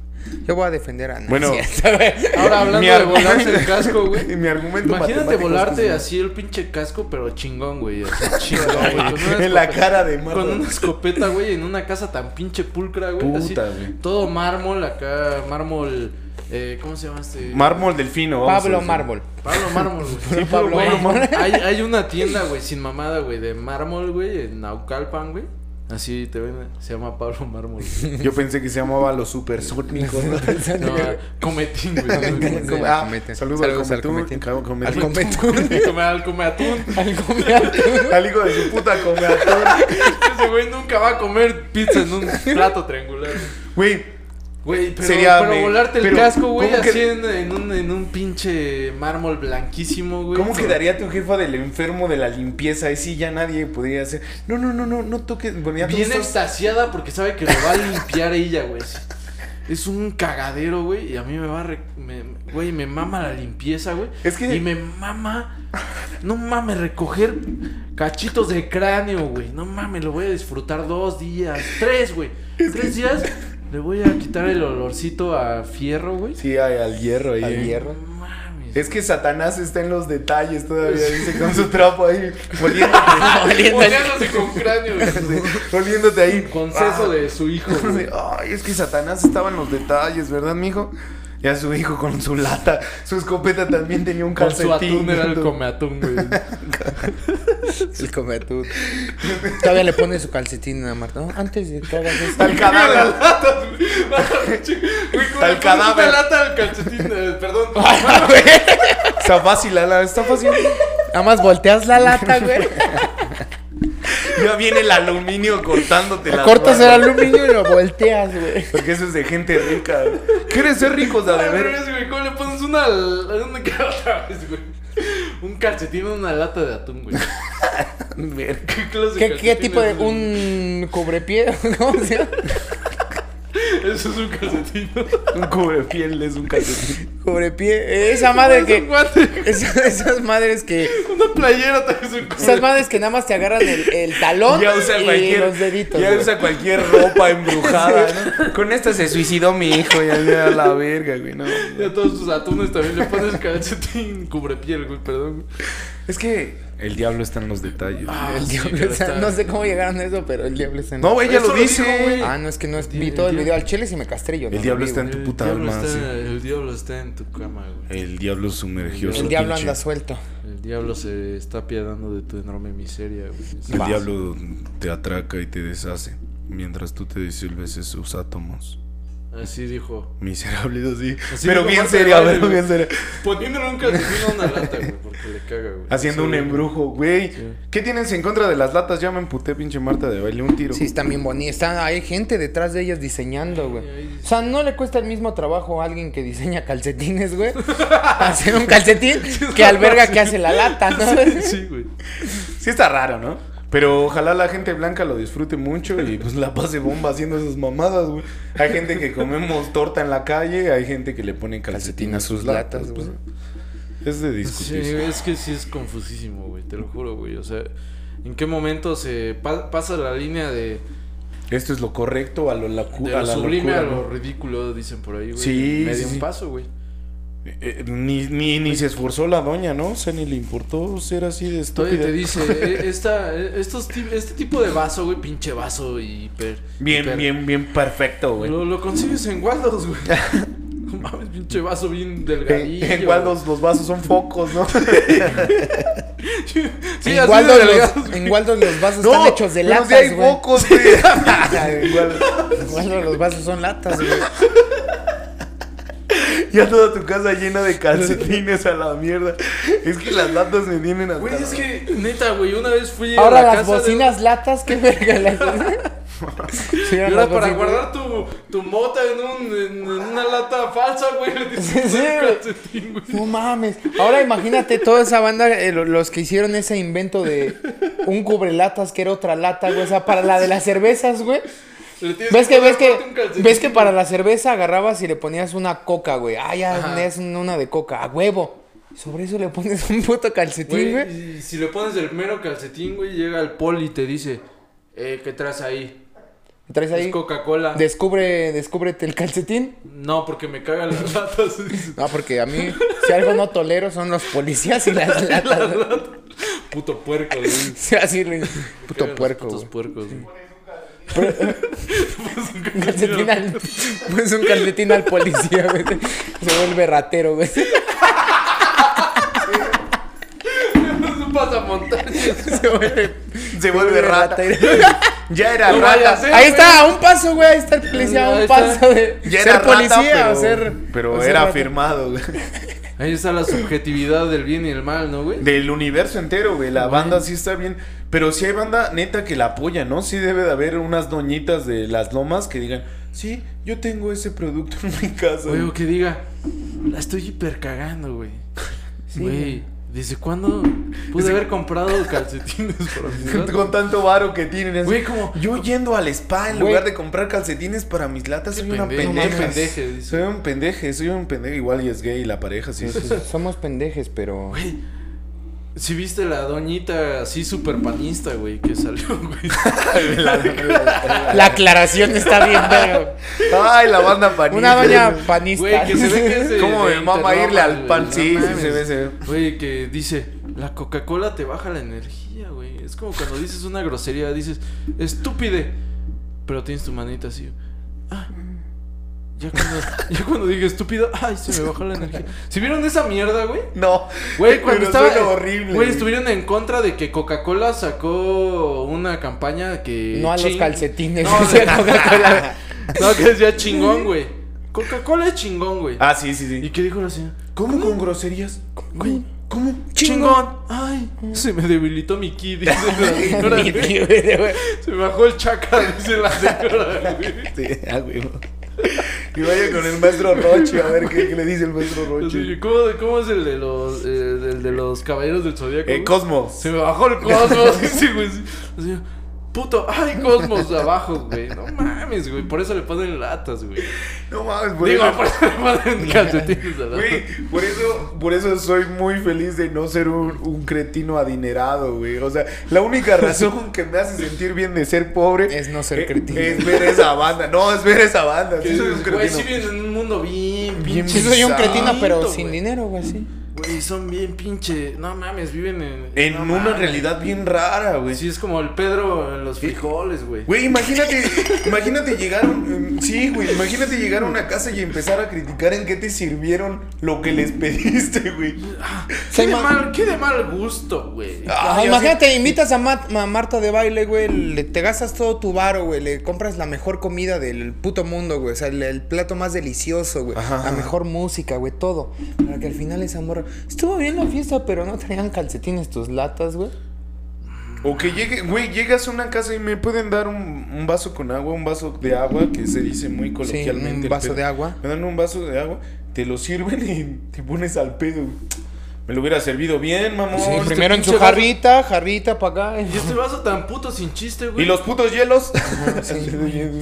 B: Yo voy a defender a... no,
A: Bueno.
B: es cierto, güey.
C: Ahora hablando
A: Mi
C: de
A: ar-
C: volarse el casco, güey.
A: Mi argumento
C: Imagínate
A: matemático es que
C: volarte
A: sí.
C: así el pinche casco, pero chingón, güey. así chingón, güey. con una
A: En la
C: escopeta-
A: cara de
C: Con
A: Marta.
C: una escopeta, güey, en una casa tan pinche pulcra, güey. así,
A: Puta, güey.
C: Todo mármol acá, mármol. Eh, ¿Cómo se llama este?
A: Mármol delfino. vamos a
B: Pablo
A: decir.
B: Mármol.
C: Pablo Mármol, güey.
A: Sí, puro
C: Güey,
A: Pablo Mármol.
C: Hay, hay una tienda, güey, sin mamada, güey, de mármol, güey, en Naucalpan, güey. Así te ven, se llama Pablo Mármol. güey.
A: Yo pensé que se llamaba los supersónicos. ¿no?
C: No, cometín, güey.
B: Cometín,
C: Come-
B: güey.
A: Ah,
B: Cometen.
A: Saludos
B: Saludos
A: al
B: al
A: cometún.
B: cometún.
A: Cabo-
B: Al
A: cometún.
B: cometún.
C: Come al come atún.
B: Al cometún.
A: Al hijo de su puta comeatón.
C: Ese güey nunca va a comer pizza en un plato triangular.
A: Güey,
C: Güey, pero,
A: Sería
C: pero
A: me-
C: volarte el
A: pero,
C: casco, güey,
A: ¿cómo que-
C: así en, en un, en un pinche mármol blanquísimo, güey.
A: ¿Cómo
C: Pero-
A: quedaría tu jefa del enfermo de la limpieza? Ahí sí ya nadie podría hacer. No, no, no, no, no toques. Bueno, ya
C: Bien
A: todos-
C: extasiada porque sabe que lo va a limpiar ella, güey. Es un cagadero, güey. Y a mí me va a. re- me- Güey, me mama la limpieza, güey.
A: Es que-
C: Y me mama. No mames, recoger cachitos de cráneo, güey. No mames, lo voy a disfrutar dos días. Tres, güey. Tres días. Le voy a quitar el olorcito a fierro, güey.
A: Sí, hay al hierro ahí.
B: Al
A: eh.
B: hierro.
C: No mames.
A: Es que Satanás está en los detalles todavía, dice, con su trapo ahí, oliéndote,
C: Oleándose con cráneo, güey.
A: oliéndote ahí.
C: Con seso de su hijo, güey.
A: Ay, es que Satanás estaba en los detalles, ¿verdad, mijo? Y a su hijo con su lata, su escopeta también tenía un
C: Con su
A: calcetín.
C: atún era el
A: ¿no?
C: comeatún, güey.
B: El cometún. Todavía le pone su calcetín a Marta. No, antes de que hagas esto.
A: Al cadáver. Al cadáver.
C: Al cadáver. lata al calcetín, eh, perdón.
A: Está fácil, Ala, está fácil.
B: Nada más volteas la lata, güey.
A: Ya viene el aluminio cortándote la
B: Cortas el aluminio y lo volteas, güey.
A: Porque eso es de gente rica. ¿Quieres ser ricos de a de
C: Al
A: ver?
C: revés, güey, ¿Cómo le pones una, una otra vez, güey? Un calcetín en una lata de atún, güey. ¿Qué,
B: ¿Qué,
C: clase de
B: qué
C: calcetín
B: tipo
C: es
B: de
C: ese?
B: un cubrepié? ¿Cómo se llama?
C: Eso es un calcetín.
A: Un cubrepiel es un calcetín.
B: Cubrepié. Esa madre
C: Es un
B: que.
C: guante.
B: Esas, esas madres que.
C: Una playera también es un
B: Esas
C: calcetín.
B: madres que nada más te agarran el, el talón
A: Ya usa
B: y
A: cualquier.
B: los deditos.
A: ya
B: güey.
A: usa cualquier ropa embrujada, ¿no? Con esta se suicidó mi hijo. Ya a la verga, güey. No.
C: Y a todos tus atunes también le pones calcetín cubrepiel, güey, perdón. güey.
A: Es que el diablo está en los detalles.
C: Ah,
B: El
C: sí,
B: diablo
C: pero
B: está-
C: está-
B: No sé cómo llegaron a eso, pero el diablo está en.
A: No, ella
C: Eso
A: lo
C: lo dijo,
A: dice.
C: güey.
B: Ah, no, es que no es- vi
C: Diablo,
B: todo el
C: diablo.
B: video al chile y me castré yo. no
A: El
B: lo
A: diablo
B: vi,
A: está en
B: güey.
A: tu puta
C: diablo
A: alma.
C: está-
A: sí.
C: El diablo está en tu cama, güey.
A: El diablo sumergió
C: El
A: su
B: El diablo
A: pinche-
B: anda suelto.
C: El diablo se está apiadando de tu enorme miseria, güey.
A: El
B: Va.
A: diablo te atraca y te deshace. Mientras tú te disuelves en sus átomos.
C: Así dijo.
A: Miserable, así.
C: Así
A: pero
C: dijo
A: bien
C: Marta
A: serio,
C: de baile,
A: pero bien serio.
C: Poniéndole un calcetín a una lata, güey, porque le caga, güey.
A: Haciendo
C: Sí,
A: un
C: güey.
A: embrujo, güey.
C: Sí.
A: ¿Qué tienes en contra de las latas? Ya me emputé, pinche Marta de baile, un tiro.
B: Sí, están bien bonitas. Están- Hay gente detrás de ellas diseñando, güey.
C: ahí-
B: O sea, no le cuesta el mismo trabajo a alguien que diseña calcetines, güey. hacer un calcetín que alberga que hace la lata, ¿no?
C: Sí, güey.
A: Sí está raro, ¿no? Pero ojalá la gente blanca lo disfrute mucho y pues la pase bomba haciendo esas mamadas, güey. Hay gente que comemos torta en la calle, hay gente que le pone calcetín a sus latas, güey. Es de
C: Sí,
A: discutir.
C: es que sí es confusísimo, güey, te lo juro, güey. O sea, ¿en qué momento se pa- pasa la línea de
A: esto es lo correcto, a lo, lacu-
C: De
A: Uh, a
C: lo
A: la
C: sublime
A: locura,
C: a
A: ¿no?
C: lo ridículo, dicen por ahí, güey.
A: Sí,
C: Me
A: sí,
C: dio
A: sí.
C: un paso, güey.
A: Eh, eh, ni, ni, ni se esforzó la doña, ¿no? O sea, ni le importó ser así de
C: Todavía
A: estúpida.
C: te dice, "Eh, esta, eh, estos, ti- este tipo de vaso, güey, pinche vaso hiper.
A: Bien,
C: hiper-
A: bien, bien perfecto, güey.
C: Lo, lo consigues en Waldos, güey. No mames, pinche vaso bien delgadillo.
A: Eh, En Waldos los vasos son focos, ¿no?
C: Sí, así de
B: en, Waldo
C: delgados,
B: los,
C: güey.
B: en Waldo los vasos están hechos de
A: pero
B: latas,
A: sí hay
B: güey.
A: focos, güey. En Waldo.
B: En Waldo los vasos son latas, güey.
A: Ya toda tu casa llena de calcetines a la mierda. Es que las latas me tienen hasta...
C: Güey,
A: la-
C: es que, neta, güey, una vez fui
B: Ahora
C: a la
B: las
C: casa de-
B: bocinas latas, qué verga las Sí,
C: Y
B: eran
C: ahora
B: las
C: para
B: bocinas.
C: guardar tu, tu mota en, un, en, en una lata falsa, güey. le tienes
B: Sí,
C: que
B: sí,
C: poner
B: güey.
C: calcetín, güey.
B: No mames. Ahora imagínate toda esa banda, eh, lo- los que hicieron ese invento de un cubrelatas que era otra lata, güey. O sea, para la de las cervezas, güey.
C: Le tienes
B: ¿Ves que,
C: poner
B: ves que,
C: aparte un calcetín,
B: ves que
C: güey.
B: para la cerveza agarrabas y le ponías una coca, güey. Ah, ya
C: Ajá.
B: es una de coca, a huevo. Sobre eso le pones un puto calcetín,
C: Güey,
B: güey.
C: y si le pones el mero calcetín, güey, llega el poli y te dice, eh, ¿qué traes ahí?
B: Traes ahí.
C: Es Coca-Cola.
B: Descubre, descúbrete el calcetín.
C: No, porque me cagan las latas. dice.
B: No, porque a mí, si algo no tolero son los policías y las latas. güey.
C: Puto puerco, güey. Me
B: Sí, así, güey. Puto
C: cagan
B: puerco,
C: los
B: güey.
C: putos puercos, güey.
B: Un calcetín al, pones un calcetín al policía, güey. Se vuelve ratero, güey.
C: Es un pasamontañas.
B: Se vuelve,
A: Se vuelve rata. Ya era
C: No
A: rata.
C: vayas, Sí,
B: Ahí
C: güey.
B: está, a un paso, güey. Ahí está el policía, a
C: Mm,
B: un
C: Ahí está.
B: paso de
A: Ya
B: ser
A: era
B: policía
A: rata, pero,
B: o ser.
A: pero
B: o ser
A: era
B: rata.
A: afirmado, güey.
C: Ahí está la subjetividad del bien y el mal, ¿no, güey?
A: Del universo entero, güey. La banda sí está bien. Pero sí hay banda neta que la apoya, ¿no? Sí debe de haber unas doñitas de las lomas que digan, sí, yo tengo ese producto en mi casa.
C: Oye, o que diga, la estoy hipercagando, güey. Güey, ¿desde cuándo pude haber comprado calcetines para mis latas?
A: Con tanto varo que tienen. así.
C: Güey, como-
A: Yo yendo al spa en
B: Güey.
A: lugar de comprar calcetines para mis latas, soy una
C: pendejo,
A: pendeja.
C: no mames. Pendeje, dice.
A: soy un pendeje, soy un pendeje. Igual y es gay la pareja, sí. sí.
B: Pues, Somos pendejes, pero.
C: Güey, si viste la doñita así super panista, güey, que salió, güey.
B: La aclaración está bien, verga.
A: Ay, la banda panista.
B: Una doña panista.
C: Güey, que se ve que es de-
A: ¿Cómo
C: de
A: me mama
C: Interlomas,
A: irle al
C: güey,
A: pan?
C: no
A: Sí, sí,
C: mames.
A: se ve, se ve.
C: Güey, que dice, la Coca-Cola te baja la energía, güey. Es como cuando dices una grosería, dices, estúpide. Pero tienes tu manita así. Ah, ya cuando, ya cuando dije estúpido, ay, se me bajó la energía. ¿Si vieron esa mierda, güey?
A: No.
C: Güey, cuando
A: Pero
C: estaba.
A: suena horrible.
C: Güey, estuvieron en contra de que Coca-Cola sacó una campaña que.
B: No a los
C: ching-
B: calcetines.
C: No,
B: o sea, Coca-Cola.
C: No, que decía chingón, güey. Coca-Cola es chingón, güey.
A: Ah, sí, sí,
C: ¿Y
A: sí.
C: qué dijo la señora?
A: ¿Cómo con groserías?
C: Güey,
A: ¿Cómo?
C: chingón. Ay, se me debilitó mi ki, dice la señora.
B: Ni-
C: güey.
B: ni- güey.
C: se me bajó el chaca, dice la señora, güey.
A: Sí, ah, güey. Y vaya con el maestro Roche a ver qué, qué le dice el maestro
C: Así,
A: Roche.
C: ¿Cómo, ¿Cómo es el de los, eh, el de los caballeros del zodiaco?
A: Eh,
C: güey?
A: Cosmos.
C: Se me bajó el cosmos, dice, güey. sí. Así, puto, ay, cosmos abajo, güey. No mames, güey. Por eso le ponen latas, güey.
A: No mames, por
C: Digo, pues,
A: eso-
C: por eso le ponen calcetines a
A: Güey,
C: latas.
A: por eso, por eso soy muy feliz de no ser un, un cretino adinerado, güey. O sea, la única razón que me hace sentir bien de ser pobre
B: Es no ser
A: eh,
B: cretino.
A: Es ver esa banda. No, es ver esa banda. Sí, soy un
C: Güey,
A: cretino.
C: sí viven en un mundo bien,
A: Bien
B: Sí, soy un cretino, pero
C: Güey.
B: sin dinero, güey, sí.
C: Güey, son bien pinche. No mames, viven en.
A: En
C: no
A: una
C: mames.
A: realidad bien rara, güey.
C: Sí, es como el Pedro en los frijoles, güey.
A: Güey, imagínate, imagínate llegar, mm, sí, güey, imagínate llegar a una casa y empezar a criticar en qué te sirvieron lo que les pediste, güey.
C: Qué
B: Soy
C: de,
B: ma-
C: mal, qué de mal gusto, güey.
B: Ajá,
A: Ay,
B: imagínate, invitas a, Ma- a Marta de baile, güey, le- te gastas todo tu varo, güey, le compras la mejor comida del puto mundo, güey, o sea, el, el plato más delicioso, güey,
A: Ajá.
B: la mejor música, güey, todo, para que al final esa morra, estuvo bien la fiesta, pero no traían calcetines tus latas, güey.
A: O que llegue, güey, llegas a una casa y me pueden dar un, un vaso con agua, un vaso de agua, que se dice muy
B: Sí,
A: coloquialmente.
B: un
A: el
B: vaso
A: pedo.
B: de agua.
A: Me dan un vaso de agua, te lo sirven y te pones al pedo. güey. Me lo hubiera servido bien, mamón.
B: Sí,
A: Este
B: primero en su
A: pinche vaso-
B: jarrita, jarrita para acá.
C: Y este vaso tan puto sin chiste, güey.
A: Y los putos hielos.
C: Y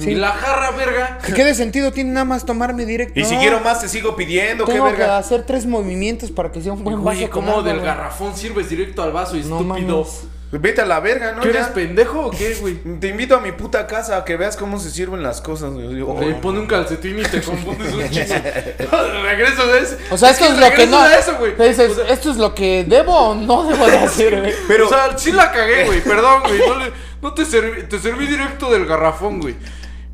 B: Sí.
C: la jarra, verga.
B: ¿Y ¿Qué de sentido tiene nada más tomarme directo?
A: Y si
B: No,
A: quiero más, te sigo pidiendo, qué
B: Tengo que
A: verga.
B: hacer tres movimientos para que sea un buen vaso
C: Güey,
B: con
C: como
B: agua,
C: del
B: güey.
C: garrafón sirves directo al vaso,
B: No
C: estúpido.
B: mames.
A: Vete a la verga, ¿no?
C: ¿Tú eres
A: Ya.
C: pendejo o qué, güey?
A: Te invito a mi puta casa a que veas cómo se sirven las cosas. güey. Yo,
C: Le
A: oh,
C: pone un calcetín y te confundes un chingo. regreso de eso.
D: O sea, esto es lo que
C: regreso
D: no.
C: de eso, güey.
D: Te dices, esto es lo que debo o no debo de hacer, güey.
A: Pero,
C: O sea, sí la cagué, güey. Perdón, güey. No, le- no te serví, te serví directo del garrafón, güey.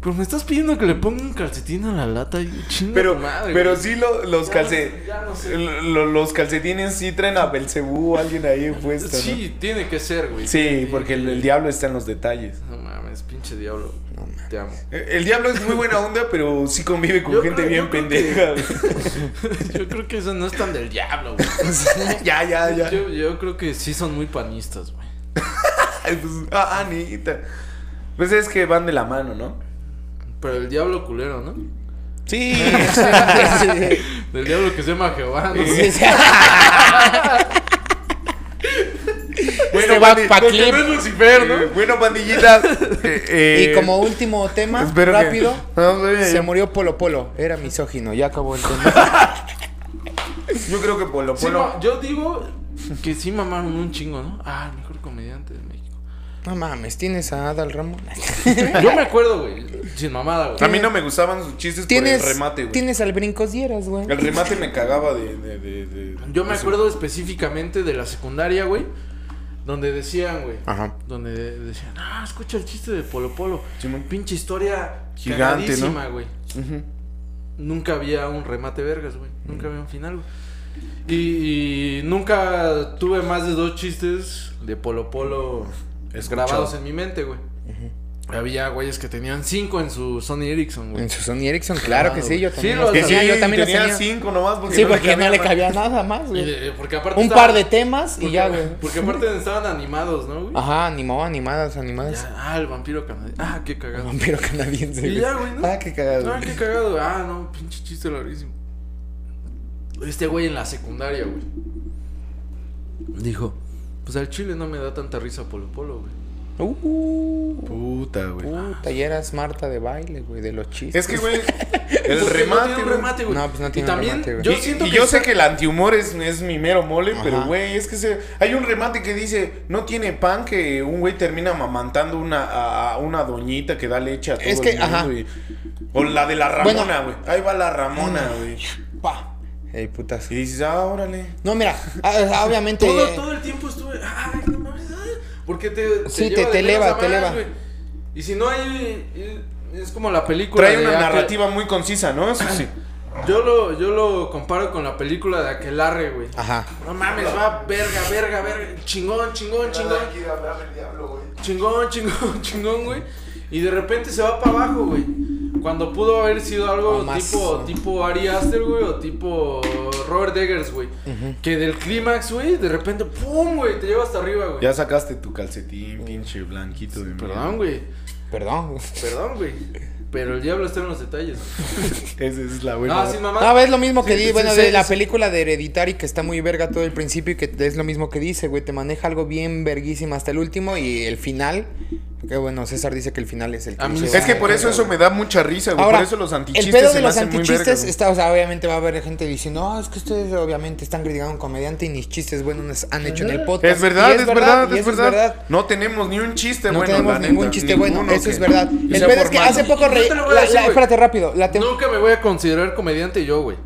C: Pero me estás pidiendo que le ponga un calcetín a la lata y chinga
A: pero,
C: tu madre,
A: pero
C: güey.
A: sí lo- los,
C: Ya
A: calce-
C: no sé, ya no sé.
A: lo- los calcetines sí traen a Belcebú o alguien ahí puesto. ¿no?
C: Sí, tiene que ser, güey.
A: Sí, porque el, el diablo está en los detalles.
C: No mames, pinche diablo. Te amo.
A: Eh, El diablo es muy buena onda, pero sí convive con
C: Yo
A: gente
C: creo-
A: bien
C: yo creo
A: pendeja.
C: Yo creo que eso no es tan del diablo, güey.
A: güey. ya, ya, ya.
C: Yo, yo creo que sí son muy panistas, güey.
A: Ay, pues, ah, Anita. Pues es que van de la mano, ¿no?
C: Pero el diablo culero, ¿no?
A: Sí.
C: Del diablo que se llama Jehová, ¿no?
D: Sí, sí.
C: Este
A: bueno,
D: va
A: pandi-
D: pa'
A: porque
D: clip.
A: no es Lucifer, ¿no? Eh, bueno, pandillitas. eh, eh,
B: Y como último tema,
A: espero que-
B: rápido,
A: No, güey,
B: se murió Polo Polo. Era misógino, ya acabó el tema.
A: Yo creo que Polo
C: Sí,
A: Polo.
C: ma- yo digo que sí mamaron un chingo, ¿no? Ah, el mejor comediante de México.
B: No mames, ¿tienes a Adal Ramón?
C: Yo me acuerdo, güey. Sin mamada,
A: a
C: güey.
A: mí no me gustaban sus chistes
B: ¿Tienes,
A: por el remate, güey.
B: ¿Tienes al Brincos Dieras, güey?
A: El remate me cagaba de. de- de- de-
C: Yo me
A: de su-
C: acuerdo específicamente de la secundaria, güey. Donde decían, güey.
B: Ajá.
C: Donde de- decían, ah, escucha el chiste de Polo Polo.
A: Simón.
C: Pinche historia
A: Gigante,
C: gigante, güey. Nunca había un remate vergas, güey. Nunca
A: Mm.
C: había un final, güey. Y, y nunca tuve más de dos chistes de Polo Polo
A: Escuchado.
C: grabados en mi mente, güey. Había güeyes que tenían cinco en su Sony Ericsson, güey.
B: En su Sony Ericsson, claro que sí, yo
C: Sí,
B: también.
C: lo-
B: los
A: Que sí,
B: tenía, yo también los
A: tenía
B: tenía.
A: cinco nomás. Porque
D: Sí, porque no le
A: más.
D: cabía nada más,
C: Y
D: güey.
C: de- porque aparte
D: Un
C: estaba-
D: par de temas y
C: porque-
D: ya, güey.
C: Porque aparte estaban animados, ¿no, güey?
B: Ajá, animó, animadas, animadas.
C: Ya, ah, el vampiro canadiense. Ah, qué cagado.
B: Vampiro canadiense.
C: Y
B: güey.
C: ya, güey, ¿no?
B: Ah, qué cagado.
C: Ah, qué cagado. Ah, no, pinche chiste larguísimo. Este güey en la secundaria, güey. Dijo, pues al chile no me da tanta risa Polo Polo, güey.
B: Uh,
A: Puta, güey.
B: puta, y eras Marta de baile, güey, de los chistes.
A: Es que, güey, el
C: Porque no
A: remate.
C: tiene un
A: güey.
C: remate, güey.
B: No, pues no
C: Y
B: tiene
C: también,
B: remate, güey.
C: yo
A: Y-
C: siento
A: y
C: que
A: yo
C: está-
A: sé que el antihumor es, es mi mero mole, pero
B: Ajá.
A: güey, es que se, hay un remate que dice, no tiene pan que un güey termina mamantando una, a, a una doñita que da leche a todo
B: Es que,
A: el mundo.
B: ajá.
A: y- o la de la
B: Bueno.
A: Ramona, güey. Ahí va la Ramona, güey.
B: Pa. Ey, putas.
A: Y dices, ah, órale.
B: No, mira, ah, ah, obviamente.
C: todo, todo el tiempo estuve. Ay, no mames. ay, Porque te. te
B: Sí,
C: lleva
B: te- te
C: de menos
B: eleva,
C: a
B: te
C: más,
B: eleva.
C: güey. Y si no hay. Es como la película.
A: Trae
C: de
A: una
C: aquel-
A: narrativa muy concisa, ¿no? Eso sí.
C: Yo lo, yo lo comparo con la película de Aquelarre, güey.
B: Ajá.
C: No mames, va verga, verga, verga. Chingón, chingón, chingón. Chingón, chingón, chingón, güey. Y de repente se va para abajo, güey. Cuando pudo haber sido algo
B: O más.
C: tipo, tipo Ari Aster, güey, o tipo Robert Eggers, güey. Que del clímax, güey, de repente, ¡pum! güey, te lleva hasta arriba, güey.
A: Ya sacaste tu calcetín, pinche blanquito de
C: Perdón, güey.
B: Perdón.
C: Perdón, güey. Pero el diablo está en los detalles.
A: Esa es la buena.
C: Ah, sin mamá.
B: No, es lo mismo que
C: Sí,
B: di,
C: sí,
B: bueno,
C: sí,
B: de
C: sí,
B: la
C: sí.
B: película de Hereditary que está muy verga todo el principio y que es lo mismo que dice, güey, te maneja algo bien verguísima hasta el último y el final, que bueno, César dice que el final es el
C: A mí
B: dice,
C: sí.
A: es que
B: "Ah,
A: por eso eso me da mucha risa, güey.
B: Ahora,
A: por eso los antichistes
B: el pedo
A: se
B: de
A: me
B: los
A: hacen muy
B: antichistes
A: vergas, güey.
B: está, o sea, obviamente va a haber gente diciendo, ah, es que ustedes obviamente están criticando a un comediante y mis chistes buenos han hecho en el podcast.
A: Es verdad,
B: Y
A: es, verdad,
B: y
A: es
B: eso
A: verdad. No tenemos ni un chiste
B: No
A: bueno. la
B: tenemos ningún
A: neta,
B: chiste
A: ninguno
B: bueno, eso
A: que-
B: es verdad.
A: que
B: El
A: sea
B: pedo es que
A: formal.
B: hace poco
C: Yo
B: reí,
C: te lo voy a
B: la-
C: decir,
B: la-
C: güey.
B: espérate rápido, la tem-
C: Nunca me voy a considerar comediante yo, güey.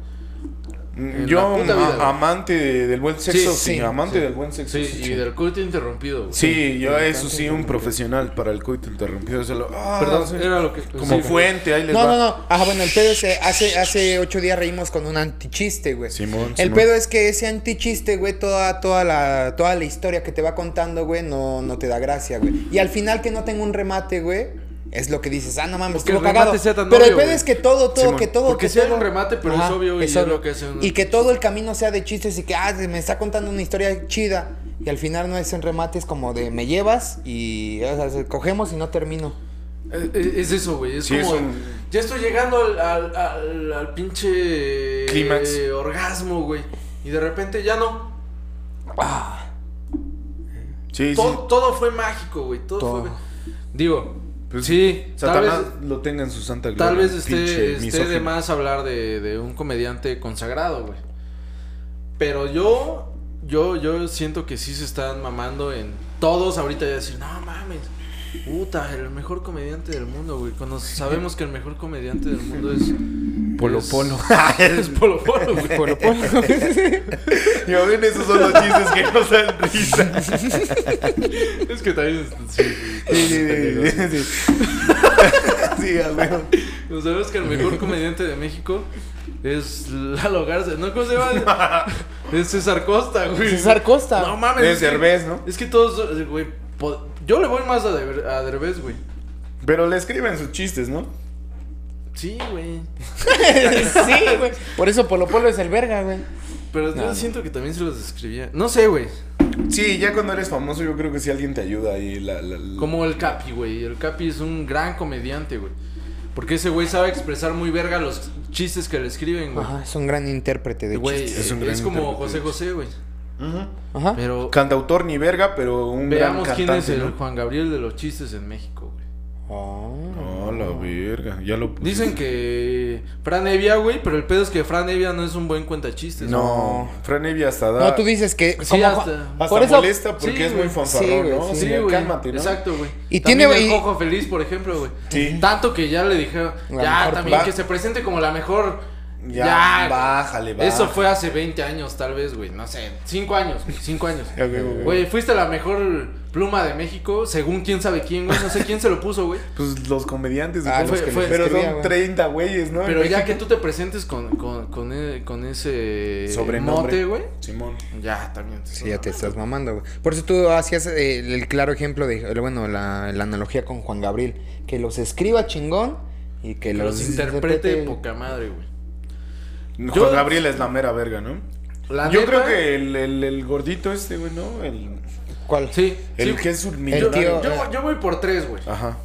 A: Mm,
C: En
A: Yo,
C: la puta
A: am-
C: vida, güey.
A: amante de- del buen sexo, sí,
B: sí,
A: amante del buen sexo.
C: Sí, y del culto interrumpido, güey.
A: Sí, yo eso sí, un profesional para el coito interrumpido. se lo- ah,
C: Perdón,
A: sí.
C: era lo que.
A: Como
C: sí,
A: fuente, ahí les
B: No,
A: va.
B: no, no. Ajá, bueno, el pedo es eh, hace, hace ocho días reímos con un antichiste, güey.
A: Simón,
B: El
A: Simón.
B: pedo es que ese antichiste, güey, toda, toda la, toda la historia que te va contando, güey, no, no te da gracia, güey. Y al final que no tenga un remate, güey, es lo que dices, ah, no mames,
C: Porque
B: estuvo
C: el remate
B: cagado.
C: sea tan
B: pero el
C: obvio,
B: pedo
C: güey.
B: es que todo, todo,
A: Simón.
B: que todo.
C: Porque
B: que
C: sí hay
B: todo-
C: un remate, pero es obvio y es lo que hace un-
B: Y que todo el camino sea de chistes y que, ah, me está contando una historia chida. Y al final no es un remate, es como de me llevas y o sea, cogemos y no termino.
C: Eh, eh, Es eso, güey. Es
A: Sí,
C: como.
A: es un-
C: Ya estoy llegando al, al, al- al pinche.
A: Clímax.
C: eh, orgasmo, güey. Y de repente ya no.
A: Sí,
C: To-
A: sí.
C: todo, fue mágico, güey. Todo,
B: Todo.
C: fue. Digo.
A: Pues,
C: sí, tal vez,
A: Satanás lo tenga en su santa gloria.
C: tal vez
A: pinche
C: esté, esté de
A: misógino.
C: más hablar de, de un comediante consagrado, güey. Pero yo. Yo, yo siento que sí se están mamando en todos ahorita ya decir, no mames, puta, el mejor comediante del mundo, güey. Cuando sabemos que el mejor comediante del mundo es.
B: Polo
C: es-
B: Polo.
C: Es Polo Polo, güey.
B: Polo Polo.
A: Ya ven, esos son los chistes que nos dan risa.
C: Es que también. es- sí,
A: Sí, sí, sí. Sí, Sí, a huevo.
C: Pero sabes que el mejor comediante de México es Lalo Garza, ¿no? ¿Cómo se llama? es César Costa, güey.
D: César Costa.
C: No mames.
A: Es
C: que-
A: Derbez, ¿no?
C: Es que todos, eh, güey. po- Yo le voy más a, Derbe- a Derbez, güey.
A: Pero le escriben sus chistes, ¿no?
C: Sí, güey.
D: sí, güey. Por eso Polo Polo es el verga, güey.
C: Pero yo siento que también se los escribía. No sé, güey.
A: Sí, ya cuando eres famoso, yo creo que sí alguien te ayuda ahí. La, la- la-
C: Como el Capi, güey. El Capi es un gran comediante, güey. Porque ese güey sabe expresar muy verga los chistes que le escriben, güey.
B: Ajá, es un gran intérprete de
C: Güey, eh,
B: chistes.
A: es
C: es,
A: un gran
C: como
A: intérprete.
C: José José, güey.
A: Ujú.
B: Ajá.
C: Pero
A: Cantautor ni verga, pero un
C: veamos
A: gran
C: quién es
A: cantante.
C: el
A: ¿no?
C: Juan Gabriel de los chistes en México, güey. Ah.
B: Oh.
A: No, la verga. Ya lo puse.
C: Dicen que Fran Evia, güey, pero el pedo es que Fran Evia no es un buen cuentachistes.
A: No, Fran Evia hasta da.
B: No, tú dices que...
C: Sí,
B: como-
C: hasta-
A: Hasta
D: por eso-
A: molesta porque
C: sí,
A: es muy
C: güey.
A: fanfarrón,
B: Sí,
A: ¿no?
B: güey,
A: O
C: Sí,
A: sea,
C: güey.
A: cálmate, ¿no?
C: Exacto, güey.
B: Y
C: Y tiene
B: tiene-
C: el
B: y-
C: Cojo Feliz, por ejemplo, güey.
A: Sí.
C: Tanto que ya le dijeron,
B: La
C: ya
B: mejor
C: también
A: va-
C: que se presente como la mejor.
A: Ya, bájale, bájale.
C: Eso fue hace 20 años, tal vez, güey. No sé, 5 años, 5 años.
A: Ya, güey, güey.
C: Güey, fuiste la mejor pluma de México, según quién sabe quién, güey. No sé quién se lo puso, güey.
A: Pues los comediantes,
B: Ah,
A: supongo.
B: los
C: fue-
B: que
C: fue-
B: les
A: pero
B: escribía,
A: son
B: güey.
A: 30 güeyes, ¿no?
C: Pero ya que tú te presentes con, con, con, e- con ese
A: Sobrenombre.
C: mote, güey.
A: Simón.
C: Ya, también.
B: Sí, ya te estás mamando, güey. Por eso tú hacías eh, el claro ejemplo de, el- bueno, la, la analogía con Juan Gabriel. Que los escriba chingón y que,
C: Que
B: los,
C: los interprete poca madre, güey. Yo-
A: Juan Gabriel es la mera verga, ¿no?
C: La
A: Yo
C: neta,
A: creo que el, el- el gordito este, güey, ¿no? El,
B: ¿Cuál?
C: Sí.
A: el
C: sí.
A: que es un
B: El
A: millonario.
B: tío-
C: Yo, yo voy por tres, güey.
A: Ajá.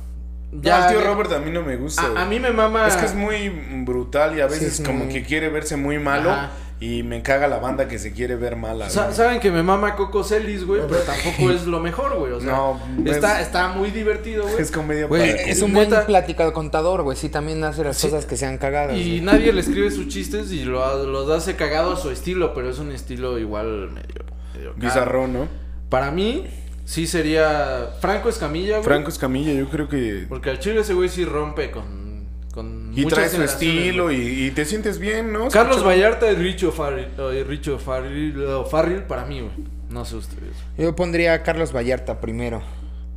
C: Ya,
A: no, el tío
C: ya-
A: Robert a mí no me gusta.
C: A,
A: güey.
C: a mí me mama.
A: Es que es muy brutal y a veces
B: Sí, es
A: como
B: muy-
A: que quiere verse muy malo
C: Ajá.
A: y me caga la banda que se quiere ver mala.
C: Sa-
A: güey.
C: Saben que me mama Coco Celis, güey, pero tampoco es lo mejor, güey. O sea,
A: No,
C: está,
A: es-
C: está muy divertido, güey.
A: Es comedia
C: Güey,
A: para-
B: Es un buen
C: Neta.
B: platicador contador, güey. Sí, también hace las
C: Sí.
B: cosas que sean cagadas.
C: Y
B: güey.
C: nadie le escribe sus chistes y lo, los hace cagado a su estilo, pero es un estilo igual medio. medio caro.
A: Bizarrón, ¿no?
C: Para mí, sí sería Franco Escamilla, güey.
A: Franco Escamilla, yo creo que...
C: Porque al chile ese güey sí rompe con. con
A: Y
C: muchas
A: trae su
C: generaciones,
A: estilo
C: güey.
A: y, y te sientes bien, ¿no?
C: Carlos
A: Escucha-
C: Vallarta y Richo Farril, eh, Richo Farril, eh, Farril para mí, güey. No sé ustedes.
B: Yo pondría a Carlos Vallarta primero.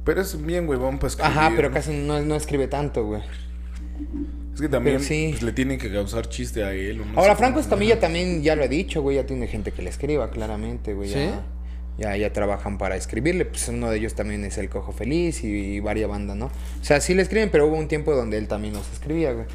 A: Pero es bien huevón pues
B: Ajá, pero casi no, no escribe tanto, güey.
A: Es que también
B: pero sí.
A: pues, le tienen que causar chiste a él. o no
B: Ahora,
A: sé
B: Franco
A: cómo.
B: Escamilla también ya lo he dicho, güey. Ya tiene gente que le escriba, claramente, güey.
C: ¿Sí?
B: Ya, ya, ya trabajan para escribirle. Pues uno de ellos también es El Cojo Feliz y, y varias bandas, ¿no? O sea, sí le escriben, pero hubo un tiempo donde él también nos escribía, güey.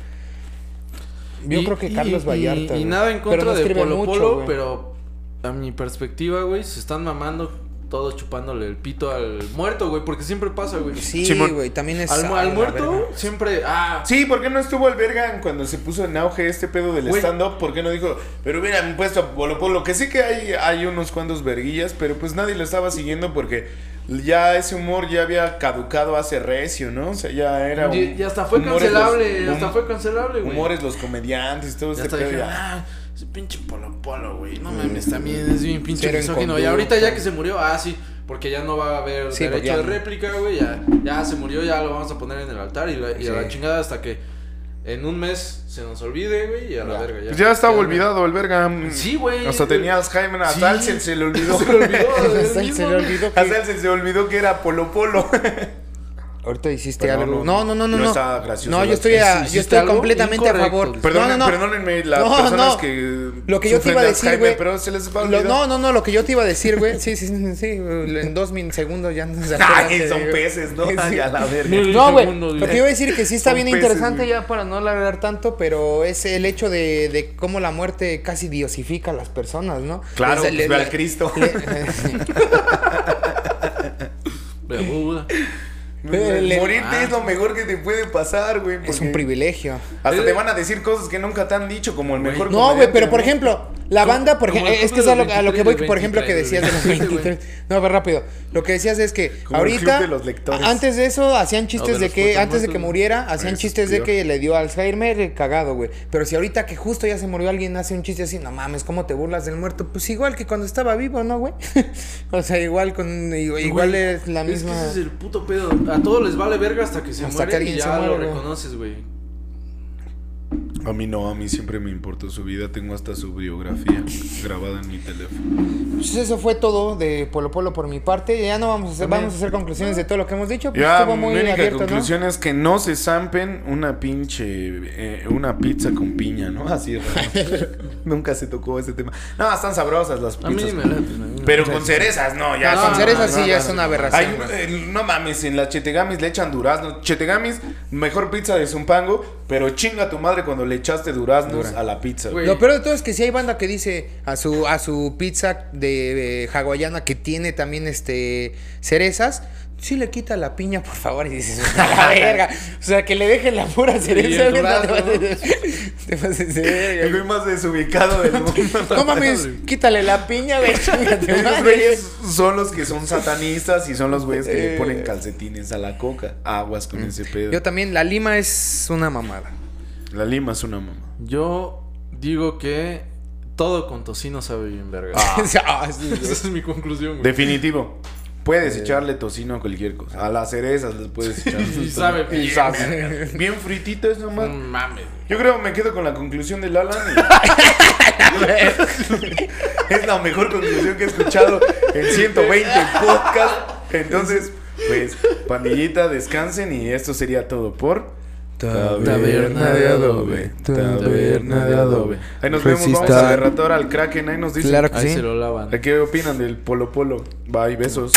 B: Yo
C: Y-
B: creo que
C: y-
B: Carlos
C: y-
B: Vallarta.
C: Y,
B: güey.
C: nada en
B: Pero
C: contra
B: no
C: de
B: escribe
C: Polo
B: mucho,
C: Polo,
B: güey.
C: pero a mi perspectiva, güey, se están mamando todos chupándole el pito al muerto, güey, porque siempre pasa, güey.
B: Sí,
A: Simón.
B: güey, también es.
C: Al, mu- al
B: Ay, la verga.
C: muerto siempre, ah,
A: Sí, ¿por qué no estuvo el verga cuando se puso en auge este pedo del
C: Güey.
A: stand-up? ¿Por qué no dijo, pero hubieran puesto a Polo Polo? Que sí que hay, hay unos cuantos verguillas, pero pues nadie lo estaba siguiendo porque ya ese humor ya había caducado hace recio, ¿no? O sea, ya era
C: y,
A: hum-
C: y hasta fue
A: humores
C: cancelable,
A: los-
C: hasta
A: hum-
C: fue cancelable, güey.
A: Humores los comediantes, todo
C: Ya
A: este
C: hasta
A: pedo.
C: dijeron,
A: ya.
C: ah, ese pinche Polo Polo, güey, no mames, también es bien pinche
B: Cero en
C: misógino. Y
B: conducta.
C: ahorita ya que se murió, ah, sí, porque ya no va a haber
B: Sí, porque
C: derecho de
B: ya-
C: réplica, güey, ya, ya se murió, ya lo vamos a poner en el altar y, la, y a la
B: Sí.
C: chingada hasta que en un mes se nos olvide, güey, y a la
B: Ya.
C: verga. Ya,
A: Pues ya estaba
C: Ya,
A: olvidado el verga.
C: Sí, güey.
A: Hasta tenía Alzheimer, hasta
C: Sí.
A: Alcel se le olvidó.
C: Se le olvidó,
B: Hasta
C: es
B: él
C: mismo,
B: se le
C: güey.
B: olvidó que-
A: Hasta Alcel se olvidó que era Polo Polo.
B: Ahorita hiciste
A: Pero
B: algo.
A: no,
B: No, no, no, no.
A: no
B: No,
A: está gracioso.
B: No, yo estoy, a-
C: Hiciste
B: yo estoy
C: algo
B: completamente a
C: incorrecto.
B: favor.
A: Perdonen-
B: No, no, no.
A: Perdónenme las
B: No,
A: personas
B: no.
A: que.
B: Lo que yo te
A: sufren
B: iba a
A: de
B: decir,
A: Alzheimer,
B: güey.
A: Pero se les va a
B: Lo-
A: olvidar.
B: no, no, no, lo que yo te iba a decir, güey. Sí, sí, sí, sí, En dos mil segundos ya no se
A: Ay,
B: acuerda,
A: son
B: güey.
A: peces, ¿no?
B: Sí.
A: Ay, a la verga.
C: Mil
D: No, güey.
C: segundos,
B: Lo que yo iba a decir que sí está
A: Son
B: bien
A: peces,
B: interesante
A: güey.
B: ya para no alargar tanto, pero es el hecho de, de cómo la muerte casi diosifica a las personas, ¿no?
A: Claro,
B: O sea,
A: pues
B: le-
A: ve
B: le-
A: al Cristo.
C: Pero, uh,
B: le- le-
A: Morirte
C: ah.
A: es lo mejor que te puede pasar, güey.
B: es
A: porque
B: un privilegio.
A: Hasta te van a decir cosas que nunca te han dicho, como el mejor.
B: No, güey,
A: comediante,
B: pero por ejemplo, La banda, por
C: como
B: ejemplo,
C: el
B: es que es
C: club
B: a
C: de
B: lo, a lo que voy,
C: 23,
B: por ejemplo, que decías de los 23. No, pero rápido. Lo que decías es que
A: Como el club
B: ahorita,
A: de los lectores.
B: antes de eso, hacían chistes
C: de
B: de,
C: los
B: que, antes de
C: fotomuertos,
B: que
C: ¿no?
B: muriera, hacían
A: Eso es
B: chistes de
A: peor.
B: que le dio Alzheimer, eh, cagado, güey. Pero si ahorita que justo ya se murió alguien, hace un chiste así, no mames, ¿cómo te burlas del muerto? Pues igual que cuando estaba vivo, ¿no, güey? o sea, igual con, igual
C: Güey,
B: es la misma...
C: que ese es el puto pedo. A todos les vale verga hasta que se
B: Hasta
C: mueren
B: que
C: y
B: alguien
C: ya
B: se muere,
C: lo
B: güey.
C: reconoces, güey.
A: A mí no, a mí siempre me importó su vida. Tengo hasta su biografía grabada en mi teléfono.
B: Pues eso fue todo de Polo Polo por mi parte. Ya no vamos a hacer, vamos a hacer conclusiones de todo lo que hemos dicho. Pues
A: Ya,
B: estuvo
A: mi
B: muy
A: única
B: abierto,
A: conclusión es que no se zampen una pinche. eh, una pizza con piña, ¿no? Así es. raro. Nunca se tocó ese tema. No, están sabrosas las
C: A mí
A: pizzas.
C: ni me
A: con-
C: late. a mí no.
A: Pero con cerezas, no, ya.
B: ¿no?
C: Ah,
A: son-
B: Con ser
C: no,
B: esa sí
C: no,
B: ya
C: no,
B: es una aberración.
A: Ay,
B: güey.
A: eh, no mames, en las chetegamis le echan duraznos. Chetegamis, mejor pizza de Zumpango, pero chinga tu madre cuando le echaste duraznos a la pizza.
C: Güey.
B: Lo peor de todo es que si hay banda que dice a su a su pizza de eh, hawaiana que tiene también este cerezas, sí le quita la piña, por favor, y dices, "A la verga." O sea, que le dejen la pura
C: Y
B: cereza.
C: el
B: güey, no te
C: durazno.
B: pases de- te pases de verga,
A: El güey más desubicado del mundo.
B: güey. No mames, quítale la piña, güey. chingate,
A: Esos
B: madre.
A: güeyes son los que son satanistas y son los güeyes que le
B: Eh.
A: ponen calcetines a la coca. Aguas con ese pedo.
B: Yo también, la lima es una mamada.
A: La lima es una mamá.
C: Yo digo que todo con tocino sabe bien verga.
B: O sea, ah, sí,
C: Esa es mi conclusión, güey.
A: Definitivo. Puedes echarle tocino a cualquier cosa. A las cerezas les puedes echar.
C: Y sabe
A: Y
C: bien Mm.
A: sabe.
C: verga.
A: Bien frititas nomás.
C: No mames. güey.
A: Yo creo que me quedo con la conclusión del Alan. y- es la mejor conclusión que he escuchado en 120 podcasts. Entonces, pues, pandillita, descansen y esto sería todo por
C: Taberna de Adobe,
A: Taberna de Adobe. Ahí nos vemos, vamos
B: Resistan.
A: a derrotar al Kraken, ahí nos dicen.
B: Claro que
C: Ahí
B: sí.
C: se lo lavan.
A: ¿Qué opinan del Polo Polo? Bye, besos.